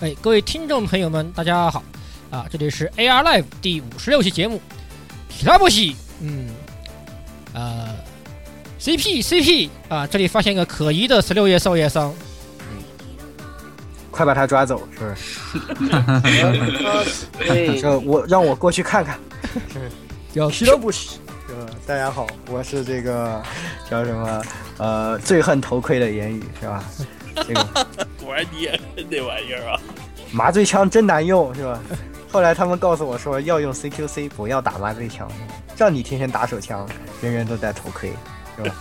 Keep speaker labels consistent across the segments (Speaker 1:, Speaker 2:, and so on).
Speaker 1: 哎，各位听众朋友们，大家好啊！这里是 AR Live 第五十六期节目，皮拉波西，嗯，呃，CP CP 啊，这里发现一个可疑的十六叶少爷桑，
Speaker 2: 快把他抓走，是不是？
Speaker 3: 对，
Speaker 2: 这我让我过去看看。
Speaker 1: 叫
Speaker 2: 皮罗布什，是吧？大家好，我是这个叫什么？呃，最恨头盔的言语是吧？这个
Speaker 3: 果然你也恨那玩意儿啊！
Speaker 2: 麻醉枪真难用是吧？后来他们告诉我说要用 CQC，不要打麻醉枪，让你天天打手枪，人人都戴头盔是吧？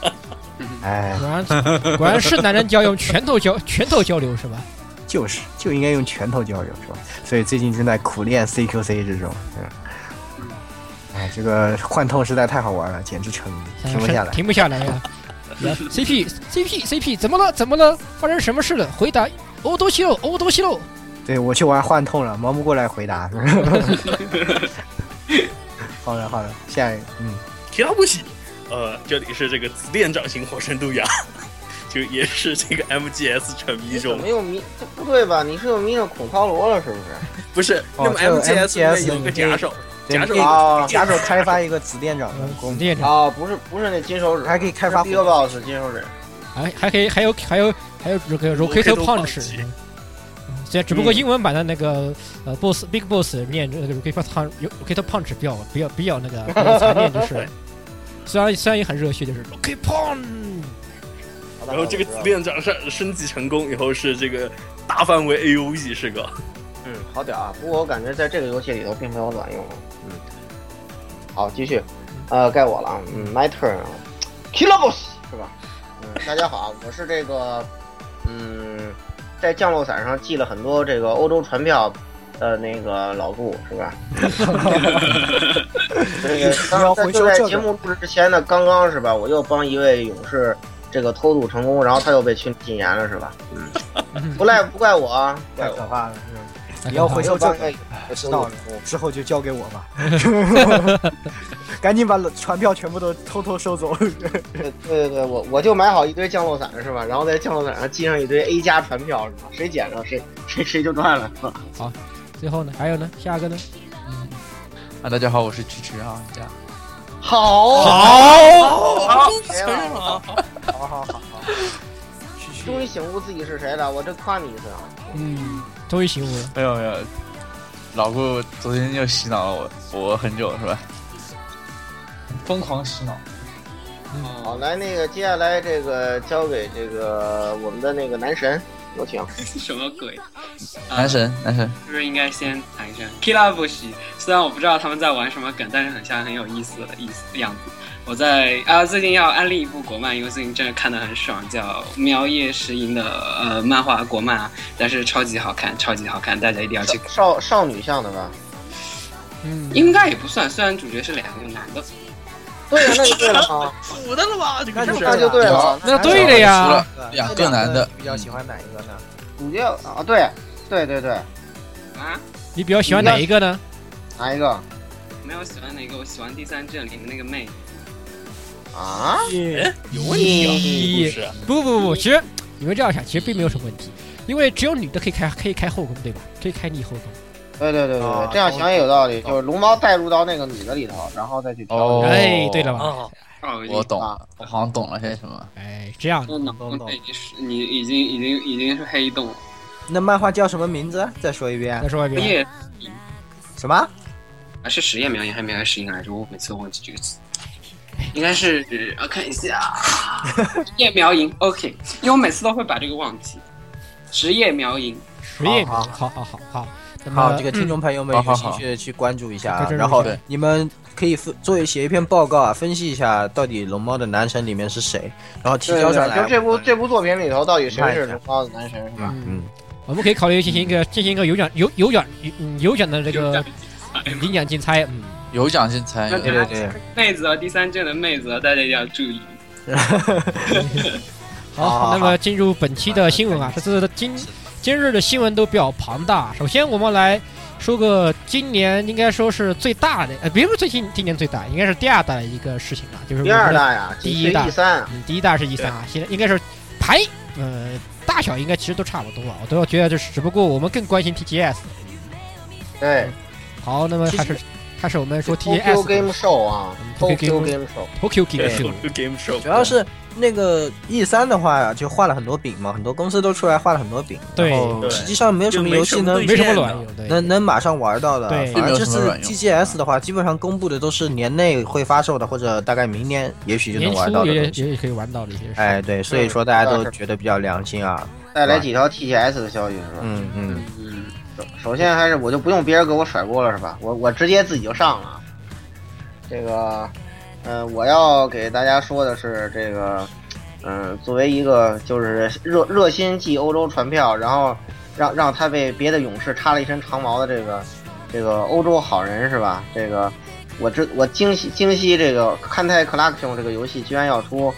Speaker 2: 哎，
Speaker 1: 果然果然是男人就要用拳头 交拳头交流是吧？
Speaker 2: 就是就应该用拳头交流是吧？所以最近正在苦练 CQC 这种，是吧？哎，这个幻痛实在太好玩了，简直沉迷，停不下来。
Speaker 1: 嗯停不下来 呀、CP CP CP 怎么了？怎么了？发生什么事了？回答欧多西洛，欧多西洛。
Speaker 2: 对我去玩幻痛了，忙不过来回答。是 吧好的好的，下一个，嗯，
Speaker 3: 提拉布喜，呃，这里是这个紫电掌型火神杜亚， 就也是这个 MGS 沉迷
Speaker 4: 你怎
Speaker 2: 哎
Speaker 3: 中
Speaker 4: 么，又迷？这不对吧？你是又迷上孔超罗了是不是？
Speaker 3: 不是，
Speaker 2: 哦
Speaker 3: 那么
Speaker 2: 这个
Speaker 3: MGS 里
Speaker 2: MGS
Speaker 3: 面有个
Speaker 2: 你可
Speaker 3: 假
Speaker 2: 以
Speaker 3: 手，
Speaker 2: 对
Speaker 3: 假手
Speaker 2: 你可以
Speaker 4: 啊
Speaker 2: 哦假手开发一个紫电掌的
Speaker 1: 嗯，
Speaker 2: 功能，
Speaker 1: 这样
Speaker 4: 哦，不是不是那金手指，
Speaker 2: 还可以开发
Speaker 4: 第一个 boss 金手指。
Speaker 1: 还还可以，还有还有还有这个 Rocket
Speaker 3: Rocket
Speaker 1: Punch，
Speaker 3: Punch
Speaker 1: 嗯这只不
Speaker 2: 嗯
Speaker 1: 过英文版的那个呃 Boss Big Boss 念这个 Rocket Punch 有 Rocket Punch 比较比较比较那个比 较残念，就是了虽然虽然也很热血，就是 Rocket Punch。
Speaker 4: 好吧
Speaker 3: 然后这个紫，电掌上升级成功以后是这个大范围 AOE 是个，
Speaker 4: 好嗯，好屌啊！不过我感觉在这个游戏里头并没有卵用。嗯，好，继续，呃，该我了啊，嗯，my turn 啊，kill boss 是吧？嗯，大家好，我是这个，嗯，在降落伞上寄了很多这个欧洲船票的那个老顾 是吧？这个
Speaker 2: 你要
Speaker 4: 刚
Speaker 2: 回收
Speaker 4: 在就在
Speaker 2: 这个
Speaker 4: 节目录制之前呢，刚刚是吧？我又帮一位勇士这个偷渡成功，然后他又被群禁言了是吧？嗯，不赖不怪我啊，不
Speaker 2: 太
Speaker 4: 怪
Speaker 2: 可
Speaker 4: 我。
Speaker 2: 怕了。是吧
Speaker 1: 那
Speaker 2: 你要
Speaker 1: 看
Speaker 2: 回
Speaker 1: 看
Speaker 2: 收这个，哎
Speaker 4: 我
Speaker 2: 知道了，之后就交给我吧。 赶紧把船票全部都偷偷收走。
Speaker 4: 对对对，我我就买好一堆降落伞是吧？然后在降落伞上系上一堆 A 加船票是吧？谁捡着谁谁谁就赚了是吧？
Speaker 1: 最后呢？还有呢？下一个呢？
Speaker 5: 啊，大家好，我是迟迟啊，大家
Speaker 4: 好啊，
Speaker 1: 好，
Speaker 4: 谁了？
Speaker 2: 好好好，
Speaker 5: 迟迟
Speaker 4: 终于醒悟自己是谁了，我真夸你一次啊！
Speaker 1: 嗯，终于醒悟了。
Speaker 5: 没有没有，老顾昨天又洗脑了我，我很久是吧？啊疯狂洗脑，
Speaker 4: 好，来那个接下来这个交给这个我们的那个男神，有请。
Speaker 6: 什么鬼？啊
Speaker 5: 男神男神，
Speaker 6: 是不是应该先谈一下 Killa b u s h 虽然我不知道他们在玩什么梗，但是很像很有意思的意思的样子。我在啊，最近要安利一部国漫，因为最近真的看得很爽，叫《喵夜食吟》的呃漫画国漫啊，但是超级好看，超级好看，大家一定要去看。
Speaker 4: 少少少女向的吧？
Speaker 1: 嗯，
Speaker 6: 应该也不算，虽然主角是两个男的，
Speaker 4: 对呀、那就对了啊，
Speaker 3: 土的了吧？这
Speaker 2: 那就
Speaker 4: 那就对了啊。
Speaker 1: 那对了
Speaker 5: 除
Speaker 1: 呀
Speaker 5: 了。两个男的，
Speaker 2: 比较喜欢哪一个呢？
Speaker 4: 主角啊，对对对对，
Speaker 6: 啊，
Speaker 1: 你比较喜欢哪一个呢？
Speaker 4: 哪一个
Speaker 6: 没有喜欢哪个，我喜欢第三卷里面那个妹。
Speaker 4: 啊？
Speaker 3: 有问题啊！
Speaker 1: 咦
Speaker 3: 不是啊，
Speaker 1: 不不不不，其实你们这样想，其实并没有什么问题，因为只有女的可以开可以开后宫，对吧？可以开逆后宫。
Speaker 4: 对对对对对
Speaker 2: 啊，
Speaker 4: 这样想也有道理，就是龙猫带入到那个女的里头，然后再去挑
Speaker 5: 哦。
Speaker 1: 哎，对了吧？
Speaker 6: 哦，
Speaker 5: 我懂
Speaker 4: 啊
Speaker 5: 了，我好像懂了些什么。
Speaker 1: 哎，这样的
Speaker 6: 我脑
Speaker 2: 懂懂
Speaker 6: 洞已经是你已经已经已经是黑洞了。
Speaker 2: 那漫画叫什么名字？再说一遍
Speaker 1: 再。说一遍，
Speaker 2: 啊
Speaker 6: 夜
Speaker 2: 什么？
Speaker 6: 啊，是实验苗也还没有实验来着，我每次都忘记这个词，应该是呃，看一下啊，职业苗营，OK，因为我每次都会把这个忘记。职业苗营，
Speaker 1: 实验
Speaker 2: 好
Speaker 1: 好好好好好。那么
Speaker 2: 好，这个听众朋友们
Speaker 5: 嗯
Speaker 2: 有兴趣去关注一下
Speaker 1: 好
Speaker 2: 啊
Speaker 1: 好。好
Speaker 2: 然后
Speaker 5: 对
Speaker 2: 你们可以分作为写一篇报告啊，分析一下到底龙猫的男神里面是谁，然后提
Speaker 4: 对
Speaker 2: 交
Speaker 4: 对
Speaker 2: 上
Speaker 4: 对，
Speaker 2: 来。
Speaker 4: 就这部这部作品里头到底谁
Speaker 2: 看一
Speaker 4: 是
Speaker 2: 下
Speaker 4: 龙猫的男神是吧？
Speaker 2: 嗯，
Speaker 1: 我们可以考虑进行一个进行一个有奖有有奖嗯有奖的这个领奖竞猜，嗯，
Speaker 5: 有奖竞猜，
Speaker 6: 对
Speaker 2: 对对对，
Speaker 6: 妹子哦，第三卷的妹子哦，大家一定要注意。
Speaker 2: 好
Speaker 1: 好，
Speaker 2: 好
Speaker 1: 那么进入本期的新闻啊，这次的今今日的新闻都比较庞大。首先，我们来说个今年应该说是最大的，呃，别说最近今年最大，应该是第二大的一个事情啊，就是我
Speaker 4: 第
Speaker 1: 们
Speaker 4: 二
Speaker 1: 的，
Speaker 4: 大呀，
Speaker 1: 第一大
Speaker 4: 第三啊，
Speaker 1: 嗯，第一大是一三啊，现在应该是排，呃，大小应该其实都差不多啊，我都要觉得就是，只不过我们更关心 TGS。
Speaker 4: 对
Speaker 1: 好，那么
Speaker 4: 其实
Speaker 1: 还是还是我们说
Speaker 4: ，Tokyo
Speaker 1: TGS
Speaker 4: Game Show 啊
Speaker 1: 嗯
Speaker 4: ，Tokyo
Speaker 1: Tokyo
Speaker 4: Game Show，
Speaker 1: Tokyo Game
Speaker 3: 对
Speaker 1: Show，
Speaker 3: ，Tokyo Game Show，
Speaker 2: 主要是那个 E 三的话，就画了很多饼嘛，很多公司都出来画了很多饼，
Speaker 1: 对
Speaker 2: 然后
Speaker 3: 对
Speaker 2: 实际上没有什么游戏能
Speaker 3: 就
Speaker 1: 没什么
Speaker 3: 见的
Speaker 1: 卵用，对
Speaker 2: 能能马上玩到的。
Speaker 1: 对
Speaker 2: 反而这次
Speaker 5: 并没有什么卵用
Speaker 2: TGS 的话，基本上公布的都是年内会发售的，或者大概明年也许就
Speaker 1: 年
Speaker 2: 能玩
Speaker 1: 初
Speaker 2: 到的
Speaker 1: 也
Speaker 2: 东西。
Speaker 1: 也也可以玩到的一些事。
Speaker 2: 哎，对，所以说大家都觉得比较良心啊。
Speaker 4: 带来几条 TGS 的消息是吧？
Speaker 2: 嗯嗯，
Speaker 6: 嗯，
Speaker 4: 首先还是我就不用别人给我甩锅了是吧？我我直接自己就上了。啊这个，呃，我要给大家说的是这个，嗯、作为一个就是热热心寄欧洲传票，然后让让他被别的勇士插了一身长毛的这个这个欧洲好人是吧？这个我知我惊喜惊喜这个《看泰 Collection》这个游戏居然要出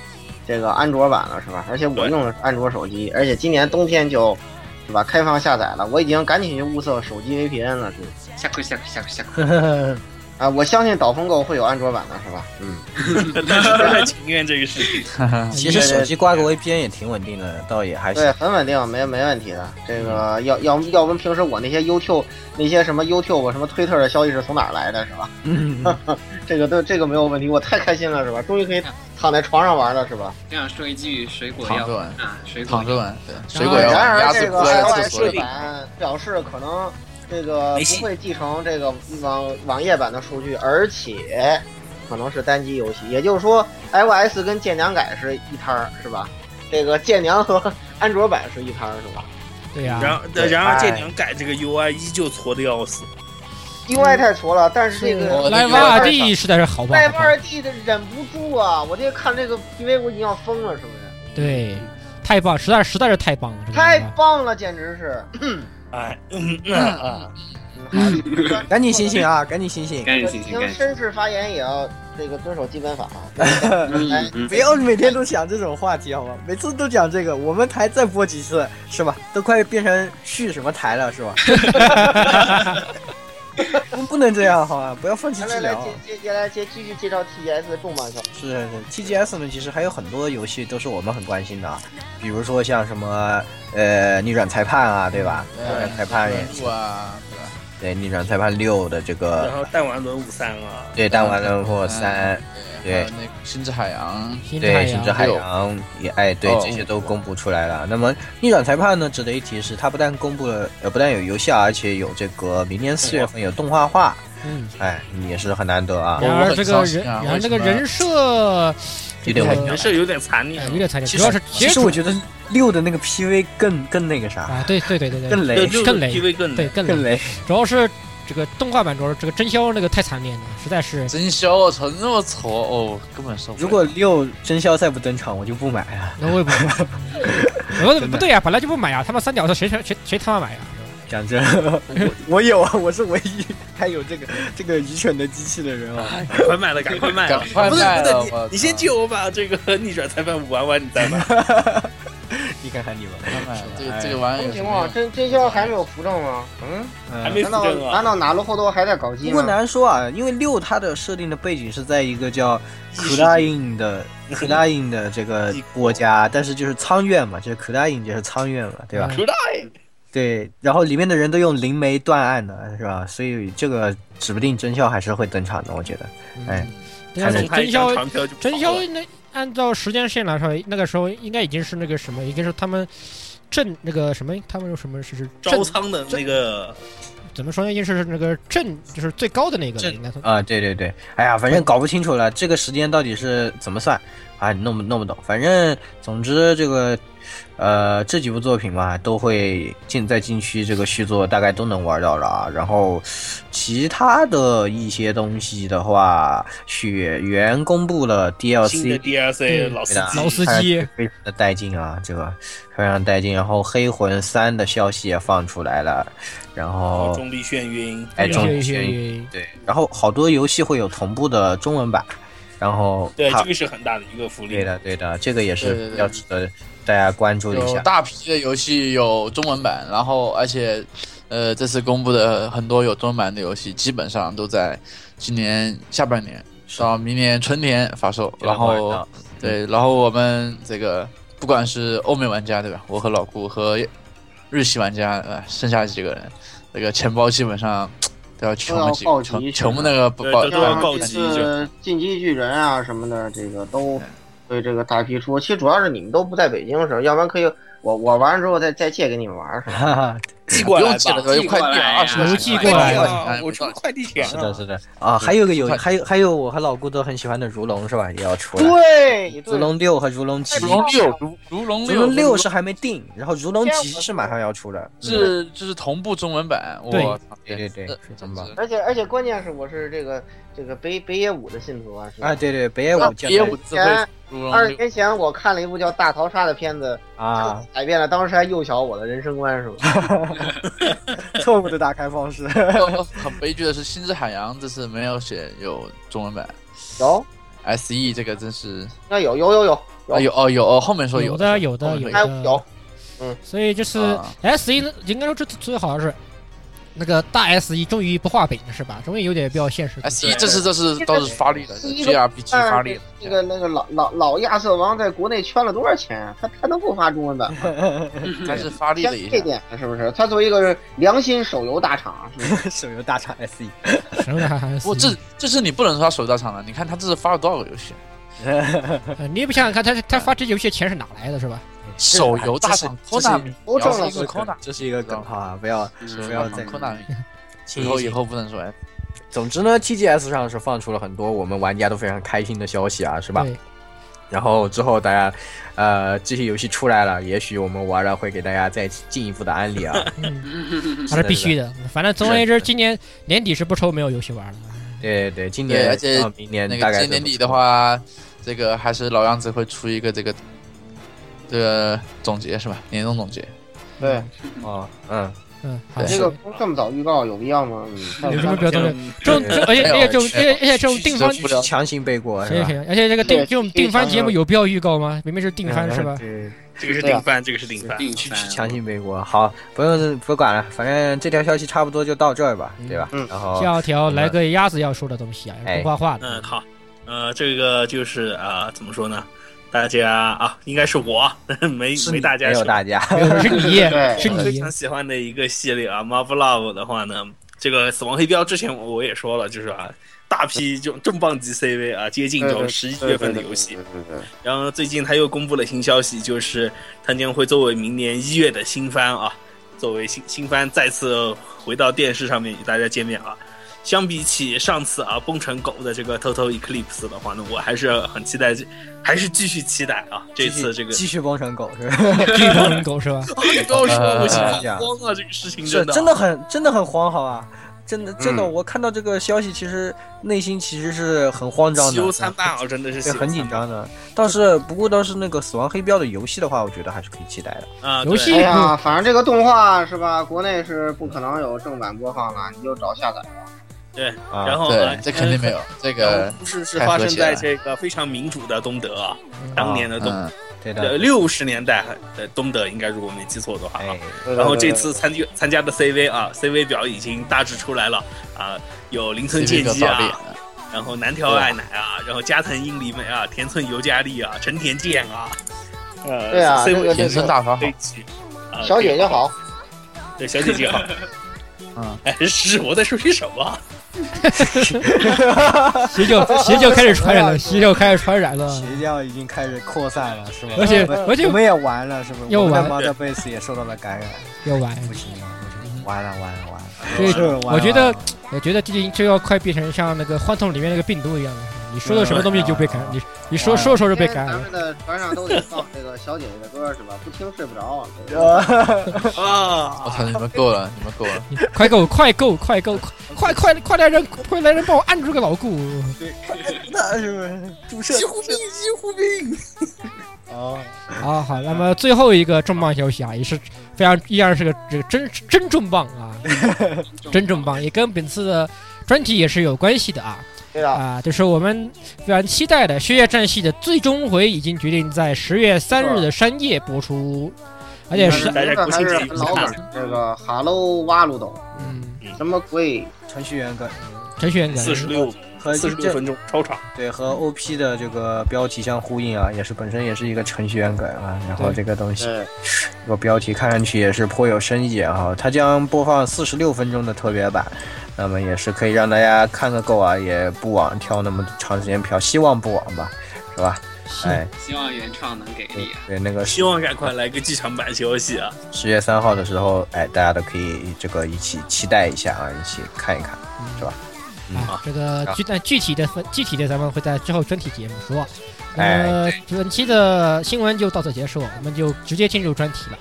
Speaker 4: 这个安卓版了是吧？而且我
Speaker 3: 对
Speaker 4: 用的是安卓手机，而且今年冬天就是吧开放下载了，我已经赶紧去物色手机 VPN 了，是
Speaker 6: 下课下课下课下课，
Speaker 4: 啊，我相信导风购会有安卓版的是吧？嗯，
Speaker 3: 但是不太情愿这个事情。
Speaker 2: 嗯其实手机挂个 VPN 也挺稳定的，倒也还行嗯
Speaker 4: 对，。很稳定，没没问题的。这个要要要问平时我那些 YouTube 那些什么 YouTube 什么推特的消息是从哪儿来的，是吧？
Speaker 2: 嗯，
Speaker 4: 这个都这个没有问题，我太开心了，是吧？终于可以躺在床上玩了，是吧？
Speaker 6: 这样说一句，水果
Speaker 5: 躺
Speaker 6: 要
Speaker 5: 着玩，
Speaker 6: 啊，水果
Speaker 5: 躺着
Speaker 6: 要
Speaker 5: 玩，对，水果要
Speaker 4: 啊然
Speaker 5: 玩
Speaker 4: 而
Speaker 5: 鸭子
Speaker 4: 这
Speaker 5: 不
Speaker 4: 个
Speaker 5: 在厕所
Speaker 4: iOS
Speaker 5: 里。
Speaker 4: 版表示可能这个
Speaker 3: 没戏
Speaker 4: 不会继承这个网网页版的数据，而且可能是单机游戏，也就是说 iOS 跟舰娘改是一摊儿，是吧？这个舰娘和安卓版是一摊儿，是吧？
Speaker 1: 对呀，
Speaker 3: 然后，
Speaker 2: 啊对
Speaker 3: 然而这
Speaker 2: 哎
Speaker 3: 两改这个 UI 依旧挫的要死。
Speaker 4: UI 太挫了，但是这个
Speaker 5: 嗯我的
Speaker 1: Live
Speaker 5: 觉得
Speaker 1: RD 实在是好棒，
Speaker 4: 外
Speaker 1: 好棒
Speaker 4: 二 D 的忍不住啊！我这看这个 PV 我已经要疯了，是不是？
Speaker 1: 对，太棒，实在实在是太棒
Speaker 5: 嗯
Speaker 1: 了，这个
Speaker 4: 太
Speaker 1: 地方
Speaker 4: 棒了，简直是！
Speaker 3: 哎，嗯嗯啊，
Speaker 4: 嗯好
Speaker 2: 赶紧醒醒啊，赶紧醒醒！
Speaker 6: 赶紧醒醒，
Speaker 4: 听
Speaker 6: 赶紧
Speaker 4: 绅士发言也要这个遵守基本法啊。
Speaker 6: 嗯嗯
Speaker 2: 不要每天都想这种话题好吗？每次都讲这个，我们台再播几次是吧？都快变成续什么台了是吧？ 我们不能这样好吧？不要放弃
Speaker 4: 来
Speaker 2: 治
Speaker 4: 来来，
Speaker 2: 疗啊
Speaker 4: 接。接接来接继续介绍 TGS 的重磅消息。
Speaker 2: 是是 TGS 呢，其实还有很多游戏都是我们很关心的，啊，比如说像什么呃逆转裁判啊，对吧？
Speaker 5: 嗯
Speaker 2: 逆转裁判也
Speaker 5: 对啊，对吧？
Speaker 2: 对逆转裁判六的这
Speaker 3: 然
Speaker 2: 个
Speaker 3: 后弹丸轮舞三啊，
Speaker 2: 对弹丸论破三，对
Speaker 5: 还有那个星之海洋，
Speaker 1: 新嗯之海
Speaker 2: 对，甚至
Speaker 1: 洋，
Speaker 2: 海洋也哎，对
Speaker 5: 哦，
Speaker 2: 这些都公布出来了。那么逆转裁判呢？值得一提是，它不但公布了，呃，不但有游戏啊，而且有这个明年四月份有动画化，
Speaker 1: 嗯，
Speaker 2: 哎，也是很难得啊，
Speaker 1: 然
Speaker 5: 我
Speaker 1: 而
Speaker 5: 很
Speaker 1: 这个
Speaker 5: 伤心
Speaker 1: 人，
Speaker 5: 啊
Speaker 1: 然而
Speaker 5: 为
Speaker 1: 这
Speaker 5: 什
Speaker 1: 个
Speaker 5: 么
Speaker 1: 人设这
Speaker 2: 有点问
Speaker 1: 个
Speaker 2: 题啊
Speaker 3: 人。设有点残
Speaker 1: 哎
Speaker 3: 念。啊
Speaker 1: 有点惨烈，
Speaker 5: 其
Speaker 1: 主
Speaker 5: 实
Speaker 1: 要是
Speaker 2: 其实
Speaker 1: 主
Speaker 2: 我觉得六的那个 PV 更更那个啥，
Speaker 1: 啊，对对对对对，
Speaker 2: 更
Speaker 3: 对，
Speaker 2: 雷，
Speaker 3: 就是
Speaker 1: 更雷
Speaker 3: PV 更
Speaker 1: 对
Speaker 3: 雷，
Speaker 1: 更
Speaker 2: 更
Speaker 1: 累，
Speaker 2: 雷。
Speaker 1: 主要是这个动画版主要是这个真宵那个太惨烈了，实在 是
Speaker 5: 真香！我操，那啊么挫哦，根本受不了。
Speaker 2: 如果六真宵再不登场，我就不买啊了。
Speaker 1: 那我也不 买。我说不对呀、啊本来就不买呀、他们三屌丝谁谁谁谁他妈买呀、 啊
Speaker 2: 讲真，我我有 啊，我是唯一还有这个这个愚蠢的机器的人啊。
Speaker 3: 赶快卖了，赶快卖了
Speaker 5: 赶，快
Speaker 3: 不是
Speaker 5: 卖了
Speaker 3: 不是
Speaker 5: 我操
Speaker 3: 你你先借我把这个逆转裁判五玩完，你再买。
Speaker 2: 你看看你们，
Speaker 5: 这个这个玩意
Speaker 4: 什么情
Speaker 5: 儿有什么
Speaker 4: 况？
Speaker 5: 用？
Speaker 4: 真真宵还没有扶正吗？嗯，
Speaker 2: 嗯
Speaker 3: 哎还没
Speaker 4: 难道
Speaker 3: 扶正啊
Speaker 4: 难道哪路后头还在搞基
Speaker 2: 不过
Speaker 4: 吗？
Speaker 2: 难说啊，因为六它的设定的背景是在一个叫
Speaker 3: 世
Speaker 2: k u
Speaker 3: 纪
Speaker 2: d a i n 的 k u d a i n 的这个国家，但是就是苍院嘛，就是 k u d a i n 就是苍院嘛，对吧？
Speaker 1: 嗯
Speaker 3: 出来，
Speaker 2: 对，然后里面的人都用灵媒断案的，是吧？所以这个指不定真相还是会登场的，我觉得。
Speaker 1: 嗯
Speaker 2: 哎，
Speaker 1: 但是
Speaker 2: 看
Speaker 3: 送他
Speaker 1: 真
Speaker 3: 一张
Speaker 1: 宵
Speaker 3: 长票就跑了
Speaker 1: 真宵那按照时间线来说，那个时候应该已经是那个什么，应该是他们正那个什么，他们有什么是是正
Speaker 3: 招仓的那个
Speaker 1: 怎么说呢？应该是那个正就是最高的那个了，
Speaker 2: 正
Speaker 1: 应该算。
Speaker 2: 啊、对对对，哎呀，反正搞不清楚了，这个时间到底是怎么算，啊，弄不弄不懂。反正总之这个，呃，这几部作品嘛，都会进在禁区这个续作大概都能玩到了啊。然后其他的一些东西的话，雪原公布了
Speaker 3: 新的
Speaker 1: 对
Speaker 2: DLC。
Speaker 3: DLC 老司
Speaker 2: 对
Speaker 3: 机
Speaker 1: 老司
Speaker 2: 哎
Speaker 1: 机，
Speaker 2: 非常的带劲啊，这个非常带劲。然后《黑魂三》的消息也放出来了，然后
Speaker 3: 重力眩晕，
Speaker 2: 哦哎
Speaker 3: 对
Speaker 2: 重
Speaker 1: 谢
Speaker 2: 力
Speaker 1: 谢
Speaker 2: 眩
Speaker 1: 谢
Speaker 2: 对，然后好多游戏会有同步的中文版，然后
Speaker 3: 对，
Speaker 2: 它
Speaker 3: 这个是很大的一个福利。
Speaker 2: 对的对的，这个也
Speaker 5: 对
Speaker 2: 是比
Speaker 5: 对对
Speaker 2: 较值得大家关注一
Speaker 5: 有
Speaker 2: 下。
Speaker 5: 大批的游戏有中文版，然后而且，呃，这次公布的很多有中文版的游戏，基本上都在今年下半年到明年春天发售。然后，对，然后我们这个不管是欧美玩家对吧，我和老顾和日系玩家呃，剩下几个人，那个钱包基本上都要穷了几
Speaker 4: 都要暴
Speaker 5: 个，
Speaker 4: 击
Speaker 5: 穷
Speaker 4: 一下
Speaker 5: 穷的那个不
Speaker 3: 对
Speaker 5: 报
Speaker 3: 都要
Speaker 5: 报
Speaker 3: 暴
Speaker 4: 像这
Speaker 3: 击
Speaker 4: 次进击巨人啊什么的，这个都对这个大批出。其实主要是你们都不在北京是吧？要不然可以我我玩完之后再再借给你们玩是吧？
Speaker 2: 哈哈，
Speaker 3: 寄
Speaker 5: 不
Speaker 3: 过来
Speaker 5: 用钱了，
Speaker 3: 吧。
Speaker 5: 都快递了，二十
Speaker 1: 邮寄过来
Speaker 5: 了，
Speaker 3: 哎我出了快递 钱
Speaker 2: 哎是的，
Speaker 3: 了。
Speaker 2: 是的啊，还有一个有，还有还有，我和老顾都很喜欢的如龙是吧？也要出来。
Speaker 4: 对，
Speaker 2: 如龙六和如龙七，
Speaker 5: 如龙六，如如龙
Speaker 2: 如
Speaker 5: 六，
Speaker 2: 龙六是还没定，然后如龙七是马上要出的。嗯
Speaker 5: 是就是同步中文版，
Speaker 1: 对
Speaker 5: 我呃操
Speaker 2: 对对对
Speaker 5: 这
Speaker 2: 是中文版
Speaker 5: 这
Speaker 4: 而且而且关键是我是这个这个北北野武的信徒啊。是吧
Speaker 2: 啊，，对对，北野武
Speaker 5: 这呃也
Speaker 2: 见
Speaker 5: 五
Speaker 2: 了
Speaker 5: 字会如龙
Speaker 4: 二十
Speaker 5: 六，
Speaker 4: 年前我看了一部叫《大逃杀》的片子，
Speaker 2: 啊，
Speaker 4: 改变了当时还幼小我的人生观是 吧？
Speaker 2: 错误的打开方式。
Speaker 5: 很悲剧的是《星之海洋》这次没有写有中文版
Speaker 4: 有，
Speaker 5: ，S E 这个真是
Speaker 4: 那有有有有
Speaker 5: 啊有哦有哦，后面说
Speaker 1: 有
Speaker 5: 的
Speaker 1: 的有的
Speaker 5: 后面
Speaker 1: 有
Speaker 5: 会
Speaker 4: 哎
Speaker 1: 的
Speaker 4: 有，
Speaker 1: 所以就是
Speaker 5: 啊
Speaker 1: S 一呢，应该说最最好的是那个大 S 一终于不画饼了是吧？终于有点比较现实主义。
Speaker 5: S E 这次这次倒是发力了
Speaker 4: 第一个
Speaker 5: ，G R P G 发力了，
Speaker 4: 那个那个老老老亚瑟王在国内圈了多少钱啊？他他能不发啊中文 版吗？
Speaker 5: 但是发力
Speaker 4: 像
Speaker 5: 了一下
Speaker 4: 这，点啊是不是？他作为一个良心手游大厂，啊是不 是
Speaker 2: 手游大厂 E SE，
Speaker 1: 什么叫 S
Speaker 5: 不这这是你不能说他手大场了，你看他这是发了多少个游戏，
Speaker 1: 呃你也不想想看他他发这游戏的钱是哪来的是吧？
Speaker 5: 手游大厂
Speaker 2: 这是
Speaker 5: Konami，
Speaker 4: 都挣了
Speaker 5: 这是 Konami，
Speaker 2: 这是一个梗哈，不要
Speaker 5: 手游
Speaker 2: 不要
Speaker 5: 大
Speaker 2: 再
Speaker 5: 厂 Konami，
Speaker 2: 轻
Speaker 5: 以后以后不能说 F，
Speaker 2: 总之呢，TGS 上是放出了很多我们玩家都非常开心的消息啊，是吧？
Speaker 1: 对，
Speaker 2: 然后之后大家，呃，这些游戏出来了，也许我们玩了会给大家再进一步的安利啊。
Speaker 1: 嗯，
Speaker 6: 嗯
Speaker 1: 那是必须的。反正总而言之，今年年底是不愁没有游戏玩了。
Speaker 2: 对对，今
Speaker 5: 对
Speaker 2: 年
Speaker 5: 而且
Speaker 2: 到明年
Speaker 5: 那
Speaker 2: 大
Speaker 5: 个
Speaker 2: 概
Speaker 5: 今年底的，话，这个还是老样子会出一个这个这个总结是吧？年终总结，
Speaker 4: 对，
Speaker 2: 哦，嗯，
Speaker 1: 嗯，好，
Speaker 4: 这个这么早预告有必要吗？ 嗯，
Speaker 1: 有什么不要动的？这
Speaker 2: 对
Speaker 1: 种哎这而且而且这种而且而且这种定番
Speaker 5: 不了
Speaker 2: 强行背锅是
Speaker 1: 行
Speaker 2: 吧？
Speaker 1: 行，而且这个定这种定番节目有必要预告吗？明明是定番
Speaker 2: 嗯
Speaker 1: 是吧？
Speaker 2: 对，啊
Speaker 3: 这个是定番，这个是定番。
Speaker 6: 定
Speaker 2: 去
Speaker 6: 番
Speaker 2: 去强行背锅。好，不用不管了，反正这条消息差不多就到这儿吧，对吧？
Speaker 4: 嗯
Speaker 2: 然后
Speaker 1: 下条来个鸭子要说的东西啊，
Speaker 2: 哎
Speaker 1: 不画画的
Speaker 3: 嗯，。好，呃，这个就是啊、怎么说呢？大家啊， 应该是我，没
Speaker 2: 是
Speaker 3: 没大家
Speaker 2: 没有
Speaker 3: 喜欢
Speaker 2: 大家，
Speaker 1: 没有，是你，
Speaker 4: 对
Speaker 1: 是
Speaker 3: 我非
Speaker 1: 你
Speaker 3: 常，喜欢的一个系列啊，Marvel Love 的话呢，这个死亡黑标之前我我也说了，就是啊，大批这种重磅级 CV 啊，接近这种十一月份的游戏。然后最近他又公布了新消息，就是他将会作为明年一月的新番啊，作为新新番再次回到电视上面与大家见面啊。相比起上次啊崩成狗的这个 Total Eclipse 的话呢，我还是很期待，还是继续期待啊。这次这个
Speaker 2: 继续崩成狗是吧？
Speaker 1: 巨人狗是吧？
Speaker 3: 你跟我说，我心
Speaker 2: 呃
Speaker 3: 好慌啊，这个事情
Speaker 2: 是
Speaker 3: 的
Speaker 2: 真的很真的很慌，好吧？真的真的，
Speaker 4: 嗯
Speaker 2: 我看到这个消息，其实内心其实是很慌张
Speaker 3: 喜忧参
Speaker 2: 的，
Speaker 3: 半啊，真的是喜
Speaker 2: 对，
Speaker 3: 忧
Speaker 2: 很紧
Speaker 3: 参
Speaker 2: 张的。倒是不过倒是那个《死亡黑标》的游戏的话，我觉得还是可以期待的。
Speaker 3: 半啊。
Speaker 1: 游戏
Speaker 4: 哎呀，反正这个动画是吧，国内是不可能有正版播放了，你就找下载。
Speaker 3: 对，对
Speaker 2: 啊
Speaker 3: 然后
Speaker 5: 对
Speaker 3: 呃，
Speaker 5: 这肯定没有这个
Speaker 3: 故事是
Speaker 5: 太
Speaker 3: 发
Speaker 5: 和
Speaker 3: 生
Speaker 5: 谐
Speaker 3: 在
Speaker 5: 了
Speaker 3: 这个非常民主的东德啊，当年的东
Speaker 5: 嗯，
Speaker 2: 哦对
Speaker 3: 呃
Speaker 2: 的，
Speaker 3: 六十年代的东德，应该如果没记错的话啊
Speaker 2: 哎。，
Speaker 3: 然后这次参加参加的 CV 啊，CV 表已经大致出来了啊，有林村
Speaker 5: 这
Speaker 3: 健
Speaker 5: 个
Speaker 3: 基
Speaker 5: 暴力
Speaker 3: 啊，，然后南条爱乃啊，然后加藤英里美啊，田村由佳丽啊，成田健啊，呃，
Speaker 4: 对啊这
Speaker 3: CV
Speaker 4: 个
Speaker 5: 田村大法好
Speaker 3: 这，一期啊
Speaker 4: 小姐姐好，
Speaker 3: 对小姐 姐好，
Speaker 5: 嗯，
Speaker 3: 哎，是我在说些什么啊？
Speaker 1: 邪教邪教开始传染了，邪教开始传染 了。
Speaker 7: 邪教已经开始扩散了，是吧？
Speaker 1: 而且
Speaker 7: 我们
Speaker 1: 而且
Speaker 7: 我们也完了，是不是？
Speaker 1: 又
Speaker 7: 我们的
Speaker 1: 完
Speaker 7: Mother Base 也受到了感染，
Speaker 1: 要玩，
Speaker 7: 不行了，不行了，完了完了完了！
Speaker 1: 所以
Speaker 7: 是完了
Speaker 1: 我觉得
Speaker 7: 完了
Speaker 1: 我觉得这这要快变成像那个幻痛里面那个病毒一样了。你说的什么东西就被感染，你你说说说就被感染
Speaker 4: 咱
Speaker 1: 了。
Speaker 4: 们的船上都得放这个小姐姐的歌是吧？不听睡不着。啊
Speaker 5: 我操，你们够了，你们够了，
Speaker 1: 你快够快够快够快快快来人快来人帮我按住个老顾。
Speaker 7: 那是不是注射？几乎病，几乎病。哦，
Speaker 1: 啊，好，那么最后一个重磅消息啊，也是非常依然是个这个真真重磅啊，真重磅，也跟本次的专题也是有关系的啊
Speaker 4: 对的，
Speaker 1: 啊，就是我们非常期待的《血液战系》的最终回已经决定在十月三日的深夜播出，而且
Speaker 3: 嗯
Speaker 1: 是
Speaker 4: 这个还是很老梗，这个哈喽哇噜懂
Speaker 1: 嗯
Speaker 4: 什么鬼？
Speaker 7: 程序员梗，
Speaker 1: 程序员感
Speaker 3: 四十六
Speaker 2: 和
Speaker 3: 四十
Speaker 2: 这
Speaker 3: 六分钟超长。
Speaker 2: 对和 OP 的这个标题相呼应啊，也是本身也是一个程序员梗啊。然后
Speaker 1: 对
Speaker 2: 这个东西，
Speaker 7: 对
Speaker 2: 这个标题看上去也是颇有深意啊。它将播放四十六分钟的特别版，那么也是可以让大家看个够啊，也不枉跳那么长时间票，希望不枉吧，是吧？
Speaker 1: 嗯
Speaker 2: 哎，
Speaker 6: 嗯希望原创能给力啊！
Speaker 2: 对那个
Speaker 3: 希望赶快来个剧场版消息啊！
Speaker 2: 十月三号的时候，哎，大家都可以这个一起期待一下啊，一起看一看。是吧嗯
Speaker 1: 啊
Speaker 2: 好，
Speaker 1: 这个具但具体的分具体的咱们会在之后专题节目说。
Speaker 2: 哎
Speaker 1: 那么本期的新闻就到此结束，我们就直接进入专题了。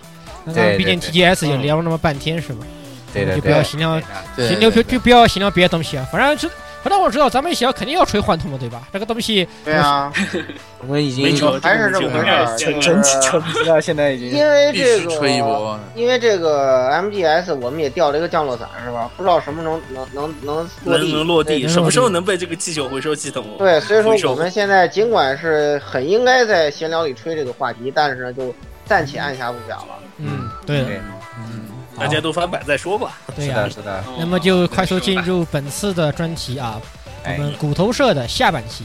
Speaker 1: 刚刚
Speaker 2: 对
Speaker 1: 毕
Speaker 2: 对
Speaker 1: 竟
Speaker 2: 对
Speaker 1: TGS 也聊了那么半天，是吧？
Speaker 2: 对对
Speaker 1: 就不
Speaker 2: 对
Speaker 1: 要，闲聊，
Speaker 5: 嗯对
Speaker 1: 闲聊
Speaker 5: 对
Speaker 1: 就就不要闲聊别的东西啊。反正知，反正我知道咱们想肯定要吹幻痛的，对吧？这个东西
Speaker 4: 对啊，
Speaker 2: 我们已
Speaker 3: 没
Speaker 2: 经
Speaker 3: 辙，
Speaker 4: 还是这
Speaker 3: 这
Speaker 4: 么
Speaker 3: 个
Speaker 4: 回
Speaker 3: 问题
Speaker 4: 事
Speaker 3: 就
Speaker 4: 儿，就是
Speaker 2: 整体撑不到现在已经
Speaker 4: 因为
Speaker 5: 必
Speaker 4: 这
Speaker 5: 须吹一
Speaker 4: 个，
Speaker 5: 波。
Speaker 4: 因为这个 MGS，我们也掉了一个降落伞，是吧？不知道什么能能能能落
Speaker 3: 能能
Speaker 4: 地。
Speaker 3: 落
Speaker 1: 能落
Speaker 3: 地，
Speaker 1: 地
Speaker 3: 什么时候能被这个气球回收系统？
Speaker 4: 对，所以
Speaker 3: 回
Speaker 4: 说
Speaker 3: 收
Speaker 4: 我们现在尽管是很应该在闲聊里吹这个话题，但是呢，就暂且按下不表了。
Speaker 1: 嗯，对的，
Speaker 2: 对，
Speaker 5: 嗯，
Speaker 1: 好
Speaker 3: 大家都翻版再说吧。
Speaker 1: 对
Speaker 2: 是
Speaker 1: 呀、
Speaker 2: 的，是的，
Speaker 1: 那么就
Speaker 6: 哦
Speaker 1: 快速进入本次的专题啊，我
Speaker 2: 哎
Speaker 1: 们骨头社的下半期。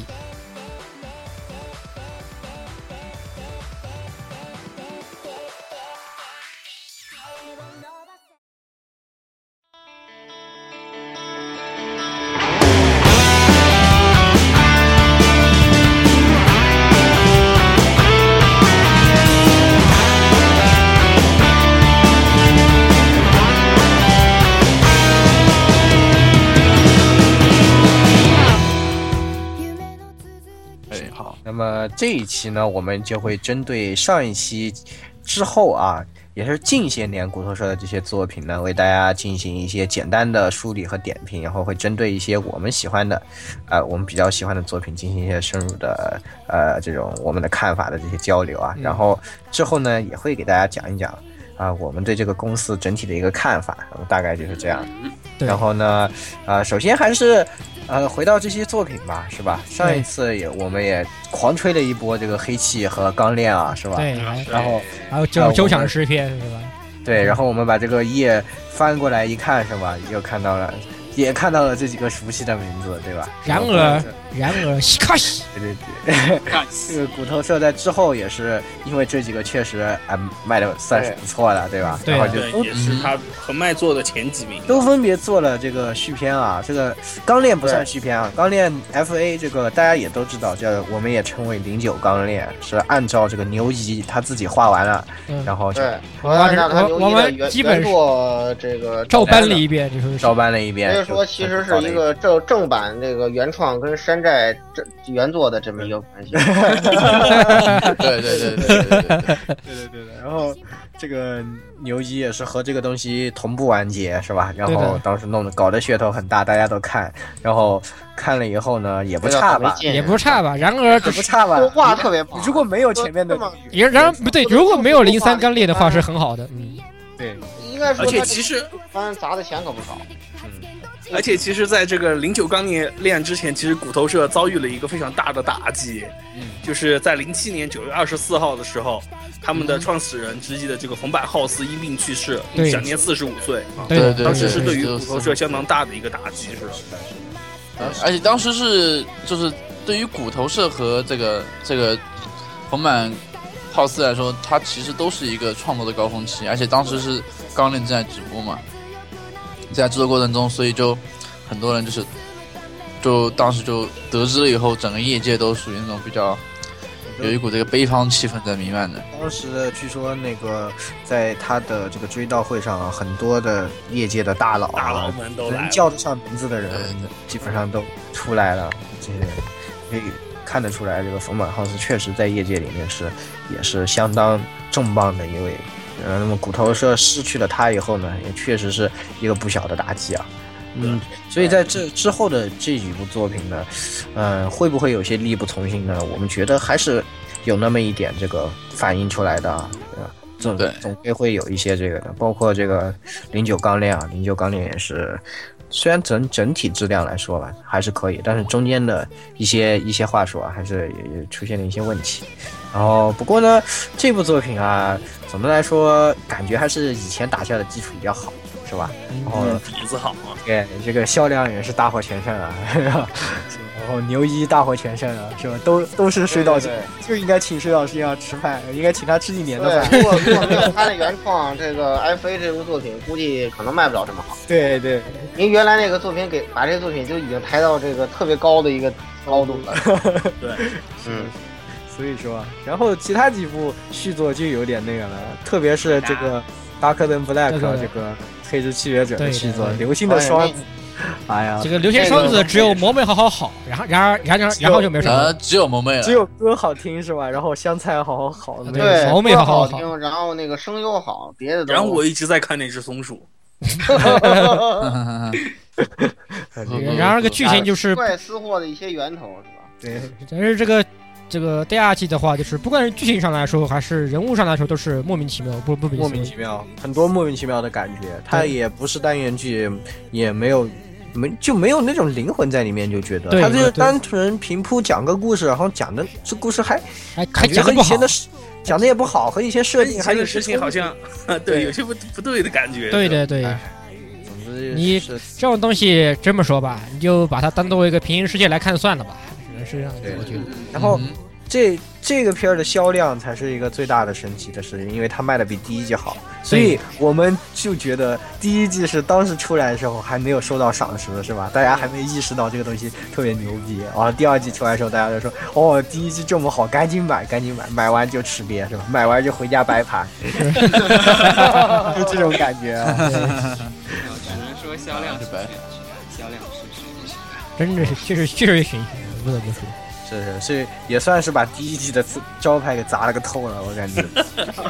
Speaker 5: 哎，好，
Speaker 2: 那么这一期呢，我们就会针对上一期之后啊，也是近些年骨头社的这些作品呢，为大家进行一些简单的梳理和点评，然后会针对一些我们喜欢的，呃，我们比较喜欢的作品进行一些深入的呃这种我们的看法的这些交流啊。
Speaker 1: 嗯
Speaker 2: 然后之后呢，也会给大家讲一讲啊、我们对这个公司整体的一个看法，那么大概就是这样。
Speaker 1: 对
Speaker 2: 然后呢，呃，首先还是呃回到这些作品吧，是吧？上一次也我们也狂吹了一波这个黑气和钢炼啊，是吧？
Speaker 1: 对，
Speaker 2: 然后
Speaker 1: 还有
Speaker 2: 啊
Speaker 1: 周
Speaker 2: 我
Speaker 1: 周想
Speaker 2: 们
Speaker 1: 诗篇是吧？
Speaker 2: 对，然后我们把这个页翻过来一看，是吧？又看到了，也看到了这几个熟悉的名字，对吧？
Speaker 1: 然而，然而，西卡西，
Speaker 2: 对对对。
Speaker 6: 看
Speaker 2: 这个骨头社在之后也是因为这几个确实啊卖的算是不错了，对吧？
Speaker 1: 对
Speaker 2: 然后就
Speaker 3: 对，
Speaker 2: 都
Speaker 3: 也是他和麦做的前几名。
Speaker 2: 都分别做了这个续篇啊，这个钢炼不算续篇啊，钢炼 F A 这个大家也都知道，叫我们也称为零九钢炼，是按照这个牛姨他自己画完了，
Speaker 1: 嗯，
Speaker 2: 然后就
Speaker 4: 对，我
Speaker 1: 我
Speaker 4: 按照他
Speaker 1: 我
Speaker 4: 牛
Speaker 1: 我
Speaker 4: 一的
Speaker 1: 们
Speaker 4: 原
Speaker 1: 基本
Speaker 4: 原作这个
Speaker 1: 照搬
Speaker 2: 来
Speaker 1: 了
Speaker 2: 了
Speaker 1: 一遍，就是
Speaker 2: 照搬了一遍。
Speaker 4: 所以
Speaker 2: 就
Speaker 4: 说，其实
Speaker 2: 搞
Speaker 4: 是
Speaker 2: 了
Speaker 4: 一
Speaker 2: 一
Speaker 4: 个正正版这个原创跟山寨这原作的这么一个关系。
Speaker 5: 对对对对对对对，
Speaker 2: 对对对的，然后这个牛一也是和这个东西同步完结，是吧？然
Speaker 1: 对
Speaker 2: 后
Speaker 1: 的
Speaker 2: 当时弄得搞得噱头很大，大家都看，然后看了以后呢，也不
Speaker 4: 这个
Speaker 2: 差
Speaker 4: 很没
Speaker 2: 吧，
Speaker 4: 劲
Speaker 1: 也不差吧。然而，
Speaker 2: 也不差吧
Speaker 4: 说。话特别棒
Speaker 2: 你。如果没有前面的
Speaker 4: 这，么
Speaker 1: 也然而不对，
Speaker 4: 不能
Speaker 1: 如果
Speaker 4: 说
Speaker 1: 没有
Speaker 4: 不
Speaker 1: 零三
Speaker 4: 画
Speaker 1: 刚烈的话
Speaker 4: 零
Speaker 1: 是
Speaker 4: 三
Speaker 1: 很好的，嗯，
Speaker 2: 对，
Speaker 4: 应该说
Speaker 3: 而且
Speaker 4: 他
Speaker 3: 其实，
Speaker 4: 翻砸的钱可不 少。
Speaker 3: 而且其实，在这个零九钢炼练之前，其实骨头社遭遇了一个非常大的打击，
Speaker 2: 嗯
Speaker 3: 就是在零七年九月二十四号的时候，他们的创始人之一的这个红坂浩司因病去世
Speaker 1: 对，
Speaker 3: 享年四十五岁啊。
Speaker 1: 嗯对的
Speaker 5: 对
Speaker 3: 当时是对于
Speaker 5: 对
Speaker 3: 骨头社相当大的一个打击，是吧？
Speaker 5: 而且当时是就是对于骨头社和这个这个红满浩斯来说，它其实都是一个创作的高峰期，而且当时是钢炼正在直播嘛，在制作过程中，所以就很多人就是就当时就得知了以后，整个业界都属于那种比较有一股这个悲伤气氛在弥漫的。
Speaker 2: 当时的据说那个在他的这个追悼会上，很多的业界的大佬、啊、
Speaker 3: 大佬们都来
Speaker 2: 能
Speaker 3: 了。
Speaker 2: 叫得上名字的人
Speaker 5: 对对，
Speaker 2: 基本上都出来了。这些可以看得出来，这个冯满浩斯确实在业界里面是也是相当重磅的一位。呃，那么骨头社失去了他以后呢，也确实是一个不小的打击啊。嗯，所以在这之后的这几部作品呢，呃，会不会有些力不从心呢？我们觉得还是有那么一点这个反映出来的啊，对吧？总
Speaker 5: 对
Speaker 2: 总归会有一些这个的，包括这个零九钢炼啊，零九钢炼也是，虽然整整体质量来说吧还是可以，但是中间的一些一些话术啊，还是也也出现了一些问题。然后不过呢，这部作品啊，总的来说感觉还是以前打下的基础比较好，
Speaker 1: 嗯
Speaker 2: 是吧？然后
Speaker 3: 底子好啊，
Speaker 2: 对，这个销量也是大获全胜啊。
Speaker 7: 然后牛一大获全胜了，是吧？都都是水岛
Speaker 4: 对
Speaker 7: 君
Speaker 4: 对，
Speaker 7: 就应该请水岛师要吃饭，应该请他吃一年的饭。
Speaker 4: 对，如果如果没有他的原创，这个 F A 这部作品估计可能卖不了这么好。
Speaker 7: 对对，
Speaker 4: 您原来那个作品给把这个作品就已经抬到这个特别高的一个高度了。
Speaker 3: 对，
Speaker 4: 嗯，
Speaker 7: 所以说，然后其他几部续作就有点那个了，特别是这个《达克登 Black
Speaker 1: 对对》对
Speaker 7: 这个《黑之契约者》
Speaker 1: 对
Speaker 7: 的
Speaker 1: 对
Speaker 7: 续作，
Speaker 1: 对
Speaker 7: 《流星的双
Speaker 4: 哎
Speaker 7: 子》，哎呀
Speaker 1: 这，个流星双子只有魔妹好好好，然后然而然而然后就没什
Speaker 2: 呃
Speaker 5: 啊，
Speaker 1: 么。
Speaker 5: 只有萌妹了，
Speaker 7: 只有歌好听是吧？然后香菜好好好的，
Speaker 1: 对
Speaker 4: 对，
Speaker 1: 毛妹
Speaker 4: 歌
Speaker 1: 好好
Speaker 4: 好
Speaker 1: 好
Speaker 4: 听，然后那个声优好，别的都。
Speaker 3: 然后我一直在看那只松鼠，
Speaker 1: 嗯
Speaker 2: 嗯
Speaker 1: 然而这个剧情就是，
Speaker 4: 怪私货的一些源头是吧？
Speaker 7: 对
Speaker 1: 但是这个这个第二季的话，就是不管是剧情上来说，还是人物上来说，都是莫名其妙，不不
Speaker 2: 莫名其妙，很多莫名其妙的感觉。它
Speaker 1: 对
Speaker 2: 也不是单元剧，也没有没就没有那种灵魂在里面，就觉得
Speaker 1: 对
Speaker 2: 它就
Speaker 1: 对
Speaker 2: 是单纯平铺讲个故事，然后讲的这故事还
Speaker 1: 还还
Speaker 2: 感觉
Speaker 1: 哎讲
Speaker 2: 和
Speaker 1: 的
Speaker 2: 以
Speaker 1: 不好
Speaker 2: 前。的讲的也不好，和以前设
Speaker 3: 跟以
Speaker 2: 定还
Speaker 3: 前
Speaker 2: 有
Speaker 3: 的事情好像 对有些不不对的感觉。
Speaker 1: 对
Speaker 3: 是吧，
Speaker 1: 对对，
Speaker 2: 哎总之
Speaker 1: 你
Speaker 2: 是
Speaker 1: 这种东西这么说吧，你就把它当做一个平行世界来看算了吧，只能是这样子
Speaker 2: 对，
Speaker 1: 我觉得。
Speaker 2: 然后
Speaker 5: 嗯
Speaker 2: 这这个片儿的销量才是一个最大的神奇的事情，因为它卖的比第一季好，所以我们就觉得第一季是当时出来的时候还没有受到赏识，是吧？大家还没意识到这个东西特别牛逼啊。第二季出来的时候，大家就说哦，第一季这么好，赶紧买，赶紧买，买完就吃瘪，是吧？买完就回家摆 盘，就这种感觉、啊。
Speaker 6: 我只能说销
Speaker 1: 啊
Speaker 6: 量是确实，销量是确实。
Speaker 1: 真的是确实确实寻不得不说，
Speaker 2: 是是，所以也算是把第一季的招牌给砸了个透了，我感觉。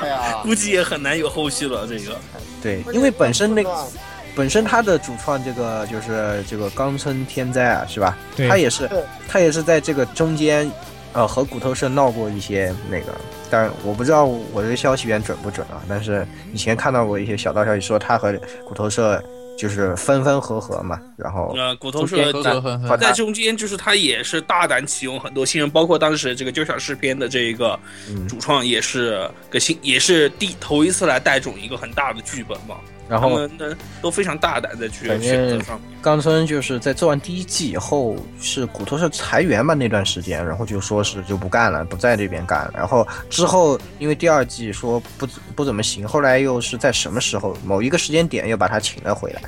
Speaker 4: 哎呀，
Speaker 3: 估计也很难有后续了。这个
Speaker 2: 对，因为本身那个
Speaker 4: 个。
Speaker 2: 本身它的主创这个就是这个冈村天哉啊，是吧？
Speaker 1: 对
Speaker 2: 他也是
Speaker 4: 对，
Speaker 2: 他也是在这个中间，呃，和骨头社闹过一些那个，但然我不知道我这个消息源准不准啊。但是以前看到过一些小道消息说他和骨头社就是分分合合嘛，然后
Speaker 3: 呃，骨头
Speaker 5: 合
Speaker 3: 社
Speaker 5: 合合合合
Speaker 2: 把
Speaker 3: 在
Speaker 2: 他
Speaker 3: 中间就是他也是大胆启用很多新人，包括当时这个《九小视篇》的这个
Speaker 2: 嗯，
Speaker 3: 主创也是个新，也是第头一次来带种一个很大的剧本嘛，
Speaker 2: 然
Speaker 3: 他
Speaker 2: 后
Speaker 3: 们呢都非常大胆的去
Speaker 2: 反正
Speaker 3: 选择上面。
Speaker 2: 冈村就是在做完第一季以后，是骨头社裁员吧那段时间，然后就说是就不干了，不在这边干了。然后之后因为第二季说不不怎么行，后来又是在什么时候某一个时间点又把他请了回来，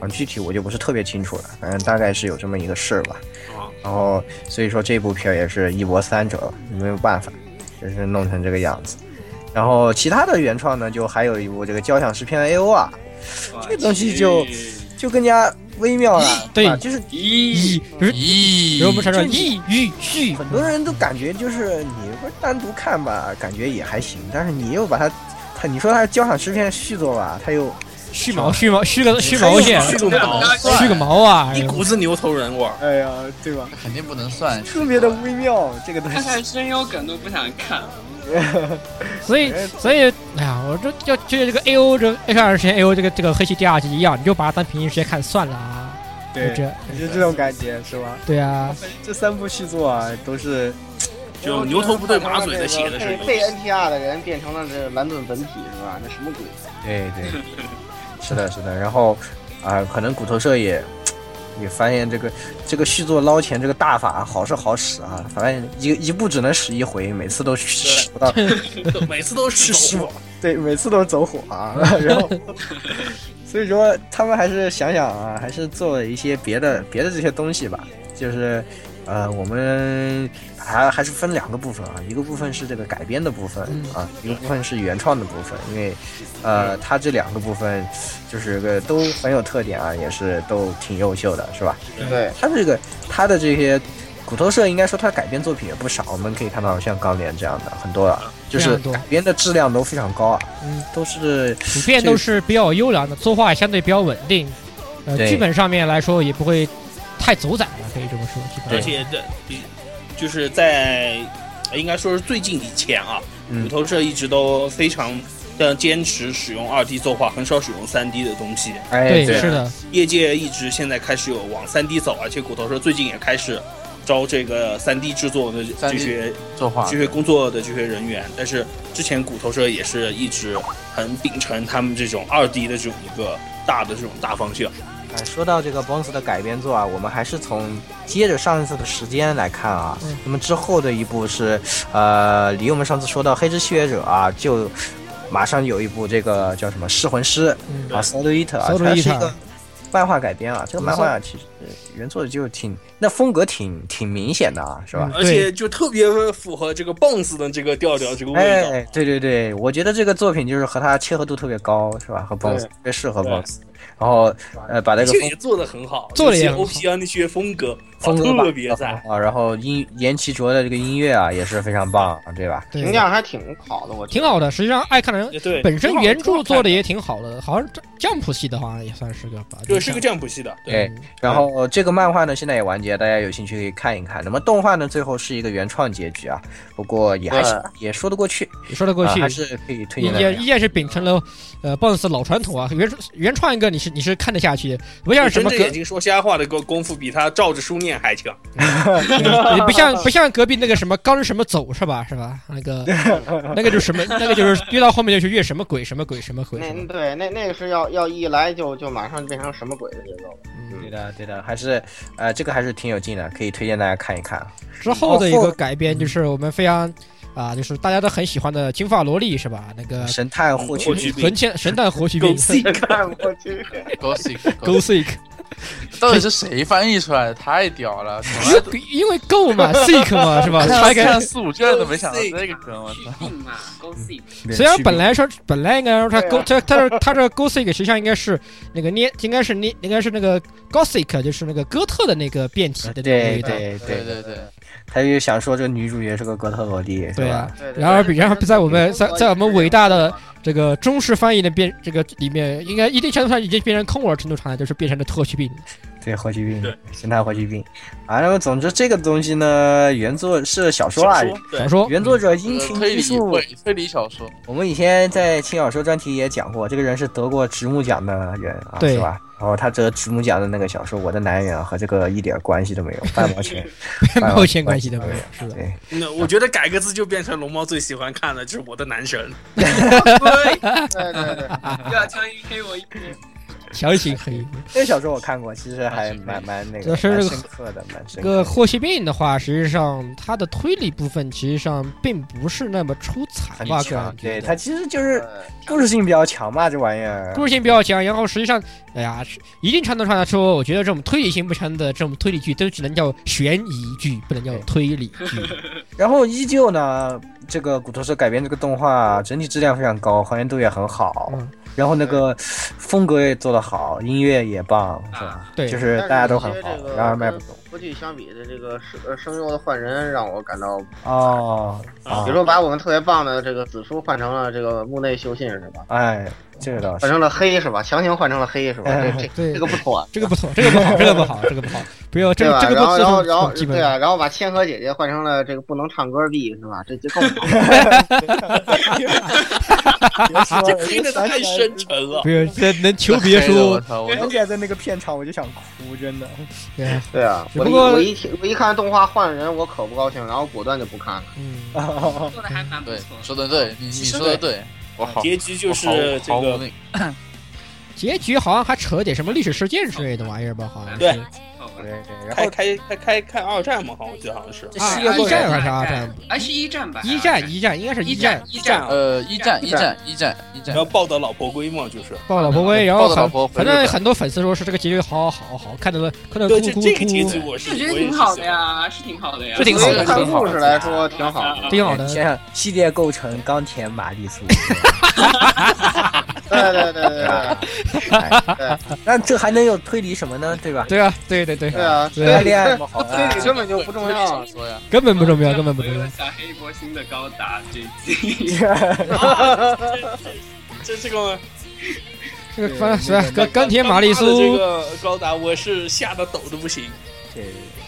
Speaker 2: 啊，具体我就不是特别清楚了，反正大概是有这么一个事儿吧。
Speaker 3: 啊，
Speaker 2: 然后所以说这部片儿也是一波三折，没有办法，就是弄成这个样子。然后其他的原创呢，就还有一部这个交响诗篇 A O 啊，这东西就就更加微妙了，
Speaker 1: 对
Speaker 2: 吧就是
Speaker 1: 一
Speaker 6: 咦，
Speaker 1: 就是 比
Speaker 5: 咦，
Speaker 1: 如我们常说
Speaker 2: 这
Speaker 1: 一语续，
Speaker 2: 很多人都感觉就是你不是单独看吧，感觉也还行，但是你又把它，它你说它交响诗篇续作吧，它又
Speaker 1: 续毛续哦毛续个续毛线，
Speaker 3: 去个毛，
Speaker 1: 续个毛啊！
Speaker 3: 一股子牛头人味儿。
Speaker 7: 哎呀，对吧？
Speaker 5: 肯定不能算，
Speaker 7: 特别的微妙，这个东
Speaker 6: 看
Speaker 7: 西。
Speaker 6: 看声优梗都不想看了。
Speaker 1: 所以所以，哎呀，我这就就这个 A O 这 H 二时间 A O 这个这个黑崎第二集一样，你就把它当平行世界看算了啊。
Speaker 7: 对，
Speaker 1: 这
Speaker 7: 就这种感觉是吧？
Speaker 1: 对啊，
Speaker 7: 这三部续作啊，都是
Speaker 3: 就牛头不对马嘴的写的是
Speaker 4: 被被 NTR 的人变成了这蓝盾本体是吧？那什么鬼？
Speaker 2: 对 对，是的，是的。然后啊、可能骨头社也也发现这个这个续作捞钱这个大法好是好使啊，反正一一步只能使一回，每次都使不到，
Speaker 3: 每次都是
Speaker 2: 是
Speaker 3: 我。
Speaker 7: 对，每次都走火 啊，然后，
Speaker 2: 所以说他们还是想想啊，还是做了一些别的别的这些东西吧，就是。呃，我们还还是分两个部分啊，一个部分是这个改编的部分
Speaker 1: 嗯
Speaker 2: 啊，一个部分是原创的部分，因为，呃，它这两个部分就是个都很有特点啊，也是都挺优秀的，是吧？
Speaker 4: 对，
Speaker 2: 他这个他的这些骨头社，应该说他改编作品也不少，我们可以看到像钢联这样的很多啊，就是
Speaker 1: 嗯非常多
Speaker 2: 改编的质量都非常高啊，
Speaker 1: 嗯，
Speaker 2: 都是
Speaker 1: 普遍都是比较优良的，作画也相对比较稳定，呃，
Speaker 2: 对
Speaker 1: 剧本上面来说也不会太走窄了，可以这么说。基本上
Speaker 3: 而且这比就是在呃应该说是最近以前啊，
Speaker 2: 嗯
Speaker 3: 骨头社一直都非常的坚持使用二 D 作画，很少使用三 D 的东西。
Speaker 2: 哎
Speaker 1: 对，
Speaker 2: 对
Speaker 1: 是的，
Speaker 3: 业界一直现在开始有往三 D 走，而且骨头社最近也开始招这个三 D 制作的这
Speaker 5: 3D
Speaker 3: 些
Speaker 5: 作画
Speaker 3: 这些工作的这些人员，但是之前骨头社也是一直很秉承他们这种二 D 的这种一个大的这种大方向。
Speaker 2: 呃，说到这个 Bones 的改编作啊，我们还是从接着上一次的时间来看啊。
Speaker 1: 嗯
Speaker 2: 那么之后的一部是，呃，离我们上次说到《黑之吸血者》啊，就马上有一部这这个叫什么《噬魂师》
Speaker 1: 嗯，
Speaker 2: 啊，《Solo Eater》啊，
Speaker 1: Solo
Speaker 2: 它是一
Speaker 1: Eater
Speaker 2: 个漫画改编啊。这个漫画啊其实呃原作就挺那风格挺挺明显的啊，是吧？
Speaker 1: 嗯
Speaker 3: 而且就特别符合这个 bounce 的这个调调，这个味道。
Speaker 2: 哎，对对对，我觉得这个作品就是和它切合度特别高，是吧？和 Bones
Speaker 3: 对
Speaker 2: 特别适合
Speaker 3: 对
Speaker 2: Bones，然后呃把那个
Speaker 3: 这个
Speaker 2: 风
Speaker 3: 也做的很好，
Speaker 1: 做得也很好
Speaker 3: O P 啊那些风格，
Speaker 2: 风格吧
Speaker 3: 特别赞。
Speaker 2: 啊，然后音岩崎卓的这个音乐啊也是非常棒，对吧？
Speaker 1: 对
Speaker 4: 评，价还挺好的，我觉
Speaker 1: 挺
Speaker 4: 得。
Speaker 1: 好的。实际上，爱看的人
Speaker 3: 也对，
Speaker 1: 本身
Speaker 3: 挺好
Speaker 1: 原著做的。
Speaker 3: 挺好看
Speaker 1: 也挺好的，好像 Jump 系的话也算是个吧。
Speaker 3: 对，是个占卜系的，对，
Speaker 2: 对
Speaker 1: 嗯
Speaker 2: 然后这个漫画呢，现在也完结，大家有兴趣可以看一看。那么动画呢，最后是一个原创结局啊，不过也还行，也说得过去，
Speaker 1: 也说得过
Speaker 2: 啊
Speaker 1: 去
Speaker 2: 还。是可以推
Speaker 1: 意
Speaker 2: 荐大
Speaker 1: 见
Speaker 2: 家。
Speaker 1: 意见是秉承了，呃，boss 老传统啊，原原创一个你是你是看得下去，的，不像什
Speaker 3: 睁
Speaker 1: 么
Speaker 3: 着
Speaker 1: 隔
Speaker 3: 眼睛说瞎话的功功夫比他照着书念还强。
Speaker 1: 你不像不像隔壁那个什么刚什么走是吧？是吧？那个那个就是什么，那个就是越到后面就是越什么鬼什么鬼什么鬼
Speaker 4: 那
Speaker 1: 什么鬼。
Speaker 4: 对那那个是要要一来就就马上变成什么鬼的节奏，
Speaker 1: 嗯，
Speaker 2: 对的，对的，还是呃，这个还是挺有劲的，可以推荐大家看一看啊。
Speaker 1: 之后的一个改编就是我们非常啊，就是大家都很喜欢的金发萝莉是吧？那个
Speaker 2: 神探霍去
Speaker 3: 霍去病
Speaker 1: 神仙神探活取病
Speaker 4: 看过去。
Speaker 5: Go Sick
Speaker 1: Go Seek，
Speaker 5: 到底是谁翻译出来的？太屌 了！从
Speaker 1: 因
Speaker 5: 来
Speaker 1: 为因为 Go 嘛 Seek 嘛是吧？他给
Speaker 5: 看四五卷都没想到 这个梗，我
Speaker 6: 去
Speaker 5: 操！
Speaker 6: 病嘛，Go see。
Speaker 1: 虽然本来说本来应该说他
Speaker 2: 啊
Speaker 4: 对
Speaker 1: go 这他这他这 go sick 实际上应该是那个捏应该是捏应该是那个 gothic 就是那个哥特的那个变体的那个
Speaker 2: 对
Speaker 1: 味道。
Speaker 2: 对
Speaker 5: 对
Speaker 2: 对，
Speaker 5: 对对，
Speaker 2: 他就想说这女主角是个哥特萝莉，是
Speaker 1: 对
Speaker 2: 吧
Speaker 1: 啊？然而比然而在我们在在我们伟大的这个中式翻译的变这个里面，应该一定程度上已经变成空耳程度上来，就是变成了特许病。
Speaker 2: 对，霍去病
Speaker 3: 对，
Speaker 2: 神探霍去病啊。那么总之这个东西呢，原作是小说啊
Speaker 3: 小，说对
Speaker 1: 想，说
Speaker 2: 原作者樱
Speaker 5: 呃
Speaker 2: 庭
Speaker 5: 推
Speaker 2: 一
Speaker 5: 理
Speaker 2: 树
Speaker 5: 推推理小说，
Speaker 2: 我们以前在轻小说专题也讲过，这个人是得过直木奖的人啊，
Speaker 1: 对
Speaker 2: 是吧？然后他得直木奖的那个小说《我的男人》啊，和这个一点关系都没有，半毛钱。
Speaker 1: 半毛钱关系都没有，是的。
Speaker 2: 对，
Speaker 3: 那我觉得改个字就变成龙猫最喜欢看的就是我的男神，
Speaker 6: 对，
Speaker 4: 对对对，
Speaker 6: 又要枪一黑我一天。
Speaker 1: 强行黑。
Speaker 2: 这个小说我看过，其实
Speaker 4: 啊
Speaker 2: 还蛮蛮那个
Speaker 1: 这是
Speaker 2: 蛮深
Speaker 1: 这个
Speaker 2: 刻的，蛮
Speaker 1: 这
Speaker 2: 深刻
Speaker 1: 个
Speaker 2: 的。
Speaker 1: 霍去病的话，实际上它的推理部分其实上并不是那么出彩
Speaker 2: 很
Speaker 1: 吧？个
Speaker 2: 强
Speaker 1: 人，觉
Speaker 2: 对
Speaker 1: 得
Speaker 2: 他其实就是故事性比较强嘛，这玩意儿。
Speaker 1: 故事性比较强，然后实际上，哎呀，是一定程度上来说，我觉得这种推理性不强的这种推理剧都只能叫悬疑剧，不能叫推理剧。
Speaker 2: 然后依旧呢，这个骨头社改编这个动画整体质量非常高，还原度也很好，
Speaker 1: 嗯
Speaker 2: 然后那个风格也做得好，音乐也棒，是吧？
Speaker 1: 对
Speaker 2: 就是大家都很好
Speaker 4: 啊但是有些这，个
Speaker 2: 然而卖不动。
Speaker 4: 不剧相比的这个声呃声优的换人让我感到，
Speaker 2: 哦，
Speaker 3: 啊
Speaker 2: 啊
Speaker 4: 比如，说把我们特别棒的这个紫苏换成了这个木内秀信是吧？
Speaker 2: 哎，这个倒
Speaker 4: 换
Speaker 2: 是，
Speaker 4: 成了黑是吧？强行换成了黑是吧？这这
Speaker 1: 哎对
Speaker 4: 这个不妥，
Speaker 1: 这个不错，这个不好，这个不好，这个不好，不要这个这
Speaker 4: 对吧？然
Speaker 1: 个
Speaker 4: 后然后然后
Speaker 1: 不基本
Speaker 4: 对啊，然后把千和姐姐换成了这个不能唱歌 B 是吧？这就更不好。
Speaker 2: 别
Speaker 1: 啊
Speaker 2: 说
Speaker 3: 这
Speaker 2: 了
Speaker 3: 配的太深。沉了。
Speaker 1: 不要
Speaker 4: 啊
Speaker 1: 这能求别
Speaker 5: 这黑的
Speaker 1: 说，
Speaker 5: 我操！我
Speaker 2: 我想起来在那个片场我就想哭，真的。
Speaker 1: 对啊，
Speaker 4: 对啊，
Speaker 1: 只
Speaker 4: 我
Speaker 1: 不
Speaker 4: 一
Speaker 1: 过
Speaker 4: 我一听我一看动画换人，我可不高兴，然后果断就不看了。
Speaker 1: 嗯，
Speaker 4: 啊
Speaker 6: 做的还蛮不
Speaker 5: 对
Speaker 6: 错，
Speaker 5: 说的对，你你说的对，我
Speaker 1: 啊
Speaker 5: 好，
Speaker 3: 结局就
Speaker 5: 我
Speaker 3: 是
Speaker 5: 毫
Speaker 3: 这
Speaker 5: 毫
Speaker 3: 个
Speaker 5: 无那
Speaker 1: 结局好像还扯了点什么历史事件之类的玩意儿吧，好像是
Speaker 3: 对
Speaker 2: 对对，然
Speaker 3: 开
Speaker 2: 后
Speaker 3: 开开开看二战嘛，好像我记得好像是。
Speaker 1: 啊
Speaker 2: 世界末
Speaker 1: 一
Speaker 2: 日
Speaker 1: 战还是二战？
Speaker 6: 还是一战吧？哎
Speaker 1: 一战，一战应该是
Speaker 6: 一
Speaker 1: 一战，
Speaker 6: 一战。
Speaker 5: 呃，一战一战一战一
Speaker 3: 然
Speaker 5: 战
Speaker 3: 后，抱得老婆归嘛，就是。
Speaker 1: 抱老婆龟，然后
Speaker 5: 抱着老
Speaker 1: 很
Speaker 5: 婆回
Speaker 1: 反
Speaker 5: 日本
Speaker 1: 正很多粉丝说是这个结局好好好，看得了看得
Speaker 3: 对，
Speaker 1: 嗯哭
Speaker 3: 这
Speaker 1: 哭
Speaker 3: 这个结
Speaker 1: 哭
Speaker 3: 局，我是
Speaker 6: 我觉
Speaker 3: 我
Speaker 6: 得
Speaker 3: 也
Speaker 6: 挺
Speaker 3: 是
Speaker 6: 好的
Speaker 3: 想
Speaker 6: 呀，是挺好的呀，
Speaker 1: 是挺好的
Speaker 4: 看故事来说挺好的。
Speaker 1: 挺好 的。
Speaker 2: 想想系列构成钢铁玛丽苏，
Speaker 4: 对对对啊对对
Speaker 2: 那这还能有推理什么呢？对吧？
Speaker 1: 对啊，对对 对，
Speaker 4: 对啊！
Speaker 1: 对
Speaker 4: 对
Speaker 2: 谈恋爱嘛，好
Speaker 4: 推
Speaker 2: 啊
Speaker 4: 理根本就不重要
Speaker 5: 哎小。说呀，
Speaker 1: 根本不重要，根本不重
Speaker 6: 我有
Speaker 1: 要
Speaker 6: 了。小黑波星的高达这一季，
Speaker 3: 这这个
Speaker 1: 这个反正钢钢铁
Speaker 3: 天
Speaker 1: 玛丽
Speaker 3: 这
Speaker 1: 苏，
Speaker 3: 个高达，我是吓得抖的不行。
Speaker 2: 对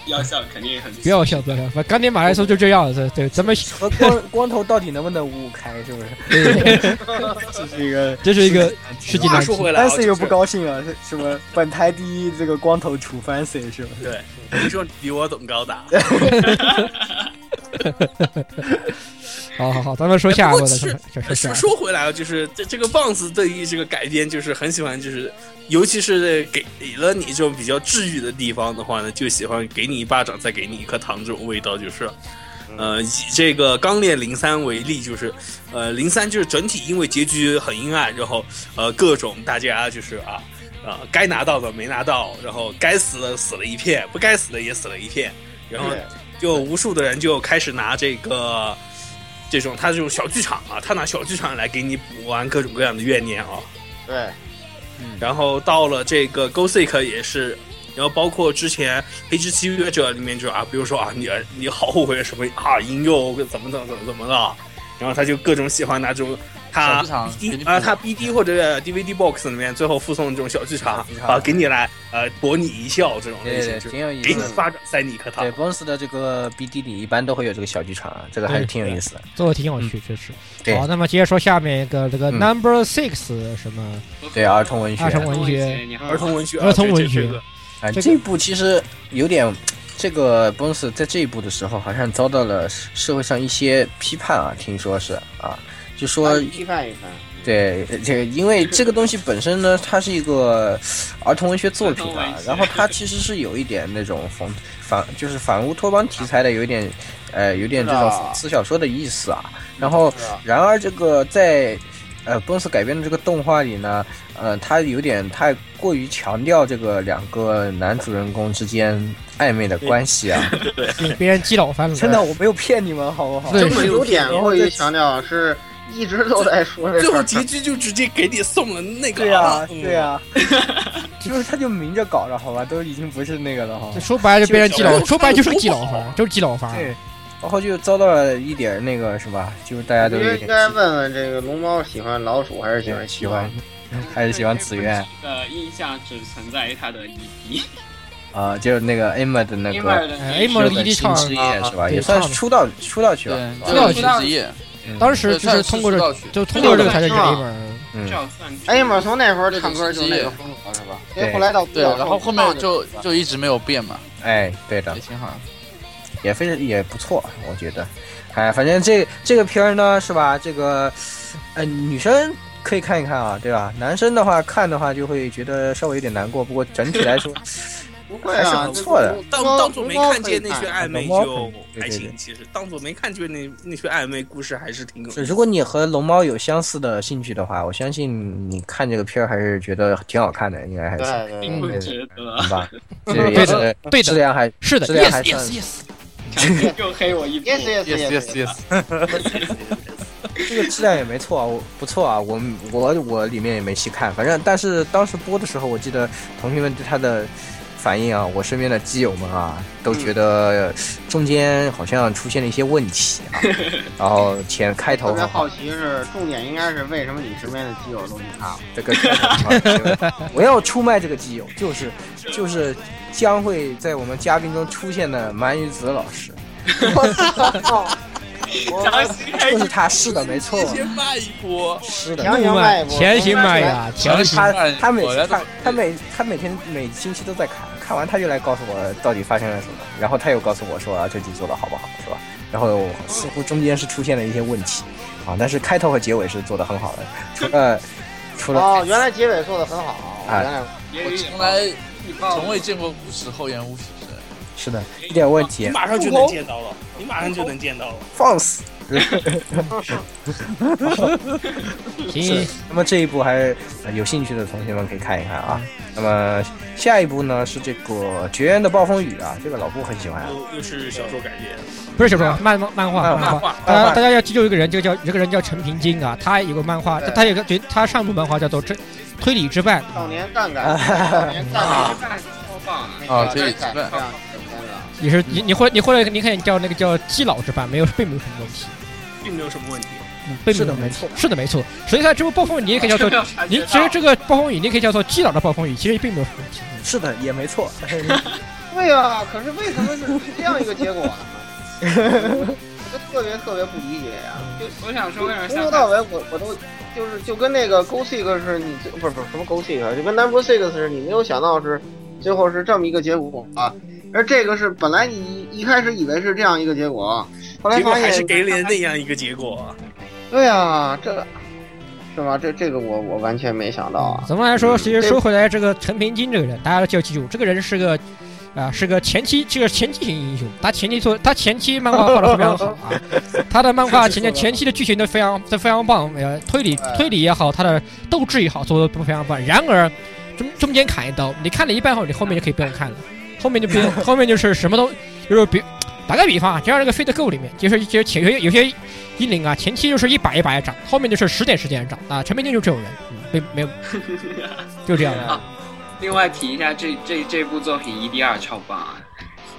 Speaker 6: 药效肯定也很
Speaker 1: 不要笑，不要笑，反正钢铁玛丽苏就这样，对对，咱们
Speaker 2: 和光光头到底能不能五五开？是不是？ 这是一个，
Speaker 1: 这是一个世纪
Speaker 3: 话
Speaker 1: 难
Speaker 3: 说
Speaker 1: 题。
Speaker 3: 回来啊，
Speaker 2: Fancy 又不
Speaker 3: 高，
Speaker 2: 高兴了，是什么？本台第一这个光头楚 Fancy 是吧？
Speaker 3: 对，你说你比我懂高达，
Speaker 1: 好好好，咱们说下一个的，
Speaker 3: 是
Speaker 1: 说
Speaker 3: 说说回来啊，就是这这个棒子对于这个改编，就是很喜欢，就是尤其是给给了你这种比较治愈的地方的话呢，就喜欢给你一巴掌，再给你一颗糖这种味道，就是了。呃，以这个《钢炼零三》为例，就是，呃，零三就是整体因为结局很阴暗，然后呃各种大家就是啊啊、该拿到的没拿到，然后该死的死了一片，不该死的也死了一片，然后
Speaker 4: 对
Speaker 3: 就无数的人就开始拿这个这种他这种小剧场啊，他拿小剧场来给你补完各种各样的怨念啊，
Speaker 4: 对，
Speaker 2: 嗯
Speaker 3: 然后到了这个 Go Sick 也是，然后包括之前《哎黑之契约者》里面就啊，比如说啊，你你好后悔什么啊，引诱怎么怎么怎么怎么了，然后他就各种喜欢拿这种
Speaker 5: 小
Speaker 3: 他
Speaker 5: 剧场
Speaker 3: BD 啊，他 BD 或者 DVD box 里面最后附送的这种小剧场啊，给你来呃博你一笑这种类
Speaker 2: 对
Speaker 3: 型，
Speaker 2: 对，
Speaker 3: 就是
Speaker 2: 挺有意
Speaker 3: 给
Speaker 2: 思
Speaker 3: 你
Speaker 2: 的。
Speaker 3: 发展塞你一颗糖
Speaker 2: 对。，BOSS 的这个 BD 里一般都会有这个小剧场，啊，这个还是挺有意思的。
Speaker 1: 做的挺有趣，确实。
Speaker 2: 对
Speaker 1: 好，那么接着说下面一个这个
Speaker 2: 嗯
Speaker 1: Number Six 什么
Speaker 2: 对儿童文学
Speaker 1: 二重
Speaker 6: 文
Speaker 1: 文学，
Speaker 6: 你好
Speaker 3: 儿童文学，
Speaker 1: 儿童文学
Speaker 3: 啊对这这个
Speaker 2: 啊，
Speaker 1: 这个
Speaker 2: 这一部其实有点，这个 Bones 在这一部的时候，好像遭到了社社会上一些批判啊，听说是啊，就说
Speaker 4: 批判一番。
Speaker 2: 对这个，因为这个东西本身呢，它是一个儿童文学作品
Speaker 6: 儿童
Speaker 2: 啊
Speaker 6: 文，学
Speaker 2: 然后它其实是有一点那种反反就是反乌托邦题材的，有一点呃有点这种
Speaker 4: 是啊
Speaker 2: 讽刺小说的意思啊。然后
Speaker 4: 是啊，
Speaker 2: 然而这个在呃 Bones 改编的这个动画里呢，呃，它有点太过于强调这个两个男主人公之间暧昧的关系 啊。
Speaker 1: 给别人击倒翻了。
Speaker 2: 真的，我没有骗你们，好不好？
Speaker 1: 对
Speaker 4: 就是有点过于强调，是一直都在说这
Speaker 3: 最
Speaker 4: 事
Speaker 3: 后
Speaker 4: 儿。
Speaker 3: 结局就直接给你送了那个
Speaker 2: 对呀
Speaker 3: 啊，嗯
Speaker 2: 对呀，就是他就明着搞了，好吧，都已经不是那个了，好吧
Speaker 1: 这。说白了就被人击倒，
Speaker 3: 就
Speaker 1: 说白了就是击倒 翻，就是击倒翻。
Speaker 2: 对，然后就遭到了一点那个什么，就是大家都
Speaker 4: 我
Speaker 2: 有
Speaker 4: 觉得
Speaker 2: 点
Speaker 4: 应该问问这个龙猫喜欢老鼠还是喜欢
Speaker 2: 喜
Speaker 4: 喜
Speaker 2: 欢，还是喜欢紫苑
Speaker 6: 的印象只存在于他的 EP，
Speaker 2: 啊，就是那个 Emma 的那
Speaker 6: 因
Speaker 2: 个
Speaker 6: 为的
Speaker 1: 哎 Emma
Speaker 2: 日
Speaker 1: Amber
Speaker 2: 本新之夜是吧？
Speaker 1: 对
Speaker 2: 也算是出道出道曲吧。
Speaker 4: 啊
Speaker 5: 对，
Speaker 1: 啊知道
Speaker 5: 这个职业，
Speaker 1: 当时就是通过这，
Speaker 5: 去，
Speaker 1: 就通过这个才是人们。
Speaker 2: 嗯
Speaker 6: 这，样算
Speaker 4: 哎呀妈，从那会儿唱歌就那个风格是吧？
Speaker 2: 对
Speaker 4: 所以后来到
Speaker 5: 对，然后后面就
Speaker 4: 就
Speaker 5: 就一直没有变嘛，
Speaker 2: 哎，对的
Speaker 5: 也，挺好。
Speaker 2: 也非常也不错，我觉得。哎，反正这这个片儿呢，是吧？这个，呃，女生可以看一看啊，对吧？男生的话看的话就会觉得稍微有点难过，不过整体来说
Speaker 4: 不会
Speaker 2: 还是
Speaker 4: 啊，
Speaker 2: 不错的。
Speaker 3: 当
Speaker 4: 龙猫
Speaker 3: 当做没看见那些暧昧
Speaker 2: 龙
Speaker 3: 就
Speaker 2: 猫可以看对
Speaker 3: 还
Speaker 2: 对
Speaker 3: 行
Speaker 2: 对，
Speaker 3: 其实当做没看见那那些暧昧故事还是挺有。
Speaker 2: 是如果你和龙猫有相似的兴趣的话，我相信你看这个片儿还是觉得挺好看的，应该还
Speaker 4: 对
Speaker 2: 是
Speaker 4: 对
Speaker 6: 并
Speaker 4: 对
Speaker 6: 不
Speaker 2: 嗯
Speaker 6: 值得，
Speaker 2: 好吧？这个也是
Speaker 1: 对
Speaker 2: 质
Speaker 1: 的，
Speaker 2: 量还
Speaker 1: 是的
Speaker 2: 质量
Speaker 1: ，yes
Speaker 2: 还
Speaker 1: yes
Speaker 2: 算
Speaker 1: yes。
Speaker 6: 又黑我一 波。
Speaker 4: ，yes yes yes yes，
Speaker 5: yes，
Speaker 2: 这个质量也没错啊，我不错啊，我我我里面也没细看，反正但是当时播的时候，我记得同学们对他的反应啊，我身边的基友们啊，都
Speaker 4: 嗯
Speaker 2: 觉得中间好像出现了一些问题啊，然后前开头啊
Speaker 4: 特别
Speaker 2: 很好
Speaker 4: 好，奇是重点应该是为什么你身边的基友都不看了？
Speaker 2: 这个开头很好我要出卖这个基友，就是就是将会在我们嘉宾中出现的鳗鱼子老师，
Speaker 4: 我操！
Speaker 6: 强行
Speaker 4: 哎
Speaker 6: 开
Speaker 2: 就是他，是的，没错，
Speaker 5: 先卖一波，
Speaker 2: 是的，
Speaker 4: 强行迈步，
Speaker 1: 前行迈呀，前行。
Speaker 2: 他
Speaker 5: 看
Speaker 2: 他每
Speaker 5: 我来
Speaker 2: 次
Speaker 5: 做
Speaker 2: 看，他每他每天每星期都在看，看完他就来告诉我到底发生了什么，然后他又告诉我说啊这集做的好不好，是吧？然后似乎中间是出现了一些问题啊，但是开头和结尾是做的很好的，除了除了
Speaker 4: 哦，原来结尾做的很好，我
Speaker 2: 哎
Speaker 4: 原来
Speaker 5: 我从来从未见过无耻厚颜无耻的人。
Speaker 2: 是的一点问
Speaker 3: 你
Speaker 2: 题，
Speaker 3: 马上就能见到了，你马上就能见到了。
Speaker 2: 放肆。
Speaker 1: 行，
Speaker 2: 那么这一部还是呃有兴趣的同学们可以看一看啊。那么下一部呢是这个《绝缘的暴风雨》啊，这个老布很喜欢啊。
Speaker 3: 又又是小说改编，
Speaker 1: 不是小说，漫漫画，啊漫画。大家大家要记住一个人，这个叫这个人叫陈平金啊，他有个漫画，他有个对，他上部漫画叫做《推推理之绊》，
Speaker 4: 少年 杠杆，少年杠杆，
Speaker 6: 超棒啊！
Speaker 5: 啊
Speaker 4: 这
Speaker 5: 这
Speaker 4: 个
Speaker 5: 也
Speaker 4: 杠
Speaker 5: 是
Speaker 4: 杆
Speaker 5: 吧
Speaker 4: 这样简单的。
Speaker 1: 你是你你或你或者你可以叫那个叫基佬之绊，没有并没有什么问题，
Speaker 3: 并没有什么问题。
Speaker 1: 嗯并没有问题，是的没错。所以它这部暴风雨你也可以叫 做，你其实这个暴风雨你也可以叫做基佬的暴风雨，其实并没有什么问题。
Speaker 2: 是的，也没 错。
Speaker 4: 对呀、可是为什么是这样一个结 果呢？我就特别特别不理解啊呀、
Speaker 6: 我想说为什么
Speaker 4: 从
Speaker 6: 想
Speaker 4: 头到尾我我都就是就跟那个 Go Six 是你最不是不是什么 Go Six，啊就跟 Number Six 是你没有想到是最后是这么一个结果啊。而这个是本来你一开始以为是这样一个结果，后来
Speaker 3: 结果
Speaker 4: 发
Speaker 3: 还是
Speaker 4: 现
Speaker 3: 给了那样一个结果啊。
Speaker 4: 对啊，这是吧？这这个我我完全没想到啊。
Speaker 1: 总的来说，
Speaker 4: 嗯
Speaker 1: 其实说回来，这个陈平金这个人，大家就要记住，这个人是个。啊，是个前期，这个前期型英雄，他前期做，他前期漫画画的非常好啊，他的漫画前前前期的剧情都非常都非常棒，呃，推理
Speaker 4: 哎
Speaker 1: 推理也好，他的斗志也好，做的都非常棒。然而中中间砍一刀，你看了一半后，你后面就可以不用看了，后面就不用，后面就是什么都就是比打个比方啊，就像这个 Fate Go 里面，就是就是前有些有些英灵啊，前期就是一百一百涨，后面就是十点十点涨啊，陈平金就是这种人，嗯、没没有，就这样 的。
Speaker 6: 另外提一下，这这这部作品 EDR 超棒啊！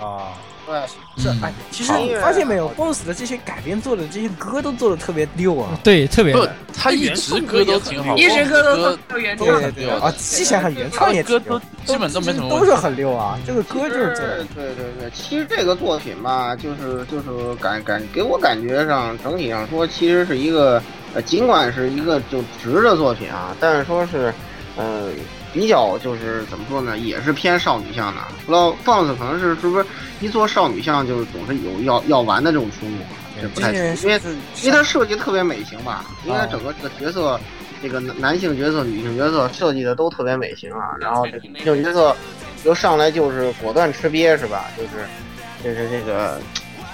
Speaker 2: 啊，
Speaker 4: 对，
Speaker 2: 这
Speaker 5: 嗯
Speaker 2: 哎，其实
Speaker 4: 好
Speaker 2: 你发现没有，BOSS 的这些改编做的这些歌都做的特别溜
Speaker 5: 嗯
Speaker 2: 啊。
Speaker 1: 对，特别
Speaker 5: 不，他一直歌都挺好，
Speaker 6: 一直
Speaker 5: 歌
Speaker 6: 歌都特原创，
Speaker 2: 对
Speaker 5: 对
Speaker 2: 对
Speaker 5: 对
Speaker 2: 啊，之前很原创也
Speaker 5: 歌
Speaker 2: 挺
Speaker 5: 都
Speaker 2: 溜，啊
Speaker 5: 基本都没什么
Speaker 2: 都
Speaker 5: 问
Speaker 2: 是
Speaker 5: 题。
Speaker 2: 很溜啊。这个歌就是做的，
Speaker 4: 对对对，其实这个作品吧，就是就是感感给我感觉上整体上说，其实是一个呃，尽管是一个就直的作品啊，但是说是呃比较就是怎么说呢，也是偏少女向的。不知道 Bounce 可能是是不是一做少女向就总是有要要玩的这种出路，这不
Speaker 2: 这
Speaker 4: 太
Speaker 2: 些
Speaker 4: 清
Speaker 2: 人
Speaker 4: 楚，因为
Speaker 2: 是
Speaker 4: 因为它设计特别美型吧，因为它整个这个角色，这个男男性角色、女性角色设计的都特别美型啊。然后这个女性角色又上来就是果断吃瘪是吧？就是就是这个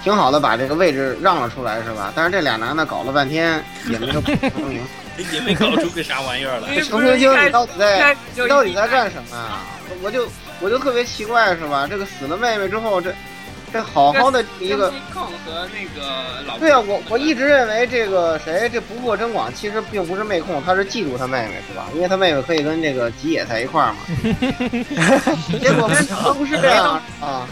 Speaker 4: 挺好的把这个位置让了出来是吧？但是这俩男的搞了半天也没有成 名，
Speaker 3: 也没搞出个啥玩意儿来。
Speaker 6: 因为
Speaker 4: 成
Speaker 6: 不
Speaker 4: 明
Speaker 6: 是
Speaker 4: 星你
Speaker 6: 一开
Speaker 4: 到底在
Speaker 6: 一开始就
Speaker 4: 你
Speaker 6: 一
Speaker 4: 到底在
Speaker 6: 开
Speaker 4: 干什么啊？我就我就特别奇怪是吧？这个死了妹妹之后，这这好好的一个
Speaker 6: 跟。金控和那个老
Speaker 4: 对啊，我我一直认为这个谁，这不破真广其实并不是妹控，他是嫉妒他妹妹是吧？因为他妹妹可以跟这个吉野在一块儿嘛。 结果没想到不是这样啊！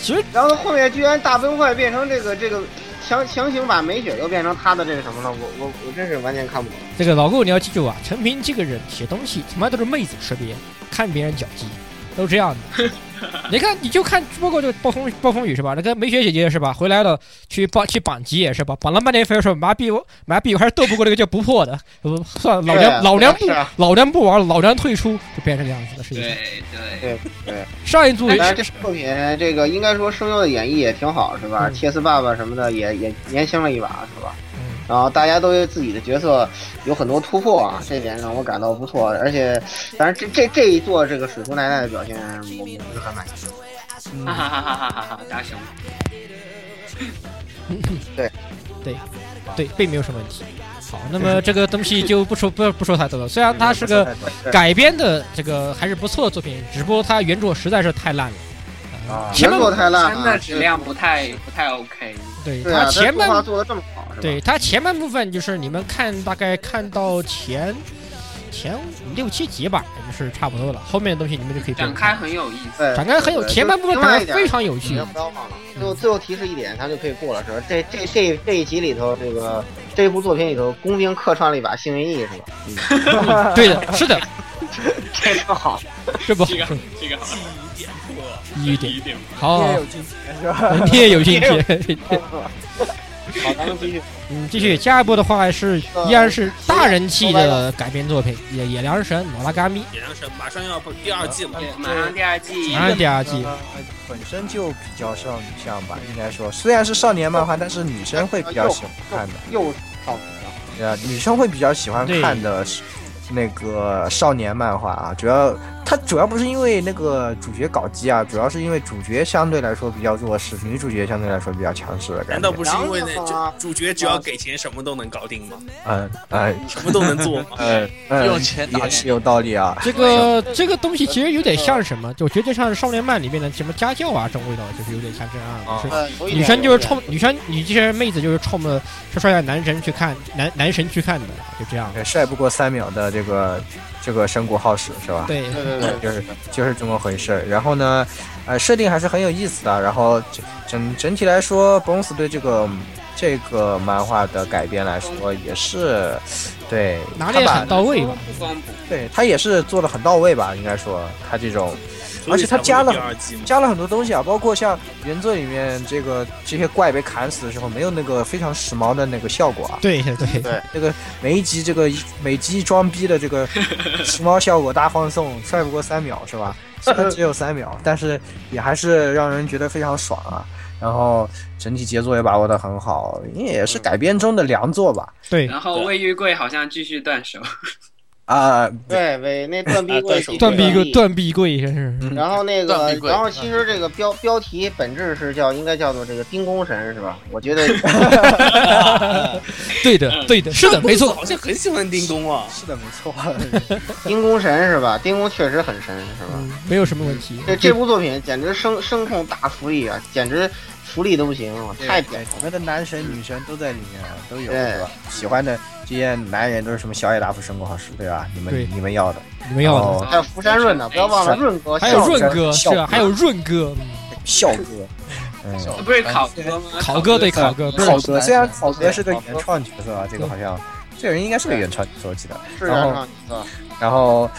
Speaker 1: 其实
Speaker 4: 然后后面居然大崩坏变成这个这个强强行把美雪又变成他的这个什么了，我我我真是完全看不懂。
Speaker 1: 这个老顾你要记住啊，陈平这个人写东西他妈都是妹子吃瘪，看别人脚鸡，都这样的。你看，你就看，包括这个暴风暴风雨是吧？那个梅雪姐姐是吧？回来了，去绑去绑吉也是吧？绑了半天，非要说麻痹我麻痹，我还是斗不过那个叫不破的。呃算了，老
Speaker 4: 对
Speaker 1: 娘
Speaker 4: 啊
Speaker 1: 老娘不
Speaker 4: 是啊
Speaker 1: 老娘不玩了，老娘退出，就变成这样子的事情。
Speaker 6: 对对，
Speaker 4: 对对。
Speaker 1: 上一组
Speaker 4: 当然，这作品这个应该说声优的演绎也挺好，是吧？
Speaker 1: 嗯
Speaker 4: 切斯爸爸什么的也也年轻了一把，是吧？
Speaker 1: 嗯
Speaker 4: 然后大家都对自己的角色有很多突破啊，这点让我感到不错。而且，当然这这这一座这个水叔奶奶的表现，我我不是很满意。
Speaker 6: 哈哈哈哈哈哈哈！ 大熊，
Speaker 1: 对，并没有什么问题。好，那么这个东西就不说不不说太多了。虽然它是个
Speaker 4: 对
Speaker 1: 改编的这个还是不错的作品，只不过它原著实在是太烂了。
Speaker 2: 啊
Speaker 1: 前
Speaker 4: 原
Speaker 1: 半
Speaker 4: 作太烂
Speaker 6: 真
Speaker 4: 了，
Speaker 6: 的质量不太不太 OK。
Speaker 1: 对
Speaker 4: 对啊
Speaker 1: 它，前
Speaker 4: 但动画
Speaker 1: 半
Speaker 4: 做的这么好，是吧？
Speaker 1: 对它前半部分就是你们看大概看到前前五六七集吧，就是差不多了。后面的东西你们就可以不
Speaker 6: 展
Speaker 1: 用
Speaker 6: 开
Speaker 1: 看。
Speaker 6: 很有意思，
Speaker 4: 对，
Speaker 1: 展开很有
Speaker 4: 对
Speaker 1: 前半部分
Speaker 4: 另
Speaker 1: 展
Speaker 4: 外一
Speaker 1: 开
Speaker 4: 点
Speaker 1: 非常有
Speaker 4: 别
Speaker 1: 趣嗯
Speaker 4: 不，要忘了，最后最后提示一点，咱就可以过了，是吧？这这这这一集里头，这个这部作品里头，工兵客串了一把幸运翼，是 吧？
Speaker 1: 对的，是的，
Speaker 4: 这个好，
Speaker 1: 这不好
Speaker 6: 这个
Speaker 1: 说，
Speaker 6: 这个好像
Speaker 1: 一语
Speaker 6: 一
Speaker 1: 点，
Speaker 6: 点
Speaker 5: 哦
Speaker 1: 好，
Speaker 2: 也
Speaker 1: 好
Speaker 2: 有进钱是吧？
Speaker 1: 文天有进去。
Speaker 4: 好，咱们继续。
Speaker 1: 嗯，继续，下一部的话是
Speaker 4: 呃
Speaker 1: 依然是大人气的改编作品，野野良神摩拉嘎咪，
Speaker 3: 野良神马上要第二季了，
Speaker 6: 马上第二季
Speaker 1: 马上第二季。
Speaker 2: 呃本身就比较少女向吧，应该说，虽然是少年漫画，但是女生会比较喜欢看的，
Speaker 4: 又好，
Speaker 2: 对啊，女生会比较喜欢看的是那个少年漫画啊，主要它主要不是因为那个主角搞基啊，主要是因为主角相对来说比较弱势，女主角相对来说比较强势的感觉。
Speaker 3: 难道不是因为那
Speaker 4: 然后呢
Speaker 3: 主主角只要给钱什么都能搞定吗？
Speaker 2: 嗯？呃
Speaker 3: 什么都能做 吗？
Speaker 2: 呃呃，
Speaker 5: 用钱打
Speaker 2: 也是有道理啊。
Speaker 1: 这个这个东西其实有点像什么，就觉得像少年漫里面的什么家教啊，这种味道就是有点像这样。就是
Speaker 4: 呃，有一点
Speaker 1: 女生就是
Speaker 4: 有一点
Speaker 1: 冲女生，你这些妹子就是冲着说帅的男神去看，男男神去看的，就这样。
Speaker 2: 对帅不过三秒的这个这个神谷浩史是吧？
Speaker 1: 对，
Speaker 4: 对对对，
Speaker 2: 就是就是这么回事儿。然后呢，呃，设定还是很有意思的。啊然后整整整体来说，Bones 对这个这个漫画的改编来说也是，对，
Speaker 1: 拿捏
Speaker 2: 他把
Speaker 1: 很到位吧。
Speaker 6: 不光不
Speaker 2: 对他也是做的很到位吧，应该说他这种而且它加了
Speaker 3: 所以才会有第二季嘛
Speaker 2: 加了很多东西啊，包括像原作里面这个这些怪被砍死的时候，没有那个非常时髦的那个效果啊。
Speaker 1: 对对
Speaker 4: 对
Speaker 2: 这个每一集这个每集装逼的这个时髦效果大放送，帅不过三秒是吧？虽然只有三秒，但是也还是让人觉得非常爽啊。然后整体节奏也把握得很好，也是改编中的良作吧。
Speaker 1: 对，
Speaker 6: 然后卫浴柜好像继续断手，
Speaker 2: 啊、
Speaker 4: 对，为那啊断臂
Speaker 3: 断
Speaker 4: 柜
Speaker 3: 手
Speaker 4: 继续
Speaker 1: 断臂
Speaker 4: 立
Speaker 1: 柜，断臂柜真是，
Speaker 2: 嗯
Speaker 4: 然后那个
Speaker 5: 断臂，柜
Speaker 4: 然后其实这个标标题本质是叫应该叫做这个冰宫神是吧？我觉得
Speaker 1: 对的对的，是的，没错
Speaker 3: 好，像很喜欢丁工啊，
Speaker 2: 是的，没 错。
Speaker 4: 冰宫神是吧？丁宫确实很神是吧？
Speaker 1: 嗯，没有什么问题。
Speaker 4: 这这部作品简直声声控大福利啊，简直福利都不行，我太屌
Speaker 2: 对，
Speaker 4: 了。
Speaker 2: 我们的男神女神都在里面，都有
Speaker 4: 对
Speaker 2: 是吧？喜欢的这些男人都是什么小野大夫、神谷浩史，对吧？你
Speaker 1: 对
Speaker 2: 们你们要的，
Speaker 1: 你们要
Speaker 6: 哦
Speaker 1: 的，
Speaker 2: 的
Speaker 4: 哦还有福山润呢，不要忘了润哥，
Speaker 1: 还有
Speaker 4: 笑
Speaker 1: 润
Speaker 4: 声
Speaker 1: 哥是
Speaker 2: 笑
Speaker 1: 啊，还有润哥，嗯
Speaker 2: 笑哥，嗯，
Speaker 6: 不是考哥吗？
Speaker 1: 考哥对考哥，不是
Speaker 2: 考哥，虽然考哥是个
Speaker 4: 考哥
Speaker 2: 原创角色啊，这个好像这个人应该是个原创角色，我记得。
Speaker 4: 是原创角色，
Speaker 2: 然后，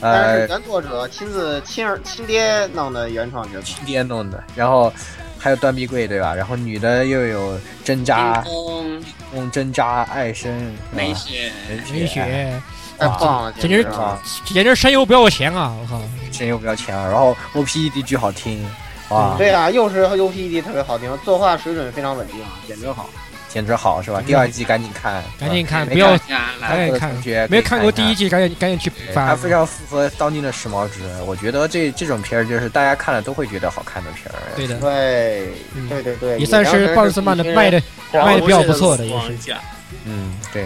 Speaker 4: 但是
Speaker 2: 呃，
Speaker 4: 原作者亲自亲儿亲爹弄的原创角色，
Speaker 2: 亲爹弄的，然后还有断臂柜，对吧？然后女的又有针扎
Speaker 1: 啊
Speaker 6: 冰、宫
Speaker 2: 用针扎、爱生、
Speaker 6: 美雪，
Speaker 1: 美雪，
Speaker 4: 太棒了，
Speaker 1: 简直
Speaker 4: 简直
Speaker 2: 啊
Speaker 4: 啊！，
Speaker 1: 简直神游不要我钱啊！我靠，
Speaker 2: 声优比较强，啊然后 E OPED 巨好听，哇，
Speaker 4: 对啊，又是 UPD 特别好听，作画水准非常稳定，简直好。
Speaker 2: 简直好是吧？第二季赶紧看，
Speaker 1: 嗯
Speaker 2: 啊
Speaker 1: 赶紧看，
Speaker 2: 没
Speaker 1: 不要哎
Speaker 2: 看
Speaker 6: 呀，来
Speaker 1: 赶紧
Speaker 2: 过的
Speaker 1: 看
Speaker 2: 同学
Speaker 1: 没有
Speaker 2: 看
Speaker 1: 看过第一季，赶紧赶紧去补
Speaker 2: 对它
Speaker 1: 番。
Speaker 2: 非常符合当今的时髦值。我觉得这这种片儿就是大家看了都会觉得好看的片儿。
Speaker 1: 对的，
Speaker 4: 对
Speaker 1: 嗯，
Speaker 4: 对对对，
Speaker 1: 也算是棒子曼的卖的卖的比较不错的，也是。
Speaker 3: 是。
Speaker 2: 嗯，对，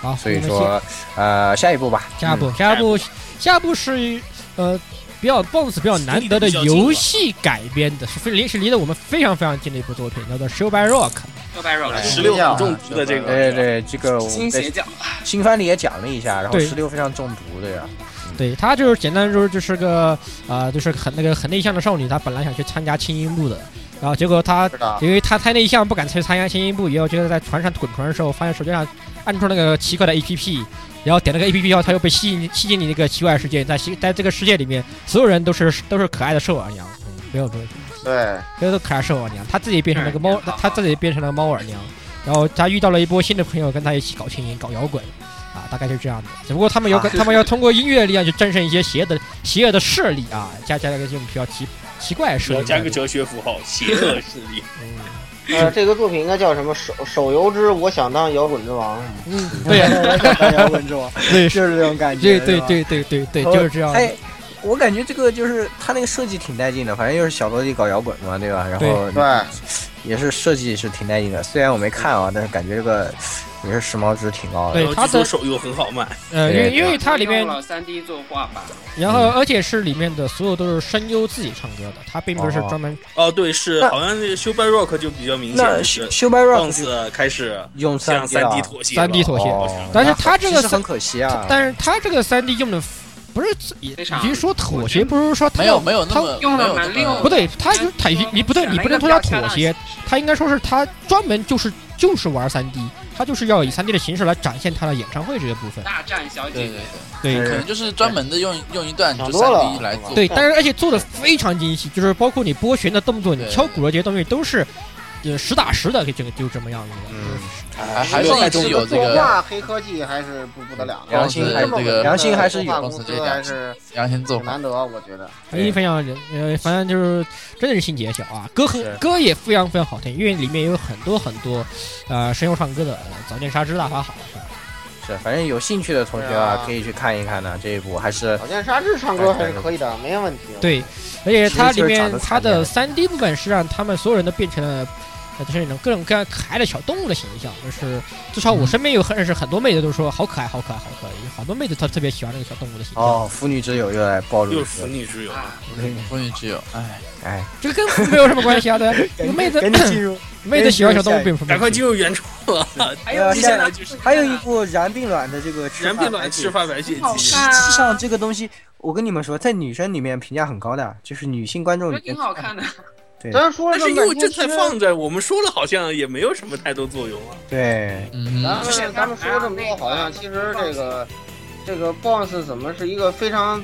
Speaker 1: 好，
Speaker 2: 所以
Speaker 1: 我们
Speaker 2: 说呃，下一步吧，
Speaker 1: 下一步，下一步，下一步是呃比较 BOSS 比较难得的游戏改编的，是非离是离得我们非常非常近的一部作品，叫做《Show by Rock》。
Speaker 6: 又拜
Speaker 5: 哎
Speaker 6: 肉了，
Speaker 3: 十六很中毒的这
Speaker 2: 嗯。
Speaker 3: 个，
Speaker 2: 对对对，这个我
Speaker 6: 新
Speaker 2: 们在
Speaker 6: 邪教，
Speaker 2: 新番里也讲了一下，然后
Speaker 1: 对
Speaker 2: 十六非常中毒，对吧？
Speaker 1: 对她就是简单就是就是个啊、呃就是很那个很内向的少女，她本来想去参加轻音部的，然后结果她
Speaker 4: 知道。
Speaker 1: 因为她太内向，不敢去参加轻音部，以后觉得在船上滚船的时候，发现手机上按住那个奇怪的 APP，然后点了个 APP 以后，她又被吸引吸进你那个奇怪的世界，在西在这个世界里面，所有人都是都是可爱的瘦耳娘，嗯没有没有，
Speaker 4: 对，
Speaker 1: 都是可爱瘦耳娘，她自己变成了个猫
Speaker 6: 嗯好，
Speaker 1: 她自己变成了猫耳娘，然后她遇到了一波新的朋友，跟她一起搞轻音搞摇滚。啊，大概就是这样的。只不过他们要跟、他们要通过音乐力量啊去战胜一些邪恶的邪恶的势力啊，加加了一个这种比较奇奇怪的势
Speaker 3: 只要
Speaker 1: 力。啊
Speaker 3: 加个哲学符号，邪恶势力。
Speaker 1: 嗯
Speaker 4: 呃，这个作品应该叫什么？手手游之我想当摇滚之王。
Speaker 1: 嗯，对呀，
Speaker 2: 大家 问住，
Speaker 1: 对
Speaker 2: 就是这种感
Speaker 1: 对
Speaker 2: 觉，
Speaker 1: 对
Speaker 2: 是吧。
Speaker 1: 对对对对，就是这样的。
Speaker 2: 哎，我感觉这个就是他那个设计挺带劲的，反正又是小萝莉搞摇滚嘛，对吧？然后
Speaker 4: 对，
Speaker 2: 也是设计是挺带劲的，虽然我没看啊，但是感觉这个也是时髦值挺高哎的。
Speaker 1: 对
Speaker 3: 然后
Speaker 1: 他
Speaker 3: 据
Speaker 1: 的
Speaker 3: 说手又很好卖，
Speaker 1: 呃，因为因为它里面
Speaker 6: 用，了三 D 作画吧，
Speaker 1: 然
Speaker 2: 嗯
Speaker 1: 后而且是里面的所有都是声优自己唱歌的，他并不是
Speaker 2: 哦
Speaker 1: 专门
Speaker 3: 哦，对，是
Speaker 2: 那
Speaker 3: 好像那个修 by rock 就比较明显
Speaker 2: 那
Speaker 3: 的是
Speaker 2: 修修白 rock 就
Speaker 3: ，Bounce 开始
Speaker 2: 用
Speaker 3: 向
Speaker 2: 三 D
Speaker 3: 三
Speaker 2: 了
Speaker 3: D 妥协了，
Speaker 1: 三 D 啊妥协。
Speaker 2: 哦
Speaker 1: 但是
Speaker 2: 那
Speaker 1: 他
Speaker 2: 很
Speaker 1: 这
Speaker 2: 其
Speaker 1: 个
Speaker 2: 实
Speaker 1: 三
Speaker 2: 很可惜啊，
Speaker 1: 但是他这个三 D 用的不是也
Speaker 6: 非常
Speaker 1: 与其说妥协，不如说他
Speaker 5: 没有没有那
Speaker 1: 他
Speaker 5: 么
Speaker 6: 用了
Speaker 5: 没有那
Speaker 6: 蛮溜
Speaker 5: 么
Speaker 6: 的
Speaker 1: 不对，他就他你不对，你不能说他妥协，他应该说是他专门就是就是玩三 D，他就是要以三 D 的形式来展现他的演唱会这个部分。
Speaker 6: 大战小
Speaker 5: 对
Speaker 6: 姐
Speaker 5: 对
Speaker 6: 姐，
Speaker 5: 对，
Speaker 2: 哎
Speaker 5: 可
Speaker 1: 对
Speaker 5: 能就是专门的用用一段
Speaker 4: 想
Speaker 5: 就
Speaker 4: 多了
Speaker 5: 三 D 来做，
Speaker 1: 对，但是而且做的非常精细，就是包括你拨弦的动作，你
Speaker 5: 对
Speaker 1: 敲鼓的这些东西都是。呃，实打实的，这个就这么样子的。
Speaker 2: 嗯，
Speaker 5: 还还
Speaker 4: 这
Speaker 5: 算是有这
Speaker 4: 作
Speaker 5: 个
Speaker 4: 画黑科技还是不不得了的，
Speaker 2: 良心还
Speaker 4: 这么
Speaker 5: 这个
Speaker 2: 良心还是有
Speaker 4: 作画公司还是
Speaker 5: 良心作
Speaker 4: 挺
Speaker 5: 画，
Speaker 4: 难得，我觉得。
Speaker 1: 声音非常人，呃，反正就是真的是心结小啊，歌很
Speaker 2: 是
Speaker 1: 歌也非常非常好听，因为里面有很多很多，呃，声优唱歌的，呃早见沙织大法好，
Speaker 2: 是反正有兴趣的同学
Speaker 4: 对
Speaker 2: 啊
Speaker 4: 啊，
Speaker 2: 可以去看一看呢。这一部还是
Speaker 4: 宝剑沙织唱歌还是可以的，没有问题。
Speaker 1: 对，而且它里面
Speaker 2: 其实就是长得
Speaker 1: 它的
Speaker 2: 惨
Speaker 1: 三 D 部分是让他们所有人都变成了，呃，就是那种各种各样可爱的小动物的形象，就是至少我身边有很认识很多妹子都说好可爱，好可爱，好可爱，有好多妹子她特别喜欢那个小动物的形象。
Speaker 2: 哦，腐女之友又来暴露
Speaker 3: 又
Speaker 2: 一
Speaker 3: 是
Speaker 2: 次
Speaker 3: 腐
Speaker 2: 了，
Speaker 3: 女之友，
Speaker 6: 啊，
Speaker 5: 风雨之友，哎，
Speaker 2: 哎，
Speaker 1: 这个跟服没有什么关系啊，对吧，那个妹子
Speaker 2: 赶紧进入。
Speaker 1: 妹子喜欢小动物并不是
Speaker 3: 赶
Speaker 1: 问
Speaker 3: 快
Speaker 1: 题
Speaker 3: 进入原创 了。
Speaker 2: 哎
Speaker 6: 还有
Speaker 3: 接下来就是
Speaker 2: 还有一部燃并卵的这个吃
Speaker 3: 燃
Speaker 2: 饭
Speaker 3: 并卵
Speaker 2: 白酒
Speaker 3: 吃饭白血
Speaker 6: 好
Speaker 3: 鸡，
Speaker 6: 看
Speaker 2: 实际
Speaker 6: 啊
Speaker 2: 上，这个东西，我跟你们说，在女生里面评价很高的，就是女性观众
Speaker 6: 我觉
Speaker 2: 里
Speaker 6: 得
Speaker 2: 面
Speaker 6: 挺好看的，
Speaker 4: 咱说了
Speaker 3: 但是
Speaker 4: 这
Speaker 3: 因
Speaker 4: 么
Speaker 3: 为
Speaker 4: 半
Speaker 3: 这
Speaker 4: 天，
Speaker 3: 才放着，我们说了好像也没有什么太多作用啊。
Speaker 2: 对，
Speaker 5: 嗯哼，
Speaker 4: 咱们咱们说这么多，好像其实这个这个 BOSS 怎么是一个非常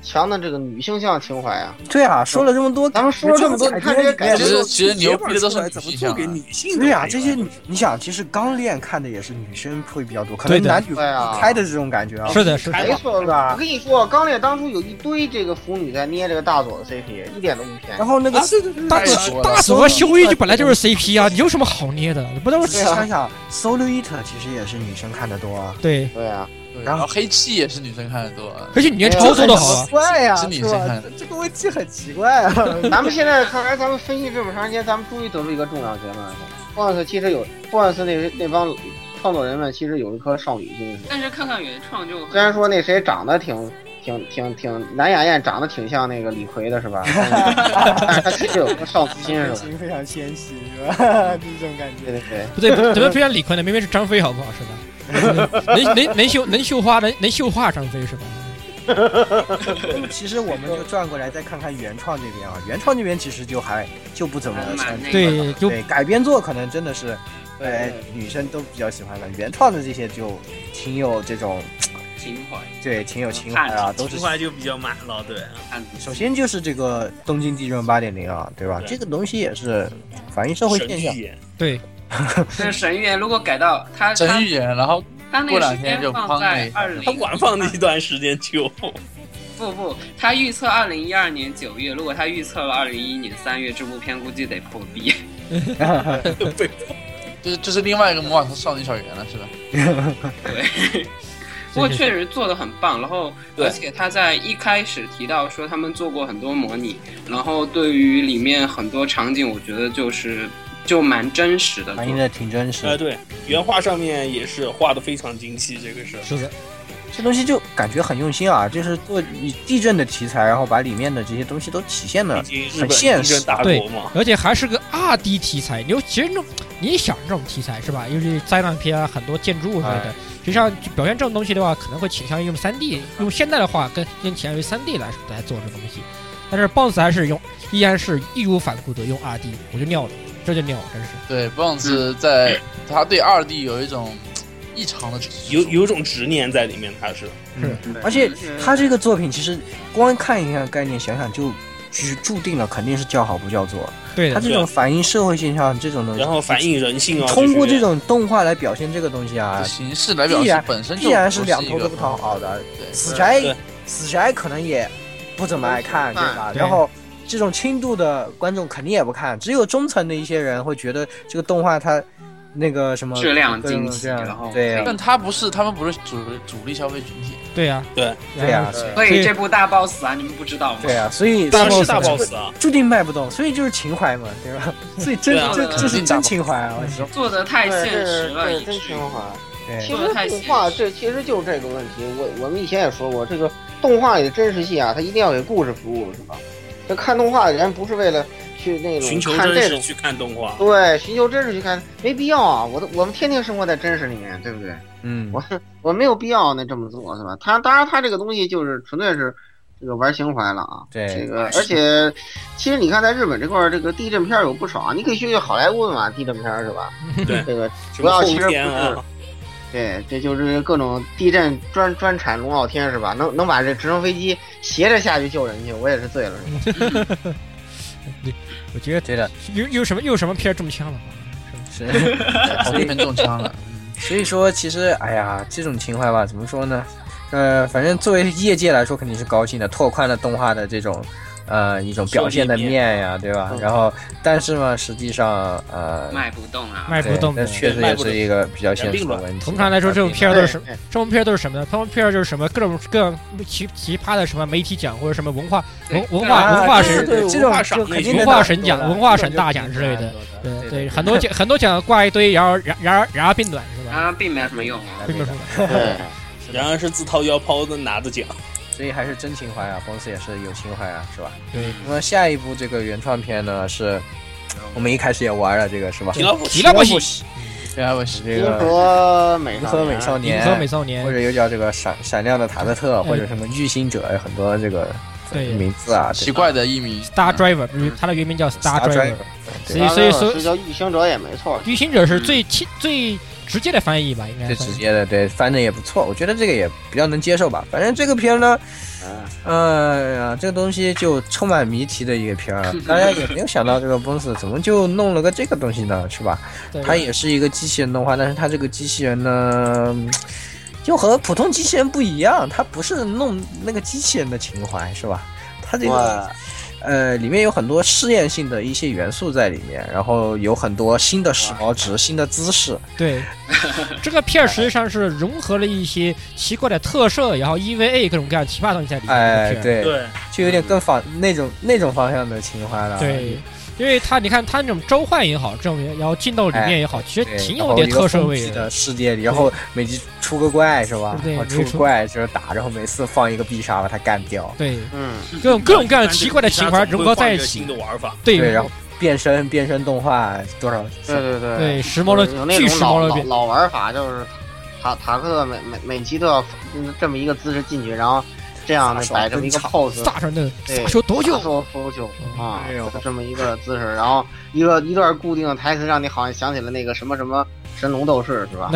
Speaker 4: 强的这个女性向情怀啊。
Speaker 2: 对啊，说了这么多，
Speaker 4: 咱们说了这么多，你看这些改
Speaker 5: 其
Speaker 4: 编
Speaker 5: 实
Speaker 4: 都
Speaker 5: 其实牛逼的
Speaker 3: 出来
Speaker 5: 是
Speaker 3: 怎么
Speaker 5: 女
Speaker 3: 做
Speaker 5: 性
Speaker 3: 给
Speaker 5: 啊，
Speaker 3: 女性的
Speaker 2: 对啊，
Speaker 3: 陪
Speaker 2: 这
Speaker 3: 伴
Speaker 2: 些女你想，其实刚练看的也是女生会比较多，可
Speaker 1: 对
Speaker 2: 能
Speaker 1: 的
Speaker 2: 男女
Speaker 4: 对啊
Speaker 2: 开的这种感觉啊。
Speaker 1: 是的，是
Speaker 4: 没
Speaker 1: 的，
Speaker 4: 错
Speaker 2: 是吧
Speaker 4: 我跟你说，刚烈当初有一堆这个腐女在捏这个大佐的 CP，一点都不便宜
Speaker 2: 然。后那个
Speaker 1: 啊大
Speaker 5: 太
Speaker 1: 佐
Speaker 5: 多了
Speaker 1: 大佐和修一就本来就是啊 CP 啊，你有什么好捏的？你不能
Speaker 2: 你想想，Solo It 其实也是女生看的多啊。
Speaker 1: 对，
Speaker 4: 对啊，
Speaker 5: 对
Speaker 2: 然
Speaker 5: 然
Speaker 2: 后
Speaker 5: 后黑气也是女生看的多啊，
Speaker 1: 可是你连超做的好啊
Speaker 2: 很 奇，怪呀、
Speaker 5: 是
Speaker 2: 是
Speaker 5: 女生
Speaker 2: 吧
Speaker 5: 看？
Speaker 2: 这个问题很奇怪 啊。
Speaker 4: 咱们现在看来，咱们分析这么长时间，咱们终于得出一个重要结论了。Bones 其实有 Bones 那那帮创作人们其实有一颗少女心，
Speaker 6: 但是看看原创就
Speaker 4: 虽然说那谁长得挺挺挺挺南雅燕长得挺像那个李逵的是 吧？但是他其实有颗少女心是吧？
Speaker 7: 心非常纤细，是 吧？这种感
Speaker 4: 对
Speaker 7: 觉。
Speaker 4: 对对，
Speaker 1: 不对，怎么非常李逵呢？明明是张飞，好不好？是吧？ 能能能绣能绣花能能绣画张飞是吧？
Speaker 2: 其实我们就转过来再看看原创这边啊，原创这边其实就还就不怎么
Speaker 6: 还
Speaker 2: 像
Speaker 6: 蛮那个
Speaker 1: 对，就
Speaker 2: 对改编作可能真的是，
Speaker 4: 对
Speaker 2: 呃，女生都比较喜欢的，原创的这些就挺有这种
Speaker 6: 情怀，
Speaker 2: 对挺有情怀
Speaker 6: 嗯
Speaker 2: 啊，都是
Speaker 3: 情怀就比较满了，对，
Speaker 6: 看
Speaker 2: 首先就是这个东京地震八点零啊，对吧？
Speaker 3: 对
Speaker 2: 这个东西也是反映社会
Speaker 3: 神
Speaker 2: 现象，
Speaker 3: 预言
Speaker 1: 对
Speaker 6: 是神预言，如果改到他
Speaker 5: 真
Speaker 6: 他
Speaker 5: 预言，然后
Speaker 6: 他那
Speaker 5: 过
Speaker 6: 个
Speaker 5: 两
Speaker 6: 时
Speaker 5: 天就
Speaker 6: 间放
Speaker 5: 帮
Speaker 6: 在
Speaker 5: 你
Speaker 6: 二零，
Speaker 3: 他晚放那一段时间就，
Speaker 6: 不不，他预测二零一二年九月，如果他预测了二零一一年三月，这部片估计得破壁。
Speaker 5: 就是就是另外一个魔法少女小圆了，是吧？
Speaker 6: 对，不过确实做的很棒。然后，
Speaker 3: 对
Speaker 6: 而且他在一开始提到说他们做过很多模拟，然后对于里面很多场景，我觉得就是就蛮真实的。
Speaker 2: 反映的挺真实
Speaker 3: 哎，
Speaker 2: 的。
Speaker 3: 对，原画上面也是画的非常精细，这个是
Speaker 1: 是的，
Speaker 2: 这东西就感觉很用心啊，就是做以地震的题材，然后把里面的这些东西都体现的
Speaker 3: 毕竟日
Speaker 2: 很
Speaker 3: 本
Speaker 2: 现
Speaker 3: 地
Speaker 2: 实
Speaker 3: 震。大
Speaker 1: 对
Speaker 3: 国嘛，
Speaker 1: 而且还是个二 D 题材。你就其实这种你一想这种题材是吧？又是灾难片啊，很多建筑物之类的。实际上就表现这种东西的话，可能会倾向于用三 D，用现代的话更更倾向于三 D 来来做这个东西。但是 BOSS 还是用，依然是义无反顾的用二 D，我就尿了，这就尿了，真是。
Speaker 5: 对，Bones 在他对二 D 有一种异常的执着
Speaker 3: 有有种执念在里面，他是
Speaker 2: 而且他这个作品其实光看一看概念，想想就注注定了肯定是叫好不叫座。
Speaker 1: 对
Speaker 2: 他
Speaker 1: 的，
Speaker 2: 这种反映社会现象这种
Speaker 1: 嗯
Speaker 2: 东西，
Speaker 3: 然后反映人性啊，
Speaker 2: 通过这
Speaker 3: 是
Speaker 2: 种动画来表现这个东西啊，
Speaker 5: 形式来表
Speaker 2: 必
Speaker 5: 示
Speaker 2: 然
Speaker 5: 本身就
Speaker 2: 必然
Speaker 5: 不
Speaker 2: 是
Speaker 5: 是
Speaker 2: 两
Speaker 5: 一
Speaker 2: 头
Speaker 5: 个
Speaker 2: 都不讨好的。
Speaker 5: 对
Speaker 2: 死宅
Speaker 3: 对，
Speaker 2: 死宅可能也不怎么爱
Speaker 6: 嗯
Speaker 2: 看，对吧？
Speaker 1: 对
Speaker 2: 然后这种轻度的观众肯定也不看，只有中层的一些人会觉得这个动画它那个什么
Speaker 6: 质量
Speaker 2: 各种
Speaker 6: 惊喜
Speaker 2: 这样
Speaker 6: 然后
Speaker 2: 对啊呀
Speaker 5: 但他不是，他们不是主主力消费群体，
Speaker 1: 对呀、
Speaker 3: 对
Speaker 2: 对呀、
Speaker 3: 嗯
Speaker 6: 所
Speaker 1: 所以
Speaker 6: 以这部大 boss 啊，你们不知道吗？
Speaker 2: 对呀、所以
Speaker 3: 大
Speaker 2: 所以
Speaker 3: boss 大 boss 啊，
Speaker 2: 注定卖不动，所以就是情怀嘛，对吧？所以真
Speaker 3: 对啊
Speaker 2: 这这是
Speaker 5: 肯定大
Speaker 2: 真
Speaker 5: 爆
Speaker 2: 情怀啊！我说
Speaker 6: 做的太
Speaker 4: 对，
Speaker 6: 现
Speaker 4: 这
Speaker 6: 实
Speaker 4: 是
Speaker 6: 了，
Speaker 4: 这是
Speaker 6: 以至
Speaker 4: 真
Speaker 6: 于
Speaker 4: 情怀。
Speaker 2: 对
Speaker 4: 其实动画这其实就这个问题，我我们以前也说过，这个动画里的真实性啊，它一定要给故事服务，是吧？这看动画的人不是为了去那种
Speaker 3: 寻求
Speaker 4: 看
Speaker 3: 真
Speaker 4: 这
Speaker 3: 实
Speaker 4: 种，
Speaker 3: 去看动画，
Speaker 4: 对，寻求真实去看，没必要啊！我都我们天天生活在真实里面，对不对？
Speaker 2: 嗯，
Speaker 4: 我我没有必要那这么做，是吧？他当然他这个东西就是纯粹是这个玩情怀了啊。这
Speaker 2: 对，
Speaker 4: 个，而且其实你看，在日本这块儿，这个地震片儿有不少啊，你可以学学好莱坞嘛，地震片儿是吧？
Speaker 3: 对
Speaker 4: 这个
Speaker 3: 什
Speaker 4: 主要
Speaker 3: 么
Speaker 4: 其实
Speaker 3: 后
Speaker 4: 不
Speaker 3: 天
Speaker 4: 是
Speaker 3: 啊，
Speaker 4: 对，这就是各种地震专专产龙傲天是吧？能能把这直升飞机斜着下去救人去，我也是醉了。是吧
Speaker 1: 我觉得
Speaker 2: 对的，
Speaker 1: 有有什么有什么片儿中枪了？
Speaker 2: 是。
Speaker 5: 我这边中枪了。
Speaker 2: 所以说，其实哎呀，这种情怀吧，怎么说呢？呃，反正作为业界来说，肯定是高兴的，拓宽了动画的这种，呃，一种表现的面呀，对吧？
Speaker 4: 嗯
Speaker 2: 然后，但是嘛，实际上，呃，
Speaker 6: 卖不动啊。
Speaker 1: 卖不动
Speaker 2: 那
Speaker 1: 的。
Speaker 2: 确实也是一个比较现实的问题。
Speaker 1: 通常来说，这种片儿都是什么？
Speaker 4: 哎哎
Speaker 1: 这种片儿都是什么呢？这种片儿就是什么各种各样奇奇葩的什么媒体奖或者什么文化文
Speaker 6: 对
Speaker 1: 文化
Speaker 2: 啊
Speaker 1: 文化
Speaker 2: 对
Speaker 1: 神
Speaker 2: 对对
Speaker 3: 文
Speaker 2: 这种
Speaker 3: 化赏
Speaker 2: 就
Speaker 3: 那
Speaker 2: 肯定
Speaker 3: 种
Speaker 2: 得
Speaker 1: 文化
Speaker 2: 拿
Speaker 1: 神
Speaker 2: 出
Speaker 1: 奖
Speaker 2: 来
Speaker 1: 文化
Speaker 2: 这种
Speaker 1: 神大
Speaker 2: 就
Speaker 1: 奖
Speaker 2: 肯
Speaker 1: 之
Speaker 2: 定
Speaker 1: 类
Speaker 2: 拿
Speaker 1: 的
Speaker 2: 出来
Speaker 1: 对
Speaker 2: 对
Speaker 1: 对，很多 奖很多奖挂一堆，然后然然而然而并卵是吧？
Speaker 6: 啊，并没有什么用啊。
Speaker 1: 并不是
Speaker 4: 对，
Speaker 3: 然而是自掏腰包的拿着奖，
Speaker 2: 所以还是真情怀啊，公司也是有情怀啊，是吧？
Speaker 1: 对。
Speaker 2: 那么下一部这个原创片呢，是我们一开始也玩了这个，是吧？
Speaker 3: 提拉布
Speaker 1: 提拉波西，
Speaker 5: 原来我是
Speaker 2: 这
Speaker 4: 银
Speaker 2: 个
Speaker 4: 河美
Speaker 2: 银河美少
Speaker 4: 年，啊
Speaker 1: 银
Speaker 2: 年，
Speaker 1: 河美少年
Speaker 2: 或，者又叫这个闪闪亮的塔特特，或者什么巨星者，有很多这个
Speaker 1: 对
Speaker 2: 名字啊，
Speaker 5: 奇怪的一名
Speaker 1: Star Driver，它的原名叫 Star
Speaker 2: 嗯，Star
Speaker 1: Driver
Speaker 2: Driver，。
Speaker 1: 所以所以所以
Speaker 4: 是叫异星者也没错。
Speaker 1: 旅行者是最亲最直接的翻译吧，应该
Speaker 2: 最
Speaker 1: 算
Speaker 2: 直
Speaker 1: 是
Speaker 2: 接的，对，翻的也不错，我觉得这个也比较能接受吧。反正这个片儿呢，
Speaker 5: 啊
Speaker 2: 呃呀，这个东西就充满谜题的一个片 儿，大家也没有想到这个 BOSS 怎么就弄了个这个东西呢，是吧？
Speaker 1: 对
Speaker 2: 它也是一个机器人动画，但是它这个机器人呢，嗯就和普通机器人不一样，它不是弄那个机器人的情怀，是吧？它这个
Speaker 4: 哇，
Speaker 2: 呃，里面有很多试验性的一些元素在里面，然后有很多新的时髦值、新的姿势，
Speaker 1: 对，这个片儿实际上是融合了一些奇怪的特摄，然后 EVA 各种各样奇葩的东西在里面。
Speaker 2: 哎，
Speaker 1: 这个片儿
Speaker 2: 对，
Speaker 3: 对，
Speaker 2: 就有点更仿那种那种方向的情怀了。
Speaker 1: 对，因为它你看它那种召唤也好，这种然后进到里面也好，其
Speaker 2: 对，
Speaker 1: 实挺有
Speaker 2: 然后
Speaker 1: 点
Speaker 2: 一个
Speaker 1: 特摄
Speaker 2: 封
Speaker 1: 味
Speaker 2: 闭
Speaker 1: 的
Speaker 2: 的。世界里，然后每集出个怪是吧？
Speaker 1: 对
Speaker 2: 然后
Speaker 1: 没
Speaker 2: 出个
Speaker 1: 错
Speaker 2: 怪就是打，然后每次放一个必杀把它干掉。
Speaker 1: 对，
Speaker 4: 嗯，
Speaker 1: 各种各种各样的奇怪的情怀融合在一
Speaker 3: 新
Speaker 1: 起
Speaker 3: 的。玩法，
Speaker 1: 对
Speaker 2: 对，然后 变身变身动画多少？
Speaker 4: 对对对，
Speaker 1: 对时髦了
Speaker 4: 有有那
Speaker 1: 巨
Speaker 4: 种
Speaker 1: 时髦
Speaker 4: 老
Speaker 1: 了
Speaker 4: 老
Speaker 1: 变
Speaker 4: 老玩法，就是塔塔克每每每期都要嗯这么一个姿势进去，然后这样的
Speaker 2: 撒手
Speaker 4: 摆这么一个
Speaker 2: 跟
Speaker 4: pose，
Speaker 1: 大神的
Speaker 4: 对
Speaker 1: 撒球多久
Speaker 4: 大？手扶球
Speaker 1: 嗯
Speaker 4: 啊
Speaker 2: 哎呦，
Speaker 4: 这么一个姿势，然后一个一段固定的台词，让你好像想起了那个什么什么神龙斗士是吧？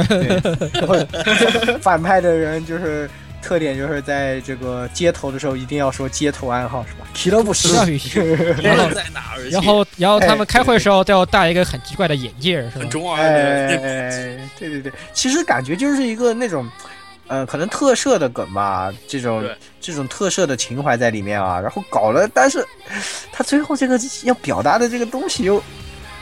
Speaker 2: 然后 反派的人就是特点就是在这个街头的时候一定要说街头暗号是吧？提都不
Speaker 1: 不要去学然后，
Speaker 3: 在哪儿？
Speaker 1: 然后，然后他
Speaker 2: 哎
Speaker 1: 们开会的时候都要戴一个很奇怪的眼镜儿，是吧
Speaker 3: 很？中二的，
Speaker 2: 哎，对对对，其实感觉就是一个那种，呃，可能特摄的梗吧，这种
Speaker 3: 对
Speaker 2: 这种特摄的情怀在里面啊，然后搞了，但是他最后这个要表达的这个东西又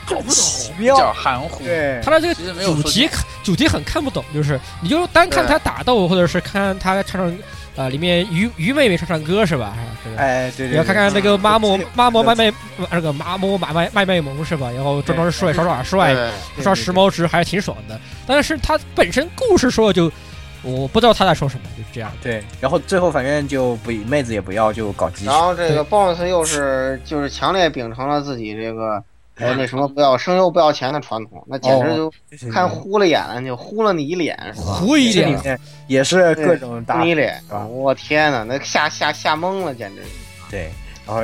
Speaker 3: 搞不
Speaker 2: 奇
Speaker 3: 懂。
Speaker 5: 比
Speaker 2: 妙
Speaker 5: 较，含糊。
Speaker 2: 对，
Speaker 1: 他的这个
Speaker 5: 其实没有
Speaker 1: 主
Speaker 5: 说
Speaker 1: 题看主题很看不懂，就是你就单看他打斗，或者是看他唱唱，呃，里面于于妹妹唱唱歌是吧？是吧
Speaker 2: 哎，对对，
Speaker 1: 你要看看那个妈莫
Speaker 2: 对
Speaker 1: 妈莫麦麦那个妈莫麦麦麦麦萌是吧？然后装装帅，耍耍帅，
Speaker 4: 对，
Speaker 2: 对
Speaker 1: 刷时髦值还是挺爽的。但是他本身故事说的就，我不知道他在说什么，就是这样。
Speaker 2: 对，然后最后反正就不妹子也不要，就搞基
Speaker 4: 然后这个 boss 又是就是强烈秉承了自己这个。呃，那什么，不要声优不要钱的传统，那简直就
Speaker 2: 础
Speaker 1: 嗯
Speaker 4: 看糊了眼了，就糊了你一脸是吧？
Speaker 1: 糊一
Speaker 2: 这里
Speaker 1: 点，
Speaker 2: 面也是各种
Speaker 4: 糊
Speaker 2: 搭
Speaker 4: 你一脸
Speaker 2: 是吧，
Speaker 4: 我天呐，那吓吓吓懵了，简直！
Speaker 2: 对，然后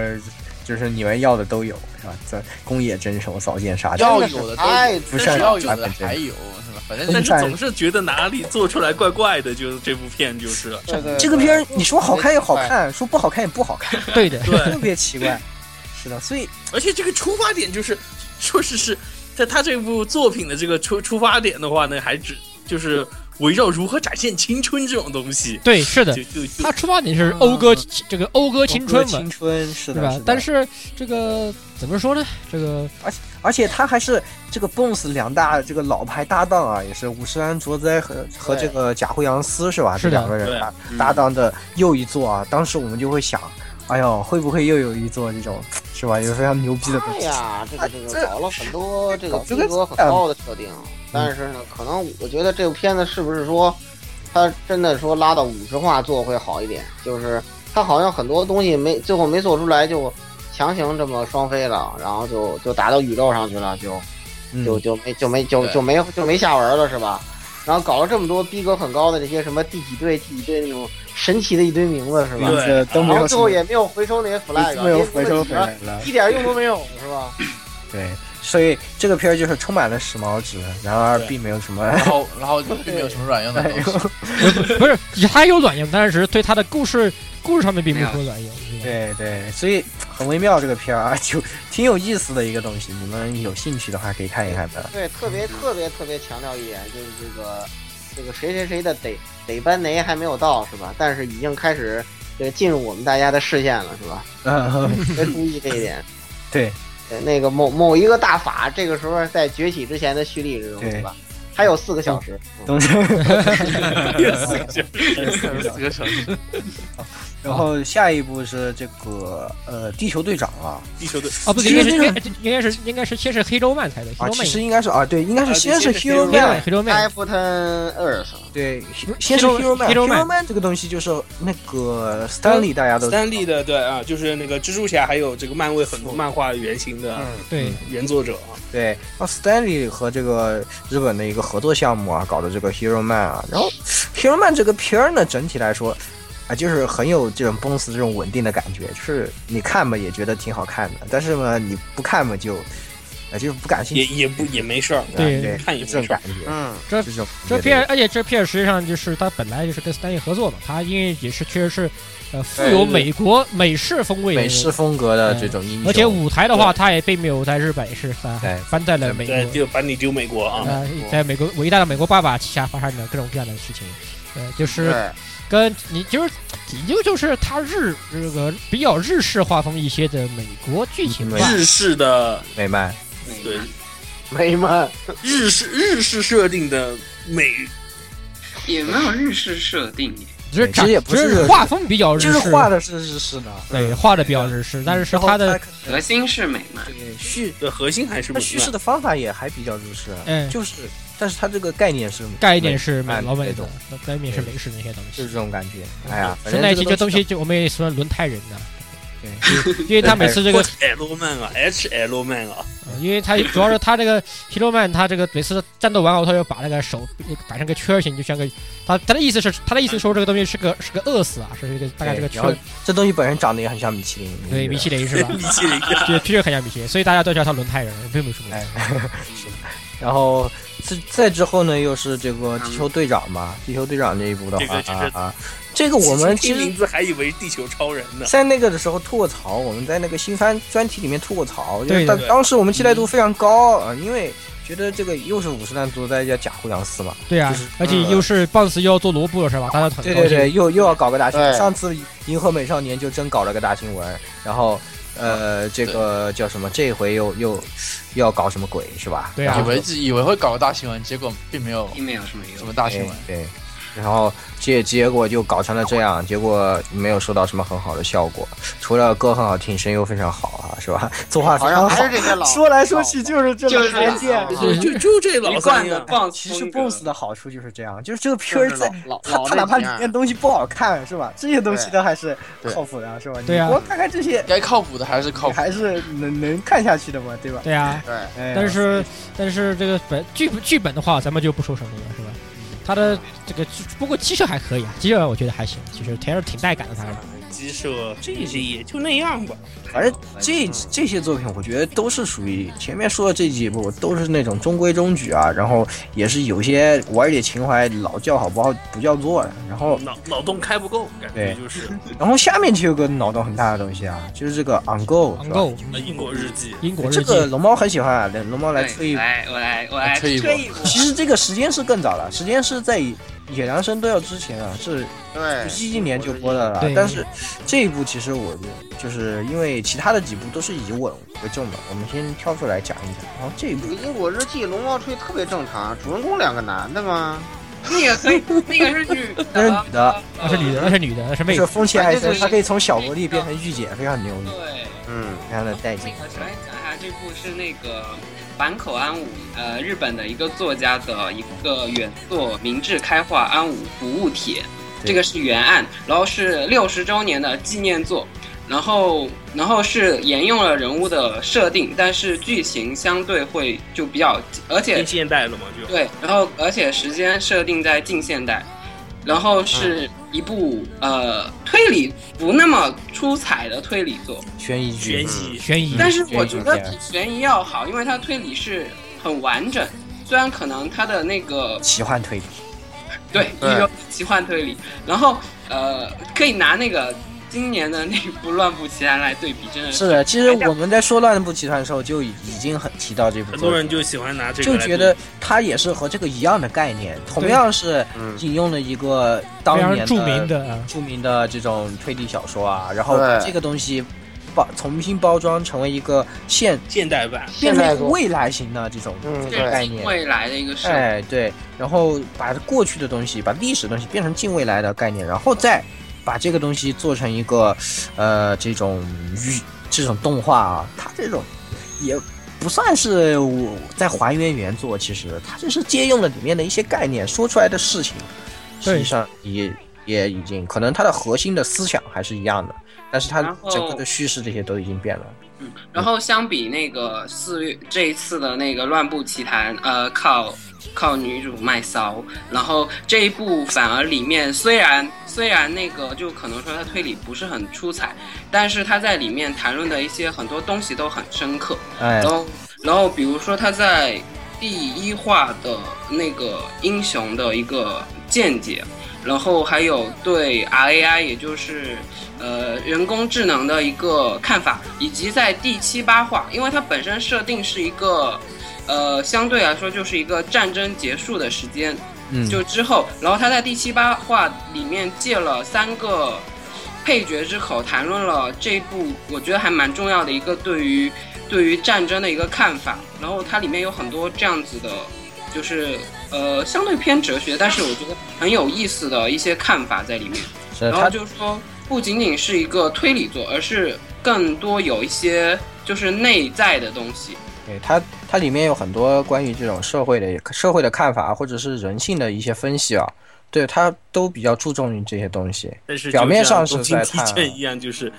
Speaker 2: 就是你们要的都有是吧？这宫野真守扫剑杀
Speaker 5: 要
Speaker 4: 真的是
Speaker 5: 有的都
Speaker 4: 太
Speaker 2: 不
Speaker 5: 只
Speaker 2: 是
Speaker 5: 要有的还有，是吧？反正
Speaker 3: 但
Speaker 5: 就是
Speaker 3: 总是觉得哪里做出来怪怪的，就是这部片就是了。
Speaker 4: 对对
Speaker 2: 这个片儿你说好看也好看，说不好看也不好看，
Speaker 1: 对的，
Speaker 3: 对，
Speaker 2: 特别 奇怪。是的，所以
Speaker 3: 而且这个出发点就是， 说是是在他这部作品的这个出出发点的话呢，还只就是围绕如何展现青春这种东西，
Speaker 1: 对，是的
Speaker 3: 就。就就
Speaker 1: 他出发点是讴歌这个讴歌青春嘛
Speaker 2: 青，春是
Speaker 1: 对
Speaker 2: 的，
Speaker 1: 吧
Speaker 2: 的？
Speaker 1: 但是这个怎么说呢？这个
Speaker 2: 而且他还是这个 BOSS 两大这个老牌搭档啊，也是五十岚卓哉和和这个贾惠阳司是吧？
Speaker 1: 是
Speaker 2: 这
Speaker 1: 的
Speaker 2: 两个人搭
Speaker 3: 嗯
Speaker 2: 搭档的又一座啊，当时我们就会想，哎呦，会不会又有一座这种是吧？有非常牛逼的东
Speaker 4: 哎
Speaker 2: 西。
Speaker 4: 呀，这个这
Speaker 2: 这
Speaker 4: 个搞了很多这个
Speaker 2: 搞这
Speaker 4: 逼
Speaker 2: 个嗯
Speaker 4: 格很高的设定，但是呢，可能我觉得这部片子是不是说，他真的说拉到五十话做会好一点？就是他好像很多东西没最后没做出来就强行这么双飞了，然后就就打到宇宙上去了，就
Speaker 2: 嗯，
Speaker 4: 就就没就没就
Speaker 5: 对
Speaker 4: 就没就没下文了是吧？然后搞了这么多逼格很高的这些什么第几队第几队那种神奇的一堆名字是吧？
Speaker 3: 对
Speaker 2: 这都没
Speaker 4: 然后
Speaker 2: 有
Speaker 4: 最
Speaker 2: 什
Speaker 4: 后
Speaker 2: 么，
Speaker 4: 也没有回收那些 flag，
Speaker 2: 没有回收回
Speaker 4: 那些
Speaker 2: 来了。
Speaker 4: 一点用都没有是吧？
Speaker 2: 嗯对，所以这个片儿就是充满了时髦值，然而
Speaker 3: 对
Speaker 2: 并没有什么。
Speaker 5: 然后然后并没有什么卵用的东西。
Speaker 1: 不是他有卵用，但是对他的故事故事上面并没有
Speaker 6: 没
Speaker 1: 什么
Speaker 6: 有
Speaker 1: 卵用。是吧
Speaker 2: 对对，所以很微妙这个片儿啊，就挺有意思的一个东西，你们有兴趣的话可以看一看的。
Speaker 4: 对，特别特别特别强调一点，就是这个这个谁谁谁的得得班雷还没有到是吧？但是已经开始这个进入我们大家的视线了是吧？
Speaker 2: 嗯，
Speaker 4: 特别注意这一点。
Speaker 2: 对
Speaker 4: 对，那个某某一个大法，这个时候在崛起之前的蓄力之中
Speaker 2: 对
Speaker 4: 是吧？还有四个小时，嗯
Speaker 2: 东西。哎
Speaker 5: 四个小时，
Speaker 2: 然后下一步是这个呃，地球队长啊
Speaker 3: 地球队
Speaker 1: 哦，不对，
Speaker 2: 其
Speaker 1: 应
Speaker 2: 实
Speaker 1: 该是
Speaker 2: 这
Speaker 1: 应该应该是应该是先是黑州漫才的，
Speaker 2: 啊
Speaker 1: 黑，州
Speaker 2: 其
Speaker 1: 漫
Speaker 2: 实应该是啊，对，应该是
Speaker 3: 啊
Speaker 2: 先是
Speaker 3: 对先是
Speaker 2: Hero
Speaker 3: Hero
Speaker 1: 黑州
Speaker 2: Man，
Speaker 1: 漫黑州漫
Speaker 4: Captain Earth，
Speaker 2: 对，
Speaker 1: 不是
Speaker 2: 先是
Speaker 1: Hero-
Speaker 2: Hero
Speaker 1: Hero
Speaker 2: Man，Hero
Speaker 1: Man
Speaker 2: Man 这个东西就是那个 Stanley，大家都知道
Speaker 3: 丹利的对啊，就是那个蜘蛛侠，还有这个漫威很多漫画原型的
Speaker 2: 嗯
Speaker 1: 对
Speaker 3: 原作者啊，
Speaker 2: 对，那 Stanley 和这个日本的一个合作项目啊，搞的这个 Hero Man 啊，然后 Hero Man 这个片儿呢，整体来说啊，就是很有这种 BOSS 这种稳定的感觉，就是你看吧也觉得挺好看的，但是嘛你不看嘛就呃，就是不感兴
Speaker 3: 也
Speaker 2: 趣，
Speaker 3: 也不
Speaker 1: 嗯
Speaker 3: 也没事儿，
Speaker 1: 对
Speaker 2: 对，
Speaker 3: 看也
Speaker 2: 就这种
Speaker 3: 没事儿
Speaker 2: 感觉，
Speaker 4: 嗯，
Speaker 2: 这种
Speaker 1: 这
Speaker 2: 也
Speaker 1: P
Speaker 2: 对
Speaker 1: S，而且这 P S 实际上就是它本来就是跟斯坦利合作嘛，它因为也是确实是，呃，富有
Speaker 5: 对对
Speaker 1: 美国美式风味的
Speaker 2: 美式风格的这种英雄，
Speaker 1: 嗯而且舞台的话，它也并没有在日本是翻
Speaker 2: 对
Speaker 1: 翻在了美
Speaker 3: 对，
Speaker 1: 国，
Speaker 3: 就把你丢美国啊，
Speaker 1: 呃，在美国伟大的美国爸爸旗下发生的各种各样的事情，呃，就是
Speaker 4: 对，
Speaker 1: 跟你就是你就就是它日这个比较日式化风一些的美国剧情吧，
Speaker 3: 日式的
Speaker 2: 美漫，
Speaker 3: 对
Speaker 4: 美漫，
Speaker 3: 日式日式设定的美，
Speaker 6: 也没有日式设定耶。
Speaker 1: 只是
Speaker 2: 对
Speaker 1: 展
Speaker 2: 其实也不
Speaker 1: 只
Speaker 2: 是
Speaker 1: 是画风比较日
Speaker 2: 就
Speaker 1: 式，
Speaker 2: 是画的是日式的，
Speaker 1: 哦
Speaker 2: 嗯
Speaker 1: 对画的比较日式，但是是
Speaker 2: 然后
Speaker 1: 它的
Speaker 2: 可
Speaker 6: 核心是美漫，
Speaker 2: 对叙
Speaker 3: 对核心还是
Speaker 2: 它
Speaker 3: 美
Speaker 2: 叙事的方法也还比较入世，
Speaker 1: 嗯
Speaker 2: 就是，但是它这个概念是
Speaker 1: 概念是美
Speaker 2: 漫
Speaker 1: 老美
Speaker 2: 那
Speaker 1: 的嗯
Speaker 2: 种，，
Speaker 1: 那概念是美式那些东西
Speaker 2: 就是。这种感觉。哎呀，反
Speaker 1: 现
Speaker 2: 正
Speaker 1: 在
Speaker 2: 这
Speaker 1: 这
Speaker 2: 个
Speaker 1: 这东西就我们也喜欢轮胎人 呐，对，因为他每次这
Speaker 3: 漫
Speaker 1: 个，
Speaker 3: L 漫啊，HL 漫啊，
Speaker 1: 呃因为他主要是他这个 h e r o Man，他这个每次战斗完后，他就把那个手摆成个圈形，就像个他他的意思是他的意思说这个东西是个是个饿死啊，是一个大概是个
Speaker 2: 对然
Speaker 1: 圈
Speaker 2: 后，这东西本身长得也很像米其林，
Speaker 1: 对，米其
Speaker 2: 林。
Speaker 1: 林 是吧？
Speaker 3: 米其林啊，
Speaker 1: 对，确实很像米其林，所以大家都叫他轮胎人，并没有什么问
Speaker 2: 哎
Speaker 1: 题。
Speaker 2: 然后再再之后呢，又是这个地球队长嘛，地球队长这一部的
Speaker 3: 这
Speaker 2: 话
Speaker 3: 个就是
Speaker 2: 啊，这个我们其
Speaker 3: 听
Speaker 2: 实
Speaker 3: 名字还以为地球超人 呢，
Speaker 2: 在那个的时候吐过槽，我们在那个新番专题里面吐过槽，就是
Speaker 1: 对
Speaker 2: 当
Speaker 3: 对
Speaker 2: 当时我们期待度非常高啊，因为觉得这个又是武士弹多，再加假胡杨丝嘛，
Speaker 1: 对啊，而且又是 boss 又要做萝卜是吧？大家都很
Speaker 2: 对
Speaker 1: 高
Speaker 2: 对
Speaker 1: 兴。
Speaker 2: 对，又又要搞个大新闻。
Speaker 4: 对
Speaker 2: 上次《银河美少年》就真搞了个大新闻，然后呃，这个叫什么？这回又又又要搞什么鬼是吧？
Speaker 1: 对啊
Speaker 5: 以为以为会搞个大新闻，结果并没有
Speaker 6: 并没有什么用
Speaker 5: 什。么大
Speaker 2: 对
Speaker 5: 新闻。
Speaker 2: 对，哎然后结结果就搞成了这样，结果没有收到什么很好的效果，除了歌很好听，声优非常好啊，是吧？作画非
Speaker 4: 好像
Speaker 2: 常好
Speaker 4: 还。是这些老，
Speaker 2: 说来说去就是这
Speaker 6: 就
Speaker 2: 么
Speaker 6: 是这
Speaker 2: 三
Speaker 6: 个
Speaker 2: 件，
Speaker 4: 啊
Speaker 2: 就
Speaker 3: 就就这老
Speaker 6: 一
Speaker 3: 三
Speaker 6: 贯的
Speaker 3: 样，
Speaker 6: 棒
Speaker 2: 其实
Speaker 6: 风格
Speaker 2: BOSS 的好处就是这样，就是这个片
Speaker 4: 就是
Speaker 2: 儿在
Speaker 4: 老老
Speaker 2: 他他
Speaker 4: 老
Speaker 2: 哪怕
Speaker 4: 那
Speaker 2: 里
Speaker 4: 几样
Speaker 2: 面东西不好看是吧？这些东西
Speaker 4: 对
Speaker 2: 都还是
Speaker 4: 对
Speaker 2: 靠谱的是吧？你
Speaker 1: 对啊
Speaker 2: 光看看这些，
Speaker 5: 该靠谱的还是靠
Speaker 2: 你
Speaker 5: 谱。
Speaker 2: 还是能能看下去的嘛，对吧？
Speaker 1: 对啊，
Speaker 4: 对，
Speaker 2: 哎呀
Speaker 1: 但是但是这个本剧剧本的话，咱们就不说什么了，是吧？
Speaker 2: 嗯
Speaker 1: 他的这个不过机设还可以啊，机设我觉得还行，其实还是挺带感的，他是
Speaker 3: 鸡舍这些也就那样吧，
Speaker 2: 反正
Speaker 4: 嗯
Speaker 2: 这这些作品，我觉得都是属于前面说的这几部都是那种中规中矩啊，然后也是有些玩点情怀，老叫好不好不叫座的。然后
Speaker 3: 脑脑洞开不够，感觉就是
Speaker 2: 然后下面就有个脑洞很大的东西啊，就是这个 On Go 是吧。
Speaker 1: ，Go
Speaker 3: 呃英国日记，
Speaker 1: 英国
Speaker 2: 这
Speaker 1: 日记，
Speaker 2: 个龙猫很喜欢啊，龙猫来
Speaker 6: 对
Speaker 2: 吹一
Speaker 6: 来，我来，我
Speaker 5: 来
Speaker 6: 来
Speaker 5: 吹一波
Speaker 6: 吹一波。
Speaker 2: 其实这个时间是更早了，时间是在野良生都要之前啊，是
Speaker 4: 对，
Speaker 2: 一一年就播的了
Speaker 1: 对。
Speaker 2: 但是这一部其实我就是因为其他的几部都是以稳为重的，我们先挑出来讲一讲。然后这一部
Speaker 4: 这个英国日记《龙猫吹》特别正常，主人公两个男的嘛，
Speaker 6: 那个可以，那个是女的，
Speaker 2: 那是女的，
Speaker 1: 那是女的，那是女的，那是
Speaker 2: 就
Speaker 1: 妹
Speaker 2: 是
Speaker 1: 子，
Speaker 2: 风气爱生，
Speaker 6: 对
Speaker 2: 他可以从小萝莉变成御姐，非常牛逼，
Speaker 6: 对。
Speaker 4: 嗯，
Speaker 2: 非常的带劲
Speaker 6: 那。个讲一讲一下，这部是那个坂口安吾，呃，日本的一个作家的一个原作《明治开化安吾不误帖》，
Speaker 2: 对
Speaker 6: 这个是原案，然后是六十周年的纪念作，然后然后是沿用了人物的设定，但是剧情相对会就比较，而且
Speaker 3: 变现代了嘛
Speaker 2: 嗯
Speaker 3: 就。
Speaker 6: 对，然后而且时间设定在近现代，然后
Speaker 2: 嗯
Speaker 6: 是一部、呃推理不那么出彩的推理作，
Speaker 2: 悬疑
Speaker 3: 悬
Speaker 2: 剧，
Speaker 3: 疑，
Speaker 1: 悬疑，
Speaker 2: 嗯
Speaker 6: 但是我觉得比悬疑要好，因为它推理是很完整。虽然可能它的那个
Speaker 2: 奇幻推理，
Speaker 6: 对
Speaker 4: 对
Speaker 6: 一种奇幻推理，然后呃，可以拿那个今年的那部《乱步奇谭》来对比，真的
Speaker 2: 是的。其实我们在说《乱步奇团》的时候就已已经很提到这部
Speaker 3: 很
Speaker 2: 作
Speaker 3: 多
Speaker 2: 品
Speaker 3: 人就喜欢拿这个
Speaker 2: 就
Speaker 3: 来
Speaker 2: 觉得它也是和这个一样的概念，同样是
Speaker 4: 嗯
Speaker 2: 引用了一个当
Speaker 1: 非
Speaker 2: 年
Speaker 1: 常
Speaker 2: 的
Speaker 1: 著名的啊，
Speaker 2: 著名的这种推理小说啊，然后
Speaker 4: 对
Speaker 2: 这个东西包重新包装成为一个现
Speaker 3: 现代版，
Speaker 2: 变
Speaker 4: 现
Speaker 2: 成
Speaker 4: 代
Speaker 2: 一个
Speaker 4: 作，
Speaker 2: 未来型的这种
Speaker 4: 嗯，
Speaker 2: 这个概
Speaker 4: 对，
Speaker 6: 对
Speaker 2: 念。
Speaker 6: 未来的一个设定。
Speaker 2: 哎，对，然后把过去的东西，把历史的东西变成近未来的概念，然后再把这个东西做成一个，呃，这种与这种动画啊，它这种也不算是我在还原原作，其实它就是借用了里面的一些概念说出来的事情，实
Speaker 1: 对
Speaker 2: 际上也也已经可能它的核心的思想还是一样的，但是它
Speaker 6: 然后
Speaker 2: 整个的叙事这些都已经变了。
Speaker 6: 嗯，然后相比那个四月这一次的那个《乱步奇谭》，呃，靠靠女主卖骚，然后这一部反而里面虽然虽然那个就可能说它推理不是很出彩，但是它在里面谈论的一些很多东西都很深刻，
Speaker 2: 哎
Speaker 6: 然，后然后比如说他在第一话的那个英雄的一个见解，然后还有对 RAI，也就是呃人工智能的一个看法，以及在第七八话，因为它本身设定是一个呃相对来说就是一个战争结束的时间，
Speaker 2: 嗯，
Speaker 6: 就之后，然后他在第七八话里面借了三个配角之口，谈论了这部我觉得还蛮重要的一个对于对于战争的一个看法。然后它里面有很多这样子的，就是呃相对偏哲学，但是我觉得很有意思的一些看法在里面。
Speaker 2: 是
Speaker 6: 然后
Speaker 2: 他
Speaker 6: 就是说，不仅仅是一个推理作，而是更多有一些就是内在的东西。
Speaker 2: 对它它里面有很多关于这种社会的社会的看法，啊或者是人性的一些分析啊，对它都比较注重于这些东西。
Speaker 3: 但是
Speaker 2: 表面上是
Speaker 3: 就像
Speaker 2: 在
Speaker 3: 东京
Speaker 2: 探
Speaker 3: 地震一样，就是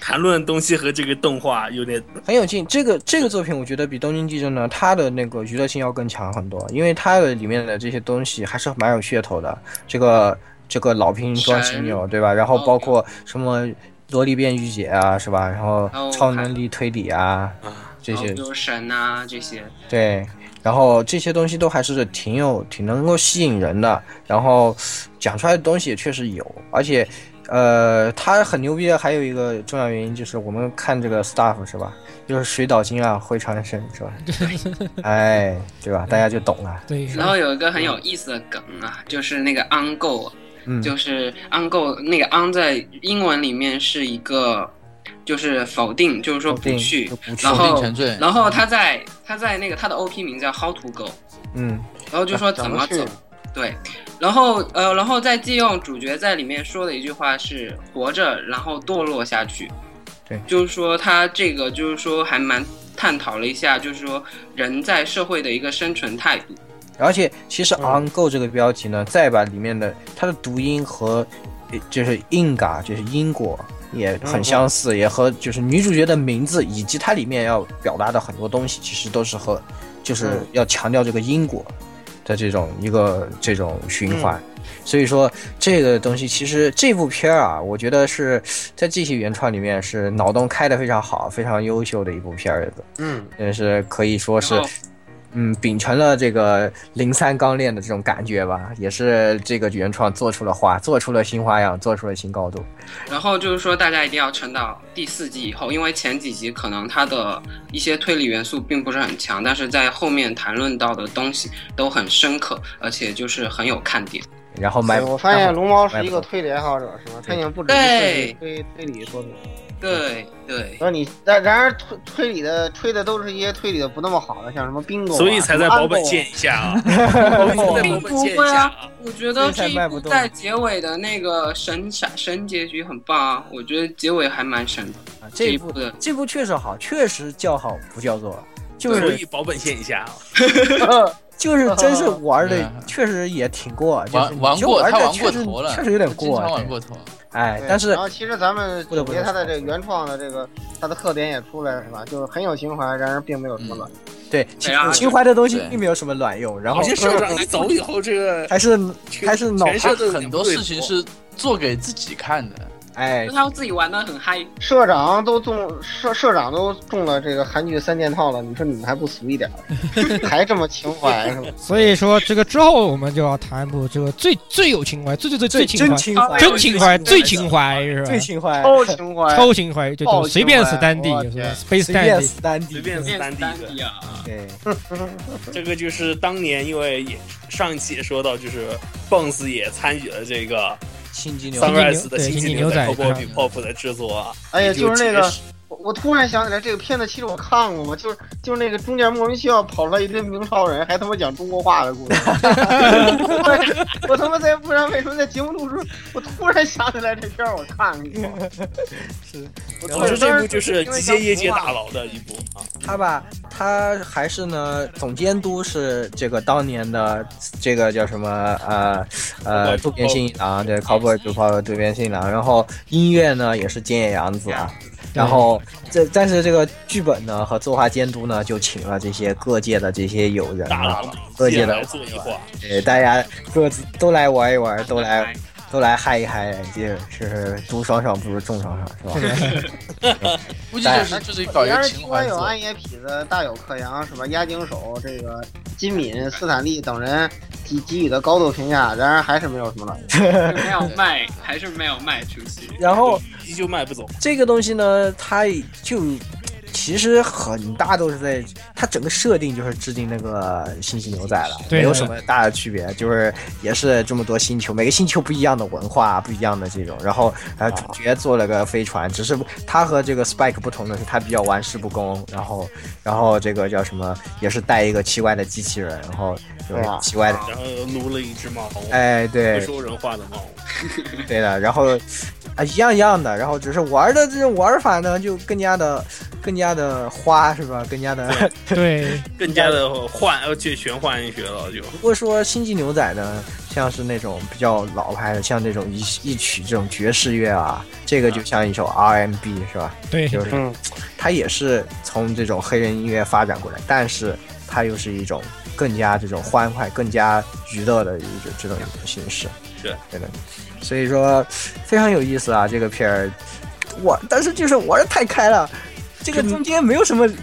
Speaker 3: 谈论东西和这个动画有点
Speaker 2: 很有劲。这个这个作品，我觉得比《东京地震》呢，它的那个娱乐性要更强很多，因为它的里面的这些东西还是蛮有噱头的。这个这个老兵装青牛，对吧？然后包括什么萝莉变御姐啊，是吧？然后
Speaker 6: 哦
Speaker 2: 超能力推理啊，
Speaker 3: 啊，
Speaker 2: 这
Speaker 6: 然
Speaker 2: 些
Speaker 6: 后比如神啊这些，
Speaker 2: 对。然后这些东西都还是挺有、挺能够吸引人的，然后讲出来的东西也确实有，而且，呃，它很牛逼的还有一个重要原因就是我们看这个 staff 是吧，就是水岛精啊会穿身是 吧？哎，对吧？大家就懂了。
Speaker 1: 对，
Speaker 6: 然后有一个很有意思的梗啊，就是那个 on go，
Speaker 2: 嗯，
Speaker 6: 就是 on go 那个 on 在英文里面是一个，就是否定，就是说
Speaker 2: 定
Speaker 6: 不去
Speaker 2: 就。不去
Speaker 6: 然，
Speaker 5: 否定
Speaker 6: 后
Speaker 5: 前缀，
Speaker 6: 然后他在他在那个他的 OP 名叫 How to Go，
Speaker 2: 嗯，
Speaker 6: 然后就说怎么走，对，然后呃，然后再借用主角在里面说的一句话是“活着，然后堕落下去”，
Speaker 2: 对
Speaker 6: 就是说他这个就是说还蛮探讨了一下，就是说人在社会的一个生存态度。
Speaker 2: 而且其实 on go 这个标题呢，再把里面的它的读音和呃就是英嘎就是英国也很相似，也和就是女主角的名字以及它里面要表达的很多东西，其实都是和就是
Speaker 7: 嗯
Speaker 2: 要强调这个因果的这种一个这种循环。所以说这个东西其实这部片儿啊，我觉得是在这些原创里面是脑洞开的非常好、非常优秀的一部片儿，
Speaker 7: 嗯，
Speaker 2: 真是可以说是
Speaker 6: 然后
Speaker 2: 嗯，秉承了这个零三钢炼的这种感觉吧，也是这个原创做出了花，做出了新花样，做出了新高度。
Speaker 6: 然后就是说，大家一定要撑到第四季以后，因为前几集可能它的一些推理元素并不是很强，但是在后面谈论到的东西都很深刻，而且就是很有看点。
Speaker 2: 然后买，
Speaker 4: 对哎我发现
Speaker 2: 然后
Speaker 4: 龙猫是一个
Speaker 2: 买不
Speaker 4: 推理爱好者，是吧？他已经不只
Speaker 6: 对
Speaker 4: 是推推理说明，
Speaker 6: 对对，
Speaker 4: 然后你但然而推推理的吹的都是一些推理的不那么好的，像什么 bingo，啊
Speaker 3: 所以才在
Speaker 4: 什么
Speaker 3: 保本
Speaker 4: Uncle 啊
Speaker 3: 见一下啊，我们在保本
Speaker 6: 并不
Speaker 3: 见一
Speaker 6: 会
Speaker 3: 下
Speaker 6: 啊
Speaker 3: 啊。，
Speaker 6: 我觉得这
Speaker 2: 所以才
Speaker 6: 一
Speaker 2: 卖不
Speaker 6: 部
Speaker 2: 动
Speaker 6: 在结尾的那个神闪神结局很棒啊，我觉得结尾还蛮神的。
Speaker 2: 啊
Speaker 6: 这
Speaker 2: 这
Speaker 6: 一
Speaker 2: 一
Speaker 6: 部
Speaker 2: 部
Speaker 6: 的
Speaker 2: 这部确实好，确实叫好不叫座，就
Speaker 3: 所
Speaker 2: 是
Speaker 3: 以保本见一下啊。
Speaker 2: 就是真是玩的
Speaker 5: 嗯，
Speaker 2: 确实也挺过，就是
Speaker 5: 玩玩
Speaker 2: 你就
Speaker 5: 过，他
Speaker 2: 得
Speaker 5: 玩过
Speaker 2: 确实
Speaker 5: 头了，
Speaker 2: 确实有点
Speaker 5: 他
Speaker 2: 过
Speaker 5: 经，常玩
Speaker 2: 对
Speaker 5: 过头。
Speaker 2: 哎
Speaker 4: 对，
Speaker 2: 但是
Speaker 4: 然后其实咱们
Speaker 2: 不得不
Speaker 4: 总结
Speaker 2: 说
Speaker 4: 它的这个原创的这个它的特点也出来了，是吧？就是很有情怀，然而并没有什
Speaker 2: 嗯
Speaker 4: 么卵用。
Speaker 2: 对
Speaker 6: 对啊
Speaker 2: 情怀的东西
Speaker 5: 对
Speaker 2: 并没有什么卵用，然后
Speaker 3: 好像社长一走以后，这个
Speaker 2: 还是还是脑
Speaker 3: 全
Speaker 5: 他
Speaker 3: 社都有
Speaker 5: 很多事情是做给自己看的，
Speaker 2: 哎
Speaker 6: 就，他自己玩的很嗨，
Speaker 4: 社长都中社社长都中了这个韩剧三件套了，你说你们还不俗一点儿， 还这么情怀是吧？
Speaker 1: 所以说这个之后我们就要谈一部这个最最有情怀、最最最最
Speaker 2: 最
Speaker 1: 情
Speaker 2: 真
Speaker 1: 怀、
Speaker 2: 情
Speaker 3: 哎
Speaker 2: 怀
Speaker 3: 呦，
Speaker 1: 真情怀、
Speaker 3: 这个
Speaker 1: 最情怀是吧？
Speaker 2: 最情怀，
Speaker 4: 超情怀，
Speaker 1: 超情怀，就
Speaker 4: 爆
Speaker 1: 就
Speaker 4: 情
Speaker 1: 随便
Speaker 4: 怀
Speaker 1: 死单地
Speaker 4: 我
Speaker 1: 是吧
Speaker 4: 天
Speaker 1: ？Space
Speaker 2: 随便
Speaker 1: Dandy，
Speaker 2: 死单地
Speaker 3: 随，便
Speaker 6: 变
Speaker 3: 单
Speaker 6: 三
Speaker 3: 一个。
Speaker 6: D 啊，
Speaker 2: 对。
Speaker 3: 这个就是当年，因为也上一期也说到，就是 Bones 也参与了这个
Speaker 2: 心机牛，
Speaker 3: Sunrise 的
Speaker 1: 对
Speaker 3: 星
Speaker 1: 星
Speaker 3: 际
Speaker 1: 际
Speaker 3: 牛
Speaker 1: 牛
Speaker 3: 仔
Speaker 1: 仔
Speaker 3: Coco
Speaker 1: 是
Speaker 3: Pop 的制作啊。
Speaker 4: 哎呀，
Speaker 3: 也
Speaker 4: 就是那个
Speaker 3: 结识，
Speaker 4: 我我突然想起来，这个片子其实我看过嘛，就是就是那个中间莫名其妙跑出来一堆明朝人，还他妈讲中国话的故事。 我他妈在不知道为什么在节目录制，我突然想起来这片儿我看过。
Speaker 2: 是，
Speaker 4: 我
Speaker 3: 总之，这部就是
Speaker 4: 因为
Speaker 3: 集结业界
Speaker 4: 讲普通话
Speaker 3: 大佬的一部啊。
Speaker 2: 他吧，他还是呢，总监督是这个当年的这个叫什么呃呃
Speaker 3: Cowboy
Speaker 2: 渡边信一郎，对，Cowboy 主炮渡边信一郎，然后音乐呢也是菅野洋子啊，然后这但是这个剧本呢和作画监督呢就请了这些各界的这些友人
Speaker 3: 大
Speaker 2: 啊
Speaker 3: 佬，
Speaker 2: 各
Speaker 3: 接
Speaker 2: 界
Speaker 3: 来
Speaker 2: 的
Speaker 3: 做一话，
Speaker 2: 对大家各自都来玩一玩，都来都来嗨一嗨，就是独爽爽不如众爽爽， 是吧？
Speaker 5: 估计就是就是搞一
Speaker 4: 要
Speaker 5: 个
Speaker 4: 是
Speaker 5: 情
Speaker 4: 听说
Speaker 5: 怀
Speaker 4: 有
Speaker 5: 作。
Speaker 4: 暗夜痞子、大有克洋、什么押井守、这个金敏、斯坦利等人给给予的高度评价，然而还是没有什 么卵用。
Speaker 3: 啊
Speaker 6: 没有卖，还是没有卖出去。
Speaker 2: 然后
Speaker 3: 依旧卖不走。
Speaker 2: 这个东西呢，它就其实很大都是在它整个设定就是致敬那个星际牛仔了，
Speaker 1: 对
Speaker 2: 没有什么大的区别，就是也是这么多星球，每个星球不一样的文化，不一样的这种。然后呃，主角坐了个飞船，只是他和这个 Spike 不同的是，他比较玩世不恭，然后然后这个叫什么，也是带一个奇怪的机器人，然后就是
Speaker 4: 对啊
Speaker 2: 奇怪的，
Speaker 3: 然后撸了一只猫，
Speaker 2: 哎，对，
Speaker 3: 会说人话的猫。
Speaker 2: 对的，然后啊一样一样的，然后只是玩的这种玩法呢，就更加的更加的花是吧？更加的。
Speaker 1: 对，
Speaker 3: 更加的换，呃，去玄幻学了就。
Speaker 2: 如果说星际牛仔呢，像是那种比较老派的，像那种一一曲这种爵士乐啊，这个就像一首 R&B 是吧？
Speaker 1: 对，
Speaker 2: 就是
Speaker 4: 嗯
Speaker 2: 它也是从这种黑人音乐发展过来，但是它又是一种更加这种欢快、更加娱乐的一种这种形式。
Speaker 3: 是，
Speaker 2: 对的。所以说非常有意思啊，这个片儿，我但是就是玩的太开了，这个中间没有什么。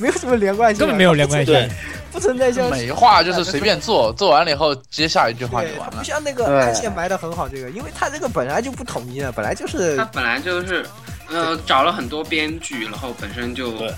Speaker 2: 没有什么连贯性啊，
Speaker 1: 根本没有连贯性。
Speaker 3: 对
Speaker 2: 不存在像
Speaker 5: 美化就是随便做，做完了以后接下一句话就
Speaker 2: 对，它
Speaker 5: 完
Speaker 2: 不
Speaker 5: 了。
Speaker 2: 像那个
Speaker 4: 对
Speaker 2: 暗线埋的很好，这个，因为它这个本来就不统一啊的，本来就是
Speaker 6: 他本来就是，呃，找了很多编剧，然后本身就
Speaker 3: 对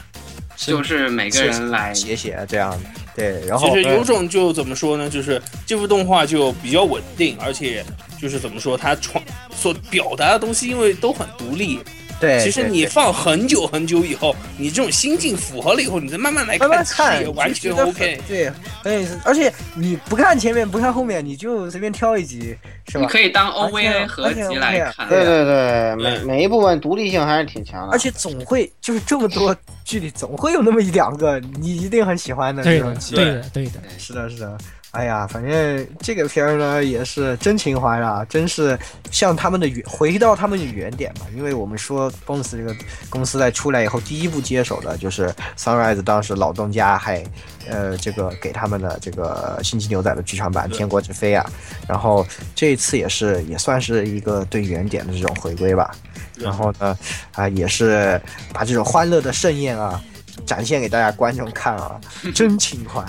Speaker 6: 就是每个人来，
Speaker 2: 斜斜这样的，对，然后
Speaker 3: 其实有种就怎么说呢，就是这部动画就比较稳定，而且就是怎么说，它创所表达的东西，因为都很独立。
Speaker 2: 对，
Speaker 3: 其实
Speaker 2: 哎对
Speaker 3: 你
Speaker 2: 对
Speaker 3: 放很久很久以后，你这种心境符合了以后，你再慢慢来
Speaker 2: 慢 慢
Speaker 3: 看，其
Speaker 2: 看
Speaker 3: 实也完
Speaker 2: 就哎
Speaker 3: 全
Speaker 2: 觉得
Speaker 3: OK
Speaker 2: 很。对，很有意思。而且你不看前面，不看后面，你就随便挑一集，是
Speaker 6: 你
Speaker 2: 吧？
Speaker 6: 可以当
Speaker 2: 而且
Speaker 6: OVA 合集来看。啊
Speaker 4: 对对对，每
Speaker 3: 嗯
Speaker 4: 每一部分独立性还是挺强的。
Speaker 2: 而且总会就是这么多剧里，总会有那么一两个你一定很喜欢的
Speaker 1: 对
Speaker 2: 这种
Speaker 1: 的，
Speaker 2: 剧。
Speaker 1: 对的，对的。
Speaker 2: 是的，是的。哎呀，反正这个片儿呢也是真情怀啊，真是像他们的原回到他们的原点嘛。因为我们说 Bones 这个公司在出来以后，第一步接手的就是 Sunrise 当时老东家还呃这个给他们的这个《星际牛仔》的剧场版《
Speaker 3: 对
Speaker 2: 天国之飞》啊，然后这一次也是也算是一个对原点的这种回归吧。
Speaker 3: 对
Speaker 2: 然后呢，啊、也是把这种欢乐的盛宴啊展现给大家观众看 啊，真情怀。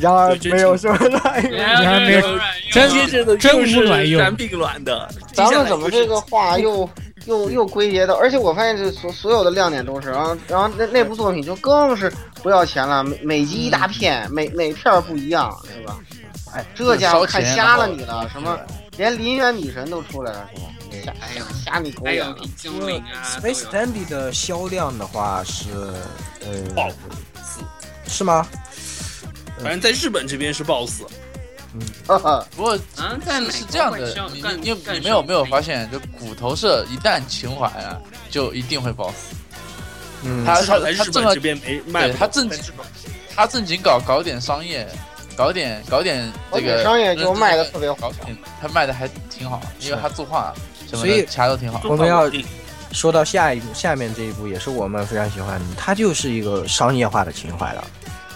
Speaker 2: 然而
Speaker 3: 对真情
Speaker 2: 没有什么卵用。
Speaker 1: 还
Speaker 6: 哎
Speaker 1: 没有真
Speaker 3: 接着的
Speaker 1: 真
Speaker 3: 就
Speaker 1: 无
Speaker 3: 是
Speaker 1: 卵用
Speaker 3: 沾病卵的，接
Speaker 4: 咱
Speaker 3: 下
Speaker 4: 们
Speaker 3: 来
Speaker 4: 怎么
Speaker 3: 就是
Speaker 4: 这个 话又又又归结到？而且我发现这所所有的亮点都是，然后然后那那部作品就更是不要钱了，每每集一大片，每每片儿不一样，是吧？
Speaker 2: 哎，
Speaker 4: 这家伙看
Speaker 5: 烧钱
Speaker 4: 瞎了
Speaker 5: 然后
Speaker 4: 你了，什么连林元女神都出来了，是吧？瞎
Speaker 6: 还有
Speaker 4: 瞎你狗
Speaker 3: 哎
Speaker 6: 还
Speaker 4: 眼
Speaker 6: 有
Speaker 4: 了！
Speaker 6: 平精灵啊，都
Speaker 2: Space
Speaker 6: 有
Speaker 2: Dandy 的销量的话是，
Speaker 3: 爆
Speaker 2: 呃，
Speaker 3: 死，
Speaker 2: 是吗？
Speaker 3: 反正在日本这边是爆死。
Speaker 4: 呵呵
Speaker 5: 不过
Speaker 6: 啊，在美
Speaker 5: 嗯是
Speaker 6: 国
Speaker 5: 是这样
Speaker 6: 会
Speaker 5: 的，
Speaker 6: 更
Speaker 5: 你
Speaker 6: 更
Speaker 5: 你
Speaker 6: 更
Speaker 5: 你没有
Speaker 6: 受
Speaker 5: 没有
Speaker 6: 欢迎
Speaker 5: 发现，就骨头社一旦情怀啊，就一定会爆死。
Speaker 2: 嗯，
Speaker 5: 他
Speaker 3: 至少在
Speaker 5: 他
Speaker 3: 日
Speaker 5: 他这
Speaker 3: 本
Speaker 5: 么
Speaker 3: 这边没卖
Speaker 5: 对
Speaker 3: 不走。
Speaker 5: 他正经他正经搞搞点商业，搞点搞点
Speaker 4: 搞
Speaker 5: 这个
Speaker 4: 点商业
Speaker 3: 嗯
Speaker 4: 就卖得特别好
Speaker 5: 搞点他卖的还挺好，因为他作画什么
Speaker 2: 所以
Speaker 5: 的其他都挺
Speaker 3: 啊
Speaker 5: 好。
Speaker 2: 我们要
Speaker 3: 中岛
Speaker 2: 说到下一部，下面这一部也是我们非常喜欢的，它就是一个商业化的情怀了，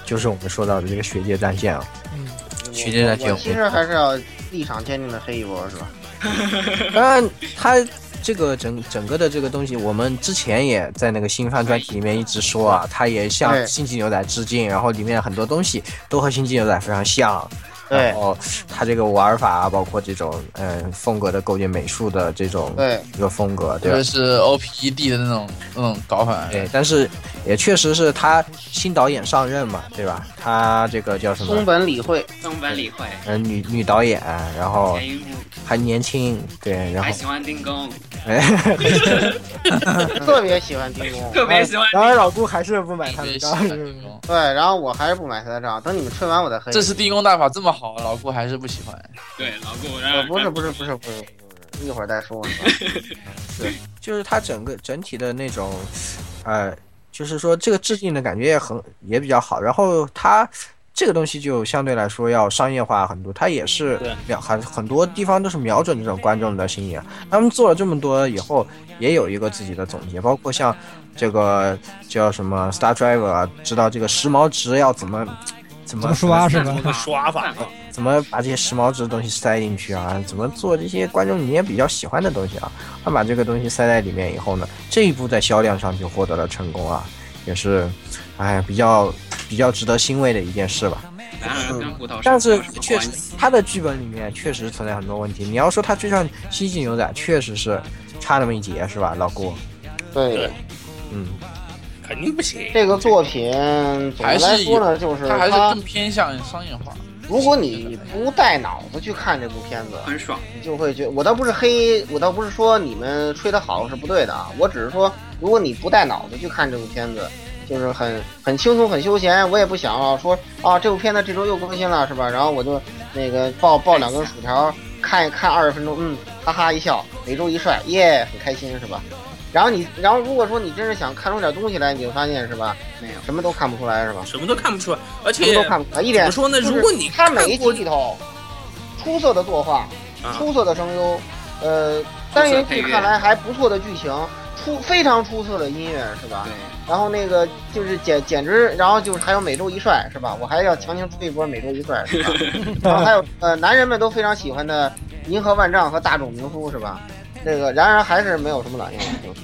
Speaker 2: 就是我们说到的这个《学界战线》啊，
Speaker 1: 嗯，
Speaker 2: 学界战线
Speaker 4: 我其实还是要立场坚定的黑一波，是吧？
Speaker 5: 哎
Speaker 2: 当然，它这个整整个的这个东西，我们之前也在那个新番专题里面一直说啊，它也向
Speaker 4: 对
Speaker 2: 《星际牛仔》致敬，然后里面很多东西都和《星际牛仔》非常像。
Speaker 4: 对
Speaker 2: 然后它这个玩法啊，包括这种嗯风格的构建、美术的这种
Speaker 4: 对
Speaker 2: 一个风格，
Speaker 5: 特
Speaker 2: 对吧
Speaker 5: 别？是 O P E D 的那种那种搞法，啊
Speaker 2: 对，但是也确实是他新导演上任嘛，对吧？他这个叫什
Speaker 4: 松
Speaker 2: 么？
Speaker 4: 本理惠，
Speaker 6: 松本理惠，
Speaker 2: 嗯，女女导演，然后
Speaker 6: 前一幕
Speaker 2: 还年轻，对，哦然
Speaker 6: 还
Speaker 2: 后
Speaker 6: 喜欢丁工，
Speaker 4: 特别喜欢丁 工。
Speaker 6: 特
Speaker 1: 哦
Speaker 6: 别喜欢
Speaker 2: 啊然而老顾还是不买
Speaker 5: 特
Speaker 2: 他
Speaker 5: 别
Speaker 2: 的
Speaker 5: 喜
Speaker 2: 账。
Speaker 5: 欢地宫。
Speaker 4: 对，然后我还是不买他的账，等你们吹完我再黑。
Speaker 5: 这次地宫大法这么好，老顾还是不喜欢。
Speaker 6: 对老顾，
Speaker 4: 呃
Speaker 6: 让
Speaker 4: 不是不是不是不是不是，一会儿再说呢。
Speaker 2: 就是它整个整体的那种，呃，就是说这个致敬的感觉也很也比较好。然后它这个东西就相对来说要商业化很多，它也是
Speaker 3: 对
Speaker 2: 瞄很很多地方都是瞄准这种观众的心意啊。他们做了这么多以后，也有一个自己的总结，包括像这个叫什么 Star Driver 啊，知道这个时髦值要怎么。怎
Speaker 1: 怎
Speaker 2: 么
Speaker 1: 么刷是吧
Speaker 6: 怎？么
Speaker 3: 刷法
Speaker 6: 办法
Speaker 2: 怎么把这些时髦值的东西塞进去啊？怎么做这些观众你也比较喜欢的东西啊？他把这个东西塞在里面以后呢，这一步在销量上就获得了成功啊，也是，哎，比较比较值得欣慰的一件事吧。
Speaker 6: 然而跟骨头
Speaker 2: 但是
Speaker 6: 有什么
Speaker 2: 确
Speaker 6: 关
Speaker 2: 实
Speaker 6: 系？，
Speaker 2: 他的剧本里面确实存在很多问题。你要说他追上《星际牛仔》，确实是差那么一截，是吧，老郭？
Speaker 4: 对
Speaker 3: 对，
Speaker 2: 嗯，
Speaker 3: 肯定不行。
Speaker 4: 这个作品总的来说呢，就是
Speaker 5: 它还是
Speaker 4: 它
Speaker 5: 更，偏向商业化。
Speaker 4: 如果你不带脑子去看这部片子，
Speaker 6: 很爽，
Speaker 4: 你就会觉我倒不是黑，我倒不是说你们吹的好是不对的啊，我只是说，如果你不带脑子去看这部片子，就是很很轻松、很休闲。我也不想啊，说啊这部片子这周又更新了是吧？然后我就那个抱抱两根薯条，看一看二十分钟，嗯，哈哈一笑，每周一帅，耶，很开心是吧？然后你，然后如果说你真是想看出点东西来，你就发现是吧，
Speaker 6: 没有。
Speaker 4: 什么都看不出来是吧？
Speaker 3: 什么都看不出来，而
Speaker 4: 什么
Speaker 3: 且
Speaker 4: 都看不出来，一
Speaker 3: 怎
Speaker 4: 点
Speaker 3: 么说呢？
Speaker 4: 就是
Speaker 3: 如果你
Speaker 4: 它
Speaker 3: 看
Speaker 4: 每一集
Speaker 3: 过
Speaker 4: 里头，出色的作画、
Speaker 3: 啊
Speaker 4: 出色的声优，呃，单元剧看来还不错的剧情，出非常出色的音乐是吧
Speaker 6: 对？，
Speaker 4: 然后那个就是简简直，然后就是还有每周一帅是吧？我还要强行出一波每周一帅是吧？然后还有呃，男人们都非常喜欢的《银河万丈》和《大冢明夫》是吧？这个然而还是没有什么卵用。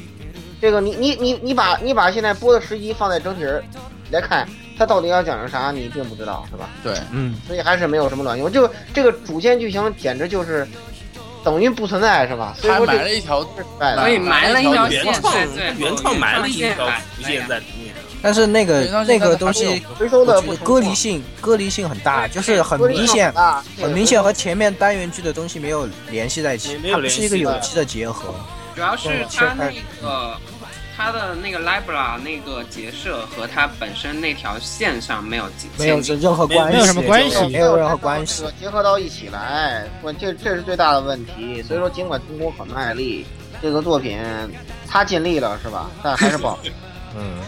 Speaker 4: 这个你你你你把你把现在播的十集放在整体儿来看，它到底要讲成啥，你并不知道是吧？
Speaker 5: 对，
Speaker 2: 嗯
Speaker 4: 所以还是没有什么卵用。这个这个主线剧情简直就是等于不存在，是吧？所以
Speaker 5: 还
Speaker 4: 说
Speaker 5: 埋
Speaker 4: 这
Speaker 5: 了一 条
Speaker 4: 是哎败
Speaker 6: 所以
Speaker 4: 的。
Speaker 6: 埋了一条
Speaker 3: 原
Speaker 6: 线
Speaker 3: 创
Speaker 6: 在最后，
Speaker 3: 原创埋了一
Speaker 6: 原
Speaker 3: 条
Speaker 6: 创线
Speaker 3: 主线在里面。
Speaker 2: 但是那个
Speaker 5: 对当时
Speaker 2: 那个
Speaker 5: 他
Speaker 2: 东
Speaker 5: 还
Speaker 2: 西
Speaker 5: 是，
Speaker 4: 回收的
Speaker 2: 我
Speaker 4: 不
Speaker 2: 觉得
Speaker 4: 成
Speaker 2: 割离性割离性很大，就是很
Speaker 4: 功
Speaker 2: 明显，
Speaker 4: 啊，
Speaker 2: 很明显和前面单元剧的东西没有联系在一起
Speaker 3: 没没，有
Speaker 2: 它不是一个有机的结合。
Speaker 6: 主要是他那个他的那个 Libra 那个结社和他本身那条线上没有结
Speaker 2: 没有
Speaker 6: 线
Speaker 2: 任何
Speaker 3: 没有
Speaker 2: 关系，
Speaker 3: 没有
Speaker 1: 什么关系
Speaker 2: 没有任何关系
Speaker 4: 这个。结合到一起来，我这这是最大的问题。所以说，尽管中国很卖力，这个作品他尽力了，是吧？但还是不好。
Speaker 2: 嗯，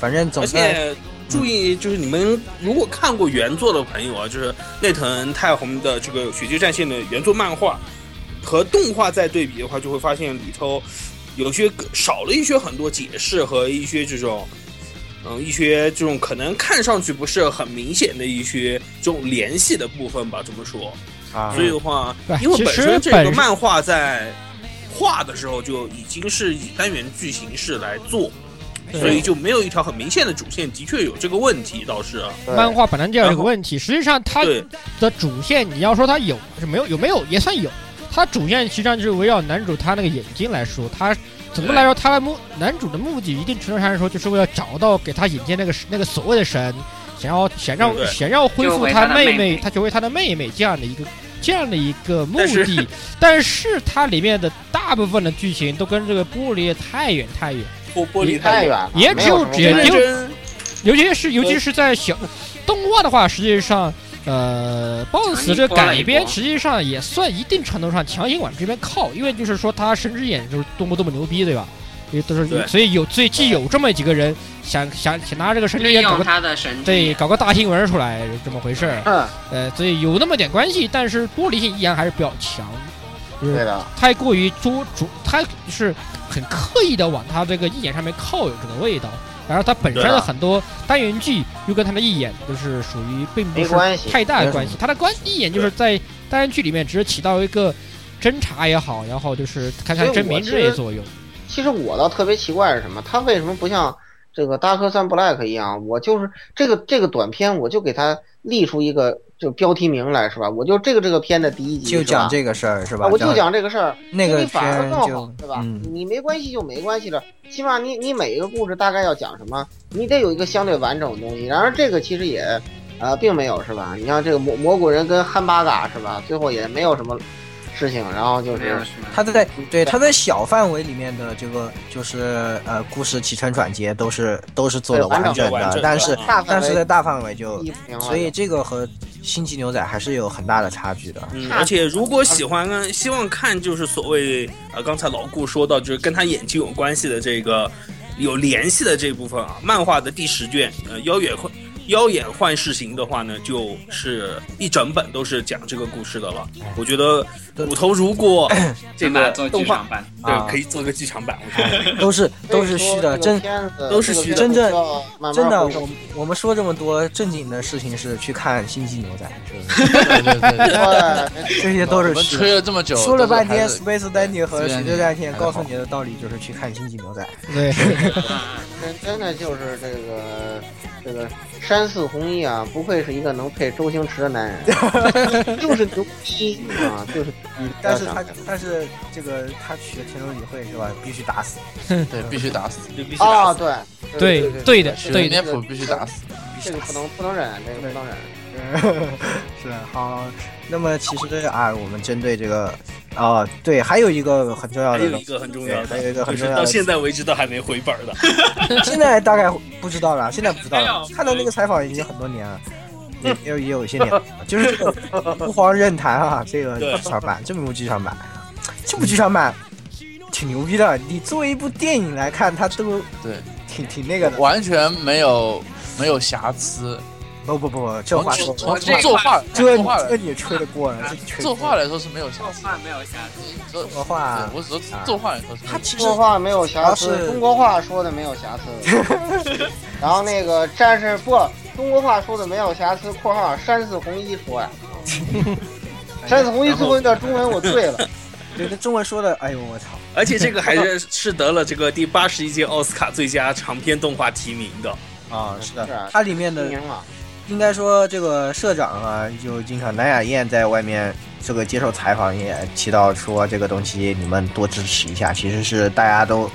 Speaker 2: 反正总
Speaker 3: 而
Speaker 2: 在
Speaker 3: 且注意，就是你们如果看过原作的朋友啊，就是内藤太宏的这个《血界战线》的原作漫画和动画再对比的话，就会发现里头有些少了一些很多解释和一些这种。嗯，一些这种可能看上去不是很明显的一些这种联系的部分吧，这么说。
Speaker 2: 啊
Speaker 3: 所，以的话
Speaker 1: 对，
Speaker 3: 因为
Speaker 1: 哎其
Speaker 3: 本
Speaker 1: 实
Speaker 3: 身这
Speaker 1: 本
Speaker 3: 个
Speaker 1: 身
Speaker 3: 漫画在画的时候就已经是以单元剧形式来做，
Speaker 1: 对
Speaker 3: 所以就没有一条很明显的主线，的确有这个问题，倒是啊
Speaker 4: 对
Speaker 1: 漫画本来就有这个问题，实际上它
Speaker 3: 对
Speaker 1: 的主线，你要说它有是没有，有没有也算有。它主线实际上就是围绕男主他那个眼睛来说，他总的来说，他的目男主的目的一定程度上来说，就是为了找到给他引荐那个那个所谓的神，想要想让
Speaker 3: 对对
Speaker 1: 想要恢复
Speaker 6: 救回他的
Speaker 1: 妹
Speaker 6: 妹妹
Speaker 1: 他救回他的妹妹这样的一个这样的一个目
Speaker 3: 但是
Speaker 1: 的。但是它里面的大部分的剧情都跟这个玻璃太远太远，
Speaker 3: 脱玻璃
Speaker 4: 太
Speaker 3: 太
Speaker 4: 远
Speaker 3: 远。
Speaker 4: 了，
Speaker 1: 也
Speaker 4: 没
Speaker 1: 只有
Speaker 4: 什么
Speaker 1: 也
Speaker 4: 关
Speaker 1: 只
Speaker 4: 系
Speaker 1: 有
Speaker 3: 真
Speaker 1: 尤其是尤其是在小动画的话，实际上，呃，BOSS 这改编实际上也算一定程度上强行往这边靠，因为就是说他神之眼就是多么多么牛逼，对吧？也都是
Speaker 3: 对
Speaker 1: 所以有所以既有这么几个人想想想拿这个神之
Speaker 6: 利
Speaker 1: 眼搞
Speaker 6: 用
Speaker 1: 个
Speaker 6: 他的神
Speaker 1: 对
Speaker 6: 迹，
Speaker 1: 搞个大新闻出来这么回事儿，
Speaker 4: 嗯，
Speaker 1: 呃，所以有那么点关系，但是玻璃性依然还是比较强，就是
Speaker 4: 对的，
Speaker 1: 太过于捉主，他是很刻意的往他这个一眼上面靠，有这个味道。然后他本身
Speaker 3: 对
Speaker 1: 的
Speaker 3: 啊
Speaker 1: 很多单元剧又跟他的一眼就是属于并不
Speaker 4: 没
Speaker 1: 是
Speaker 4: 关系
Speaker 1: 太大的关
Speaker 2: 没
Speaker 1: 系，他的关一眼就是在单元剧里面只是起到一个侦查也好，然后就是看看
Speaker 4: 所以
Speaker 1: 真
Speaker 4: 我
Speaker 1: 名
Speaker 4: 其
Speaker 1: 之类的
Speaker 4: 实
Speaker 1: 作用。
Speaker 4: 其实我倒特别奇怪是什么？他为什么不像这个《大哥三 Black》一样？我就是这个这个短片，我就给他立出一个就标题名来，是吧？我就这个这个片的第一集，
Speaker 2: 就讲
Speaker 4: 是
Speaker 2: 这个事儿是
Speaker 4: 吧，啊
Speaker 2: 吧？
Speaker 4: 我就讲这个事儿，
Speaker 2: 那
Speaker 4: 这
Speaker 2: 个
Speaker 4: 里反而
Speaker 2: 片
Speaker 4: 更好
Speaker 2: 就，
Speaker 4: 对吧？
Speaker 2: 嗯
Speaker 4: 你没关系就没关系了，起码你你每一个故事大概要讲什么，你得有一个相对完整的东西。然而这个其实也。呃，并没有是吧？你像这个魔魔古人跟汉巴嘎是吧？最后也没有什么事情，然后就
Speaker 6: 没有
Speaker 4: 是
Speaker 6: 什么。
Speaker 2: 他在对他在小范围里面的这个就是呃故事起承转接都是都是做的
Speaker 4: 对完整
Speaker 2: 整
Speaker 3: 的完整
Speaker 2: 的
Speaker 3: 的，
Speaker 2: 但是
Speaker 4: 大范
Speaker 2: 但是
Speaker 4: 围
Speaker 2: 在大范围就
Speaker 4: 一平了
Speaker 2: 所以这个和《星际牛仔》还是有很大的差距的。
Speaker 3: 嗯，而且如果喜欢呢，希望看就是所谓呃，刚才老顾说到就是跟他眼睛有关系的这个有联系的这部分啊，漫画的第十卷，呃，邀月会妖眼幻视行》的话呢，就是一整本都是讲这个故事的了。我觉得骨头 如果这
Speaker 6: 能把它
Speaker 3: 个
Speaker 6: 做剧
Speaker 3: 动画
Speaker 6: 场 版，
Speaker 2: 啊
Speaker 3: 对可以做个剧场版，我觉得
Speaker 2: 都是都是虚的，真
Speaker 4: 都
Speaker 3: 都是虚的
Speaker 2: 真正真的，
Speaker 4: 我
Speaker 2: 我我们说这么多正经的事情是去看《星际牛仔》，就是
Speaker 5: 对 对对对
Speaker 2: 这些都
Speaker 5: 我
Speaker 2: 是
Speaker 5: 们
Speaker 2: 虚的
Speaker 5: 吹。了这么久，
Speaker 2: 说了半
Speaker 5: 但
Speaker 2: 天
Speaker 5: 是
Speaker 2: ，Space Dandy 和
Speaker 5: 资
Speaker 2: 《
Speaker 5: 源
Speaker 2: 许罪战线
Speaker 5: 还》
Speaker 2: 告
Speaker 5: 好
Speaker 2: 诉你的道理就是去看《星际牛仔》。
Speaker 1: 对，
Speaker 6: 嗯
Speaker 4: 真真的就是这个这个山寺弘一啊，不愧是一个能配周星驰的男人，就是牛逼啊，就是
Speaker 2: 但是他但是这个他娶了田中理惠是吧？必须打死，
Speaker 5: 还是对必须打死，
Speaker 3: 就必须打
Speaker 4: 啊，
Speaker 3: 死。
Speaker 4: 对
Speaker 1: 对
Speaker 4: 对
Speaker 1: 对的
Speaker 5: 许
Speaker 1: 对
Speaker 5: 文
Speaker 1: 的
Speaker 5: 念普必须打死。
Speaker 2: 必须
Speaker 4: 这个
Speaker 2: 打
Speaker 4: 不
Speaker 2: 死。
Speaker 4: 能不能忍，这个不能忍。
Speaker 2: 是好，那么其实啊，我们针对这个啊，对，还有一个很重要
Speaker 3: 还
Speaker 2: 的
Speaker 3: 有
Speaker 2: 东
Speaker 3: 一
Speaker 2: 西，
Speaker 3: 个很重
Speaker 2: 对
Speaker 3: 要
Speaker 2: 还有一个
Speaker 3: 的，
Speaker 2: 很
Speaker 3: 就是
Speaker 2: 重要的
Speaker 3: 到现在为止都还没回本儿的，
Speaker 2: 现在大概不知道了，现在不知道了。
Speaker 6: 没有
Speaker 2: 看到那个采访已经很多年了。也也有也有一些年了，就是这个吾皇任谈啊，这个
Speaker 3: 对
Speaker 2: 剧场版，这部剧场版，这部剧场版挺牛逼的。你作为一部电影来看，它都
Speaker 5: 对，
Speaker 2: 挺挺那个的。
Speaker 5: 完全没有没有瑕疵。
Speaker 2: 不不不不，这
Speaker 5: 从
Speaker 2: 话说
Speaker 5: 从
Speaker 2: 不过，
Speaker 5: 从作画
Speaker 2: 这
Speaker 5: 作画
Speaker 2: 这你吹得过人，这你吹
Speaker 5: 作
Speaker 2: 得过
Speaker 5: 画
Speaker 2: 人
Speaker 5: 来说是没有瑕
Speaker 6: 做
Speaker 5: 疵。
Speaker 6: 饭没有瑕疵，
Speaker 5: 作
Speaker 2: 作画
Speaker 5: 对，我只
Speaker 2: 啊
Speaker 5: 说作画来说是没有瑕
Speaker 2: 它
Speaker 5: 疵。
Speaker 2: 其实
Speaker 4: 说话没有瑕
Speaker 2: 主要
Speaker 4: 疵，
Speaker 2: 是
Speaker 4: 中国话说的没有瑕疵。然后那个战士不，中国话说的没有瑕疵。（括号山寺弘一说呀，
Speaker 2: 哎
Speaker 4: 山寺弘一最后一段中文我 醉了。
Speaker 2: 对那中文说的，哎呦我操，
Speaker 3: 而且这个还是是得了这个第八十一届奥斯卡最佳长篇动画提名的。
Speaker 2: 啊是
Speaker 4: 是啊
Speaker 2: 的，它里面的
Speaker 4: 听赢了，
Speaker 2: 应该说，这个社长啊，就经常南雅燕在外面这个接受采访也提到说，这个东西你们多支持一下，其实是大家都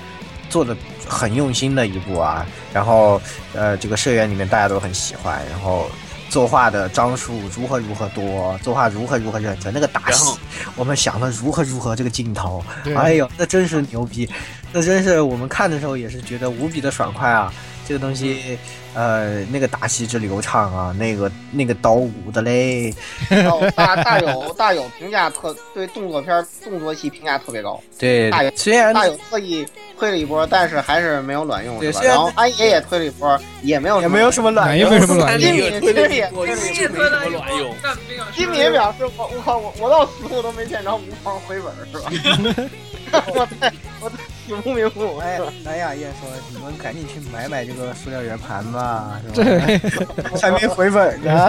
Speaker 2: 做的很用心的一步啊。然后，呃，这个社员里面大家都很喜欢，然后作画的张数如何如何多，作画如何如何认真，那个打
Speaker 3: 然
Speaker 2: 戏
Speaker 3: 后
Speaker 2: 我们想了如何如何这个镜头，
Speaker 1: 对
Speaker 2: 哎呦，那真是牛逼，那真是我们看的时候也是觉得无比的爽快啊！这个东西，呃，那个打戏之流畅啊，那个那个刀舞的嘞，
Speaker 4: 哦大大有大有评价特对动作片儿动作戏评价特别高，
Speaker 2: 对
Speaker 4: 大有
Speaker 2: 虽然
Speaker 4: 大有特意推了一波，但是还是没有卵用，
Speaker 2: 对
Speaker 4: 是吧？
Speaker 2: 虽然
Speaker 4: 然后安爷也推了一波，也没有
Speaker 2: 也没有什 么
Speaker 1: 哪
Speaker 2: 卵
Speaker 1: 也
Speaker 2: 用，
Speaker 1: 没什么卵
Speaker 3: 安
Speaker 1: 用
Speaker 4: 用。
Speaker 3: 利也推了一波，
Speaker 4: 这里
Speaker 3: 也是没什么卵用。
Speaker 6: 但没有说
Speaker 4: 金敏也表示我我靠我我到死我都没见着吴方回本儿是吧？ 我太我太挺不明白我
Speaker 2: 哎
Speaker 4: 哎，
Speaker 2: 南雅燕说：“你们赶紧去买买这个塑料圆盘吧，是 吧？还没回本呢。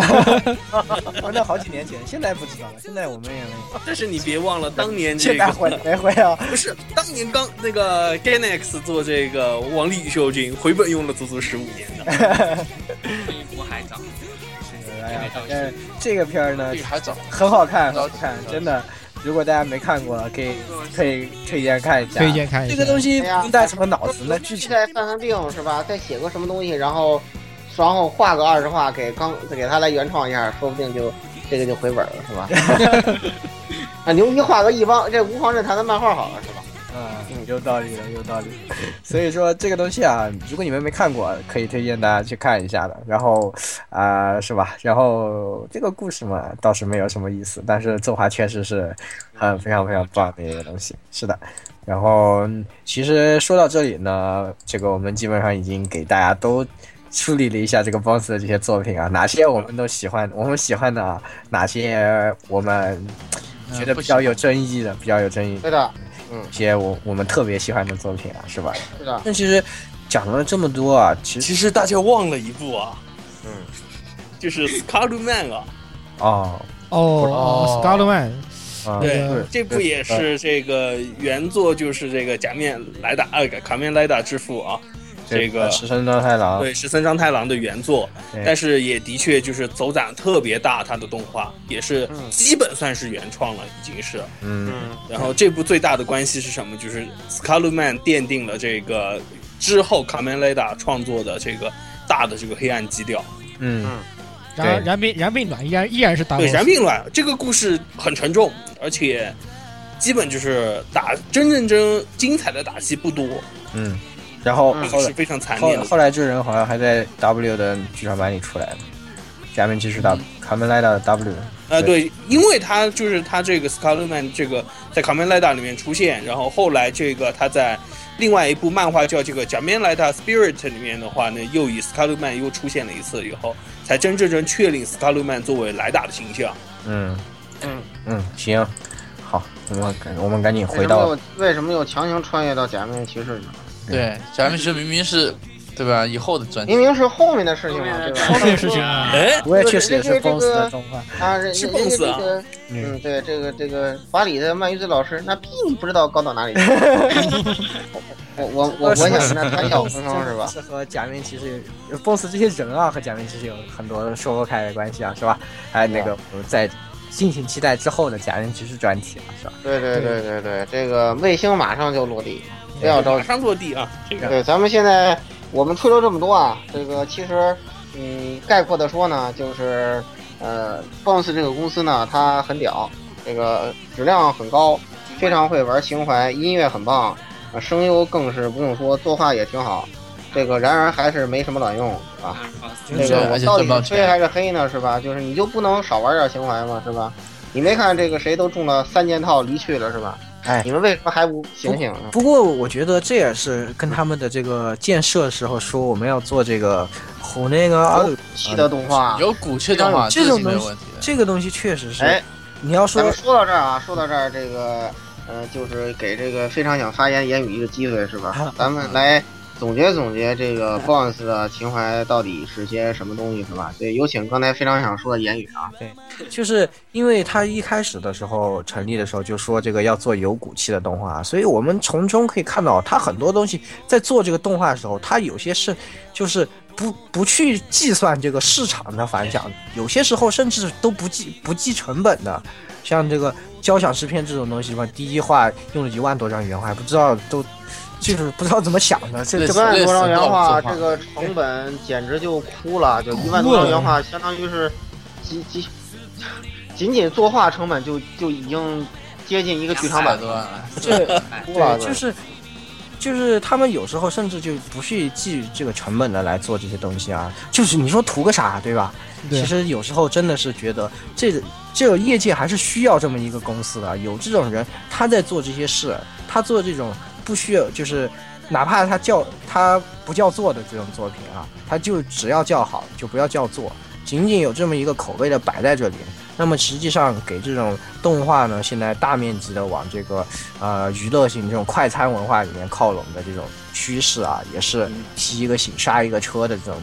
Speaker 2: 哦”那好几年前，现在不知道了。现在我们也没，
Speaker 3: 但是你别忘了，当年这
Speaker 2: 现在
Speaker 3: 个
Speaker 2: 回没回啊？
Speaker 3: 不是当年刚那个 Ganex 做这个王力宇宙军回本用了足足十五年的，
Speaker 6: 一波海藻，
Speaker 2: 哎呀，但这个片儿呢
Speaker 5: 绿，海藻，
Speaker 2: 很好看，很好看，真的。如果大家没看过，可以可以推荐看一 下。
Speaker 1: 推荐看一
Speaker 2: 这
Speaker 1: 下。
Speaker 2: 个东西不
Speaker 4: 对呀
Speaker 2: 用带什么脑子，那剧情
Speaker 4: 再犯犯病是吧？再写个什么东西，然后然后画个二十画给刚给他来原创一下，说不定就这个就回本了是吧？ 啊，牛逼画个一帮这无皇论坛的漫画好了是吧？
Speaker 2: 啊，有道理了，有道理。所以说这个东西啊，如果你们没看过，可以推荐大家去看一下的。然后啊、是吧？然后这个故事嘛，倒是没有什么意思，但是作画确实是很非常非常棒的一个东西。是的。然后嗯其实说到这里呢，这个我们基本上已经给大家都。梳理了一下这个 BOSS 的这些作品啊，哪些我们都喜欢，我们喜欢的啊，哪些我们
Speaker 5: 嗯
Speaker 2: 觉得比较有争议的，比较有争议的。
Speaker 4: 对的，
Speaker 2: 一些我我们特别喜欢的作品啊，是吧？
Speaker 4: 是的，
Speaker 2: 那其实讲了这么多啊，其实
Speaker 3: 其实大家忘了一部啊，
Speaker 2: 嗯，
Speaker 3: 就是《Scarlet Man》啊，
Speaker 2: 哦，
Speaker 1: 哦 s c a r l e Man，
Speaker 2: 啊
Speaker 3: 对
Speaker 2: 是
Speaker 3: 这部也是这个原作就是这个假面莱达呃卡面莱达之父啊，这个
Speaker 2: 呃石生张太郎，
Speaker 3: 对十三章太郎的原作，
Speaker 2: 对
Speaker 3: 但是也的确就是走展特别大，它的动画也是基本算是原创了，已经是。
Speaker 2: 嗯，
Speaker 3: 然后这部最大的关系是什么？就是 Scarlet Man 奠定了这个之后卡面莱达创作的这个大的这个黑暗基调。
Speaker 2: 嗯
Speaker 1: 然
Speaker 2: 对
Speaker 1: 然并然并卵依然依然是大
Speaker 3: 对，
Speaker 1: boss，
Speaker 3: 燃并卵这个故事很沉重，而且基本就是打真认真精彩的打戏不多，
Speaker 2: 嗯，然后
Speaker 4: 嗯
Speaker 2: 后
Speaker 3: 是
Speaker 2: 来
Speaker 3: 非常残
Speaker 2: 后
Speaker 3: 念的。
Speaker 2: 后来这人好像还在 W 的剧场版里出来了，假面骑士 W、卡
Speaker 3: 嗯
Speaker 2: 梅莱达 W。
Speaker 3: 啊，对，因为他就是他这个 Scarlet Man 这个在《卡梅莱达》里面出现，然后后来这个他在另外一部漫画叫这个《假面莱达 Spirit》里面的话呢，又以 Scarlet Man 又出现了一次以后，才真真正正确定 Scarlet Man 作为莱达的形象。
Speaker 2: 嗯
Speaker 4: 嗯
Speaker 2: 嗯，行，好，我们赶我们赶紧
Speaker 4: 为
Speaker 2: 回
Speaker 4: 什么
Speaker 2: 到
Speaker 4: 又为什么又强行穿越到假面骑士呢？
Speaker 2: 嗯
Speaker 5: 对，假面骑士明明是，对吧？以后的专辑
Speaker 4: 明，明是后面的事情嘛，对吧？
Speaker 1: 后面的事情啊，
Speaker 3: 哎，
Speaker 2: 我也确实也是公司的状况。
Speaker 4: 啊，人
Speaker 3: 是
Speaker 4: 人家
Speaker 3: boss
Speaker 4: 这
Speaker 3: 啊
Speaker 4: 个，
Speaker 2: 嗯
Speaker 4: 嗯，对，这个这个法理的曼玉子老师，那比你不知道高到 哪里去。我我我我想跟他谈笑风生是吧？
Speaker 2: 这和假面骑士有，BOSS 这些人啊，和假面骑士有很多说不开的关系啊，是吧？还有那个，我们在敬请期待之后的假面骑士专题啊，是吧？
Speaker 4: 对对对对对，这个卫星马上就落地，不要
Speaker 2: 哦
Speaker 4: 着
Speaker 3: 马
Speaker 4: 急。
Speaker 3: 上落地啊！这个
Speaker 4: 对，咱们现在我们吹了这么多啊，这个其实，嗯，概括的说呢，就是，呃，Bounce 这个公司呢，它很屌，这个质量很高，非常会玩情怀，音乐很棒，啊，声优更是不用说，作画也挺好，这个然而还是没什么卵用啊。这个
Speaker 5: 而
Speaker 4: 我
Speaker 5: 且
Speaker 4: 到
Speaker 5: 赚不到
Speaker 4: 底是吹还
Speaker 5: 钱。
Speaker 4: 是黑呢？是吧？就是你就不能少玩点情怀吗？是吧？你没看这个谁都中了三件套离去了是吧？
Speaker 2: 哎
Speaker 4: 你们为什么还不醒醒呢？
Speaker 2: 不过我觉得这也是跟他们的这个建设时候说我们要做这个红那个啊二
Speaker 4: 哦气的动画，
Speaker 5: 有骨气的话，
Speaker 2: 这
Speaker 5: 是
Speaker 2: 种
Speaker 5: 没有
Speaker 2: 东西
Speaker 5: 问题的。
Speaker 2: 这个东西确实
Speaker 4: 哎
Speaker 2: 是，，你要
Speaker 4: 咱
Speaker 2: 说
Speaker 4: 们说到这儿啊，说到这儿，这个，呃，就是给这个非常想发言言语一个机会，是吧？咱们来总结总结这个 BOSS 的情怀到底是些什么东西，是吧？对，有请刚才非常想说的言语啊。
Speaker 2: 就是因为他一开始的时候成立的时候就说这个要做有骨气的动画，所以我们从中可以看到他很多东西在做这个动画的时候，他有些是就是不不去计算这个市场的反响，有些时候甚至都不计不计成本的，像这个交响诗篇这种东西嘛，第一话用了一万多张原画，不知道都就是不知道怎么想的，这
Speaker 5: 类
Speaker 2: 这
Speaker 5: 似
Speaker 4: 一万多张原画，
Speaker 5: 类似
Speaker 4: 这
Speaker 5: 这种
Speaker 4: 个成本简直就哭了，就一万多张原画，相当于是几几，仅仅作画成本就就已经接近一个剧场版
Speaker 5: 百多万啊，
Speaker 2: 这。
Speaker 4: 哭了，
Speaker 2: 对，
Speaker 4: 对
Speaker 2: 就是就是他们有时候甚至就不去计这个成本的来做这些东西啊，就是你说图个啥，对吧？
Speaker 1: 对
Speaker 2: 其实有时候真的是觉得这这个业界还是需要这么一个公司的，有这种人他在做这些事，他做这种不需要就是。哪怕他叫他不叫做的这种作品啊，他就只要叫好，就不要叫做。仅仅有这么一个口味的摆在这里，那么实际上给这种动画呢，现在大面积的往这个呃娱乐性这种快餐文化里面靠拢的这种趋势啊，也是提一个醒刹一个车的这种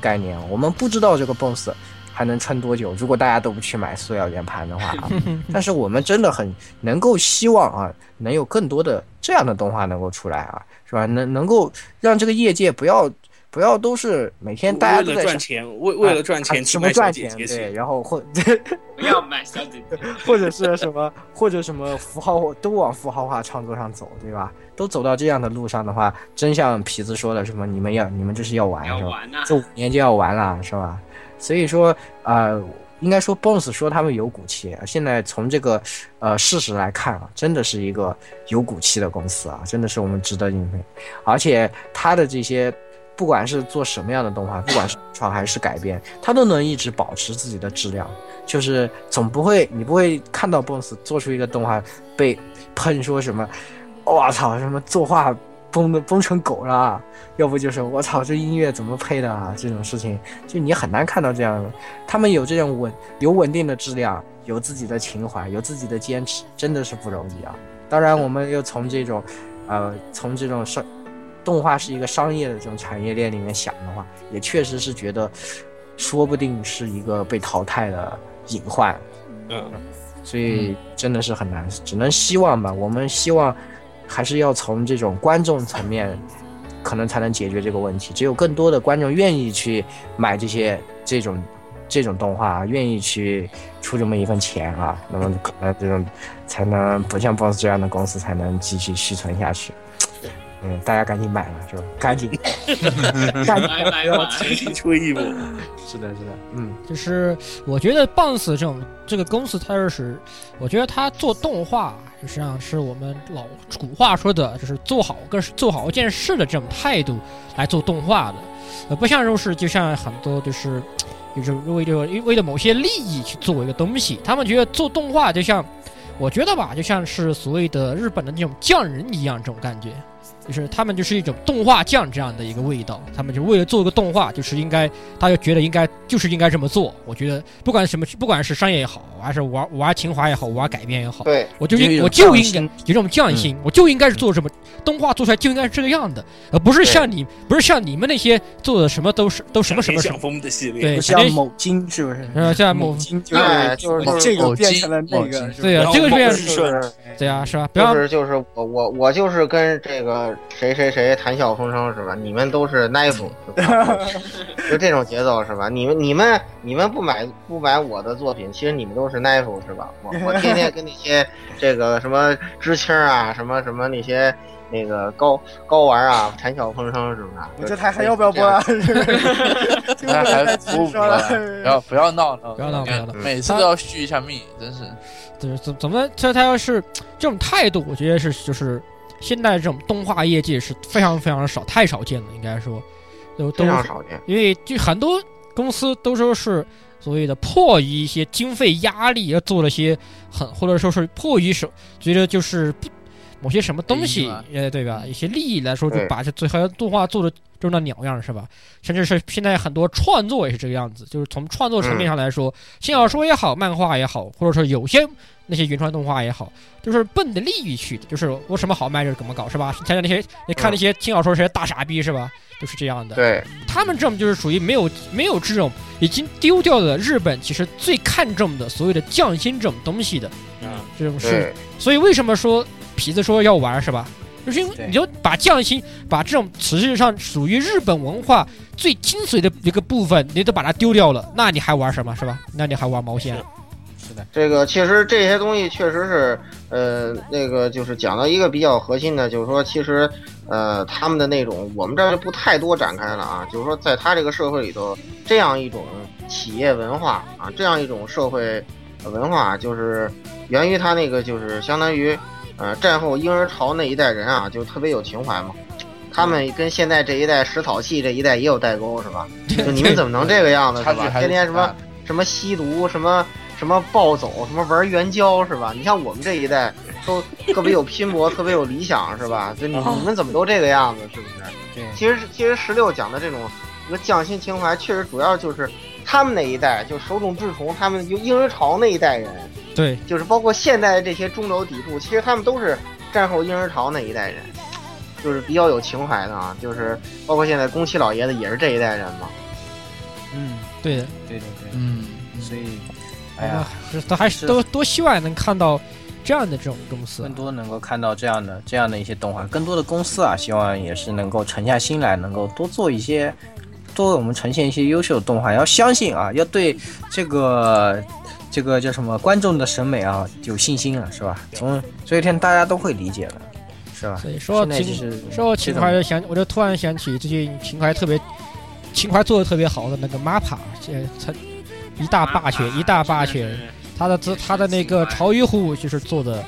Speaker 2: 概念。我们不知道这个 BOSS 还能撑多久，如果大家都不去买塑料圆盘的话 啊，但是我们真的很能够希望啊，能有更多的这样的动画能够出来啊，是吧？能能够让这个业界不要不要都是每天大家
Speaker 3: 为
Speaker 2: 都
Speaker 3: 了
Speaker 2: 在想
Speaker 3: 赚钱，为为了赚
Speaker 2: 啊
Speaker 3: 钱去
Speaker 2: 什么
Speaker 3: 卖小
Speaker 2: 赚
Speaker 3: 姐
Speaker 2: 钱？
Speaker 3: 姐
Speaker 2: 对，
Speaker 3: 去，
Speaker 2: 然后或
Speaker 6: 不要买小姐姐，
Speaker 2: 或者是什么，或者什么符号都往符号化创作上走，对吧？都走到这样的路上的话，真像痞子说的什么，你们要你们这是要玩
Speaker 6: 要
Speaker 2: 是吧？
Speaker 6: 玩呐、
Speaker 2: 这五年就要完了，是吧？所以说，呃，应该说 Bones 说他们有骨气，现在从这个呃事实来看啊，真的是一个有骨气的公司啊，真的是我们值得敬佩。而且他的这些，不管是做什么样的动画，不管是创还是改编，他都能一直保持自己的质量，就是总不会你不会看到 Bones 做出一个动画被喷说什么，我操，什么作画崩的崩成狗了。啊要不就是我操，这音乐怎么配的啊？这种事情，就你很难看到这样的。他们有这种稳有稳定的质量，有自己的情怀，有自己的坚持，真的是不容易啊。当然，我们又从这种，呃，从这种商动画是一个商业的这种产业链里面想的话，也确实是觉得，说不定是一个被淘汰的隐患。
Speaker 3: 嗯，
Speaker 2: 所以真的是很难，只能希望吧。我们希望还是要从这种观众层面，可能才能解决这个问题。只有更多的观众愿意去买这些这种这种动画，啊愿意去出这么一份钱啊，那么可能这种才能不像 BOSS 这样的公司才能继续续存下去。嗯，大家赶紧买了，就赶 紧，赶紧
Speaker 6: 来来来，
Speaker 3: 一吹一波，
Speaker 2: 是的，是的，嗯，
Speaker 1: 就是我觉得 Bounce 这种这个公司，它就是我觉得它做动画，实际上是我们老古话说的，就是做好跟做好一件事的这种态度来做动画的。呃，不像肉士，就像很多就是就是为这个为了某些利益去做一个东西，他们觉得做动画就像，我觉得吧，就像是所谓的日本的那种匠人一样，这种感觉，就是他们就是一种动画匠这样的一个味道，他们就为了做一个动画，就是应该，他就觉得应该就是应该这么做。我觉得不管什么，不管是商业也好，还是玩玩情怀也好，玩改编也好，
Speaker 4: 对，
Speaker 1: 我就
Speaker 2: 有一
Speaker 1: 应
Speaker 2: 种
Speaker 1: 我就
Speaker 2: 匠
Speaker 1: 应该
Speaker 2: 心嗯
Speaker 1: 有这种匠心，我就应该是做什么动画做出来就应该是这个样的，而不是像你不是像你们那些做的什么都是都什么什么什
Speaker 3: 想
Speaker 1: 么，
Speaker 3: 风的系列，
Speaker 1: 对，
Speaker 7: 不
Speaker 1: 肯
Speaker 7: 像
Speaker 1: 定
Speaker 7: 某金是不是？
Speaker 1: 呃像某
Speaker 7: 某金就是
Speaker 4: 哎，就是
Speaker 5: 某
Speaker 4: 就
Speaker 5: 某
Speaker 4: 是
Speaker 7: 这个变
Speaker 5: 金
Speaker 7: 成了那
Speaker 5: 某
Speaker 7: 个，
Speaker 5: 金
Speaker 7: 是吧
Speaker 1: 对
Speaker 3: 然
Speaker 1: 啊，
Speaker 3: 后
Speaker 1: 这个
Speaker 3: 包
Speaker 1: 变
Speaker 3: 括是
Speaker 4: 就是
Speaker 1: 对啊是吧？不要
Speaker 4: 就是就是我我我就是跟这个谁谁谁谈笑风生是吧？你们都是 knife 是吧就这种节奏是吧？你们你们你们不买不买我的作品，其实你们都是 knife 是吧？我我天天跟那些 这个什么知青啊，什么什么那些那个高高玩啊谈笑风生是吧？
Speaker 7: 我这台还要不要播啊？这个不
Speaker 5: 那
Speaker 7: 能
Speaker 5: 还
Speaker 7: 再继
Speaker 5: 服
Speaker 7: 续
Speaker 5: 不
Speaker 7: 说
Speaker 5: 了，不要
Speaker 7: 了。
Speaker 5: 不要闹闹，
Speaker 1: 不要闹不要闹
Speaker 5: 每次都要续一下命，真是。
Speaker 1: 就是怎怎么这他要是这种态度，我觉得是就是现在这种动画业界是非常非常少，太少见了，应该说都都
Speaker 4: 非
Speaker 1: 是
Speaker 4: 常少见。
Speaker 1: 因为就很多公司都说是所谓的迫于一些经费压力而做了些很，或者说是迫于手，觉得就是不某些什么东
Speaker 5: 利益
Speaker 1: 西
Speaker 5: 嘛，
Speaker 1: 呃，对吧？一些利益来说，就
Speaker 4: 对
Speaker 1: 把这最后动画做的就那鸟样，是吧？甚至是现在很多创作也是这个样子，就是从创作层面上来说，轻小说也好，漫画也好，或者说有些那些原创动画也好，就是奔着利益去的，就是我什么好卖就是怎么搞，是吧？想想那些你看那些轻小说谁大傻逼是吧？就是这样的。
Speaker 4: 对，
Speaker 1: 他们这种就是属于没有没有这种已经丢掉的日本，其实最看重的所谓的匠心这种东西的
Speaker 3: 嗯，
Speaker 1: 这种事
Speaker 4: 对，
Speaker 1: 情。所以为什么说痞子说要玩是吧？就是因为
Speaker 2: 对
Speaker 1: 你就把匠心，把这种实际上属于日本文化最精髓的一个部分，你都把它丢掉了，那你还玩什么是吧？那你还玩毛线？
Speaker 4: 这个其实这些东西确实是，呃，那个就是讲到一个比较核心的，就是说其实，呃，他们的那种我们这儿就不太多展开了啊，就是说在他这个社会里头，这样一种企业文化啊，这样一种社会呃文化，就是源于他那个就是相当于，呃，战后婴儿潮那一代人啊，就特别有情怀嘛。他们跟现在这一代食草系这一代也有代沟是吧？就你们怎么能这个样子是
Speaker 5: 差距
Speaker 4: 吧？
Speaker 5: 还是
Speaker 4: 天天什么什么吸毒，什么什么暴走，什么玩援交是吧？你像我们这一代都特别有拼搏，特别有理想是吧？就你你们怎么都这个样子是不是？
Speaker 1: 对
Speaker 4: 其实其实十六讲的这种一个匠心情怀，确实主要就是他们那一代，就手冢治虫他们就婴儿潮那一代人，
Speaker 1: 对，
Speaker 4: 就是包括现在的这些中流砥柱，其实他们都是战后婴儿潮那一代人，就是比较有情怀的啊，就是包括现在宫崎老爷子也是这一代人嘛。
Speaker 2: 嗯，
Speaker 1: 对的，
Speaker 2: 对对对，
Speaker 5: 嗯，
Speaker 2: 所以，
Speaker 1: 我
Speaker 2: 哎
Speaker 1: 们
Speaker 2: 呀，
Speaker 1: 还是都还是
Speaker 2: 是
Speaker 1: 都都希望能看到这样的这种公司啊
Speaker 2: 更。多能够看到这样的这样的一些动画，更多的公司啊，希望也是能够沉下心来，能够多做一些，多为我们呈现一些优秀的动画。要相信啊，要对这个这个叫什么观众的审美啊有信心啊，是吧？总有一天大家都会理解的，是吧？
Speaker 1: 所以说
Speaker 2: 现在
Speaker 1: 情
Speaker 2: 嗯就是
Speaker 1: 说到情怀就想，我就突然想起最近情怀特别，情怀做的特别好的那个 MAPA，这他一大霸权，一大霸权，他的自他的那个潮与虎就是做的，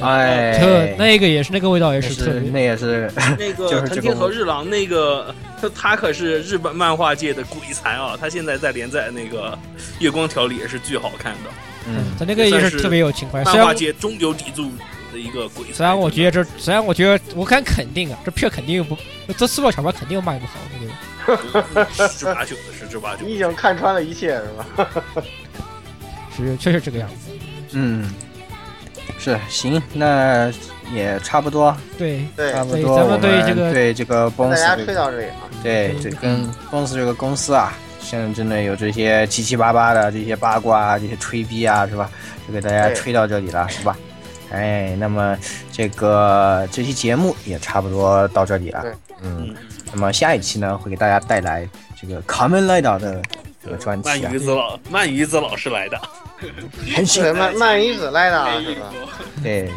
Speaker 2: 哎，
Speaker 1: 特那个也是那个味道也
Speaker 2: 也
Speaker 1: 是特
Speaker 2: 是
Speaker 1: 别，
Speaker 2: 那也是
Speaker 3: 那
Speaker 2: 就是这
Speaker 3: 个藤
Speaker 2: 个
Speaker 3: 田和日郎那个，他他可是日本漫画界的鬼才啊！他现在在连载那个《月光条理》也是巨好看的，
Speaker 2: 嗯，
Speaker 1: 他那个也是特别有情怀。哎虽
Speaker 3: 漫画
Speaker 1: 然
Speaker 3: 界中流砥柱的一个鬼才。
Speaker 1: 虽然我觉得这，虽然我觉得我敢肯定啊，这票肯定不，这四票小票肯定卖不好，我觉得。
Speaker 3: 嗯十之八九的，十之八九的。
Speaker 4: 你已经看穿了一切是吧？
Speaker 1: 是确实这个样子。
Speaker 2: 嗯，是行，那也差不多，
Speaker 1: 对，
Speaker 4: 对，
Speaker 2: 差不
Speaker 1: 所以
Speaker 2: 多。
Speaker 1: 咱们
Speaker 2: 我们
Speaker 1: 对这个
Speaker 2: 对这个
Speaker 4: 跟
Speaker 2: b
Speaker 4: 大
Speaker 2: o
Speaker 4: 家吹到这里 啊。
Speaker 2: 对，这跟 Bones 这个公司啊，现在真的有这些七七八八的这些八卦啊，这些吹逼啊，是吧？就给大家
Speaker 4: 对
Speaker 2: 吹到这里了，是吧？哎，那么这个这期节目也差不多到这里了
Speaker 4: 对，
Speaker 2: 嗯
Speaker 3: 嗯，
Speaker 2: 那么下一期呢，会给大家带来这个《卡门来岛》的这个专
Speaker 3: 鳗
Speaker 2: 辑啊
Speaker 3: 鱼，子老鳗鱼子老师来的，
Speaker 2: 很喜
Speaker 4: 对， 鳗鳗鱼子来的啊
Speaker 6: 没
Speaker 4: 是
Speaker 6: 遇
Speaker 4: 吧？
Speaker 6: 过，
Speaker 2: 对对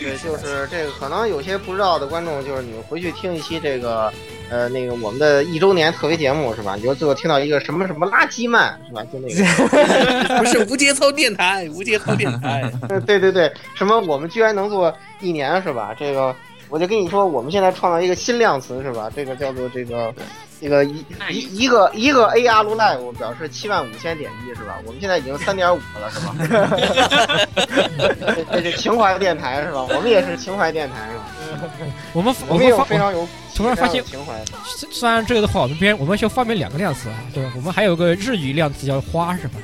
Speaker 4: 对，就是这个，可能有些不知道的观众，就是你们回去听一期这个，呃，那个我们的一周年特别节目是吧？你就最后听到一个什么什么垃圾漫是吧？就那个，
Speaker 3: 不是无节操电台，无节操电台。
Speaker 4: 对对对，什么我们居然能做一年是吧？这个我就跟你说，我们现在创造一个新量词是吧？这个叫做这个。那个一一一个一个 AR Live 表示七万五千点击是吧？我们现在已经三点五了是吧？这是情怀电台是吧？我们也是情怀电台是吧？
Speaker 1: 我们
Speaker 4: 我们
Speaker 1: 们
Speaker 4: 也
Speaker 1: 发
Speaker 4: 非常有
Speaker 1: 突然发现
Speaker 4: 非常有情怀的，
Speaker 1: 虽虽然这个的话，我们编我们需要发明两个量词啊，对吧？我们还有个日语量词叫花是吧？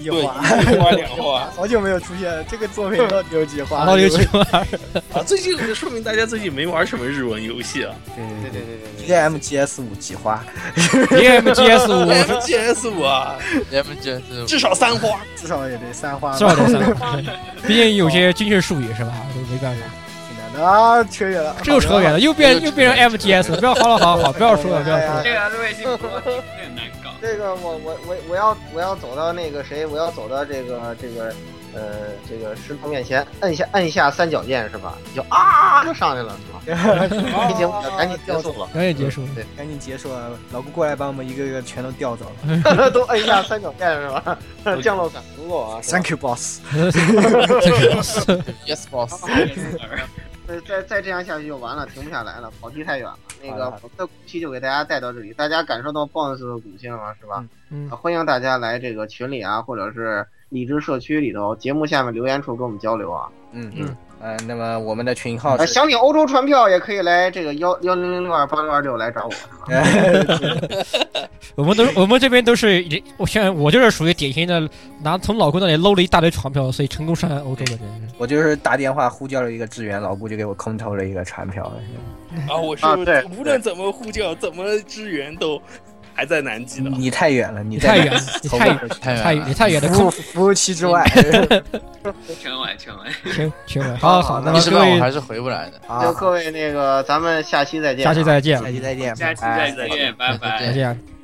Speaker 8: 一
Speaker 3: 对，
Speaker 8: 花，
Speaker 3: 一花两花
Speaker 8: 好久没有出现这个作品到底有几花？
Speaker 1: 打到六七万，
Speaker 3: 啊！最近说明大家最近没玩什么日文游戏啊。
Speaker 8: 对对对对对
Speaker 7: 一个 MGS 五几花，
Speaker 1: EMGS 五，
Speaker 3: MGS 五啊，
Speaker 5: 要不就是
Speaker 3: 至少三花。
Speaker 8: 至少也得三花吧，
Speaker 1: 是吧？得三，毕竟有些精确术语是吧？都没办法，
Speaker 8: 挺难的啊，扯远了，
Speaker 1: 这又扯远了，又变又变成 MGS 了。不要好了，好好，不要说了，不要说
Speaker 8: 哎
Speaker 1: 了。
Speaker 8: 呀
Speaker 6: 这个微信播有点难搞。
Speaker 4: 这个我我我我要我要走到那个谁，我要走到这个这个呃这个石头面前，摁下摁下三角键是吧？就啊就上去了 是吧？
Speaker 8: 好
Speaker 4: 这节目赶紧结束
Speaker 1: 表演结 束了，
Speaker 8: 赶紧结束啊！老顾过来把我们一个一个全都调走了。
Speaker 1: 嗯
Speaker 4: 了， 都摁下三角键是吧？ 降落伞足够啊。是吧
Speaker 8: Thank you, boss。
Speaker 5: Yes Boss，
Speaker 4: 再再再这样下去就完了，停不下来了，跑题太远了。那
Speaker 8: 好的好
Speaker 4: 个
Speaker 8: 的
Speaker 4: 我们的骨气就给大家带到这里，大家感受到 BOSS 的骨性了是吧？
Speaker 1: 嗯
Speaker 4: 啊，欢迎大家来这个群里啊，或者是荔枝社区里头节目下面留言处跟我们交流啊。
Speaker 7: 嗯
Speaker 1: 嗯
Speaker 7: 嗯嗯，那么我们的群号
Speaker 4: 呃，
Speaker 7: 是
Speaker 4: 想领欧洲船票也可以来这个幺幺零零六二八六二六来找我。
Speaker 1: 啊我们都我们这边都是，我现在我就是属于典型的拿从老公那里搂了一大堆船票，所以成功上岸欧洲的人。
Speaker 7: 我就是打电话呼叫了一个支援，老顾就给我空投了一个船票。
Speaker 3: 啊，我是
Speaker 4: 啊对
Speaker 3: 无论怎么呼叫，怎么支援都还在南极
Speaker 2: 嗯
Speaker 3: 的。
Speaker 7: 你太远了，你
Speaker 1: 你太
Speaker 7: 在
Speaker 1: 远，你太远，
Speaker 5: 太
Speaker 1: 太
Speaker 5: 远
Speaker 1: 远，你
Speaker 5: 了。
Speaker 1: 太远的
Speaker 8: 服务
Speaker 1: 空
Speaker 8: 服务器 之外，
Speaker 6: 全完全完，
Speaker 1: 全全完。好好，那
Speaker 5: 一
Speaker 1: 么
Speaker 5: 时
Speaker 1: 各
Speaker 5: 半我
Speaker 1: 位
Speaker 5: 还是回不来的。
Speaker 4: 就
Speaker 8: 好，
Speaker 4: 啊各位那个，咱们下期再见啊。
Speaker 1: 下期再见
Speaker 8: 下，期再见，
Speaker 6: 下期
Speaker 8: 拜拜
Speaker 6: 再见，拜
Speaker 5: 再
Speaker 6: 拜
Speaker 5: 见。
Speaker 1: 再见。
Speaker 4: 拜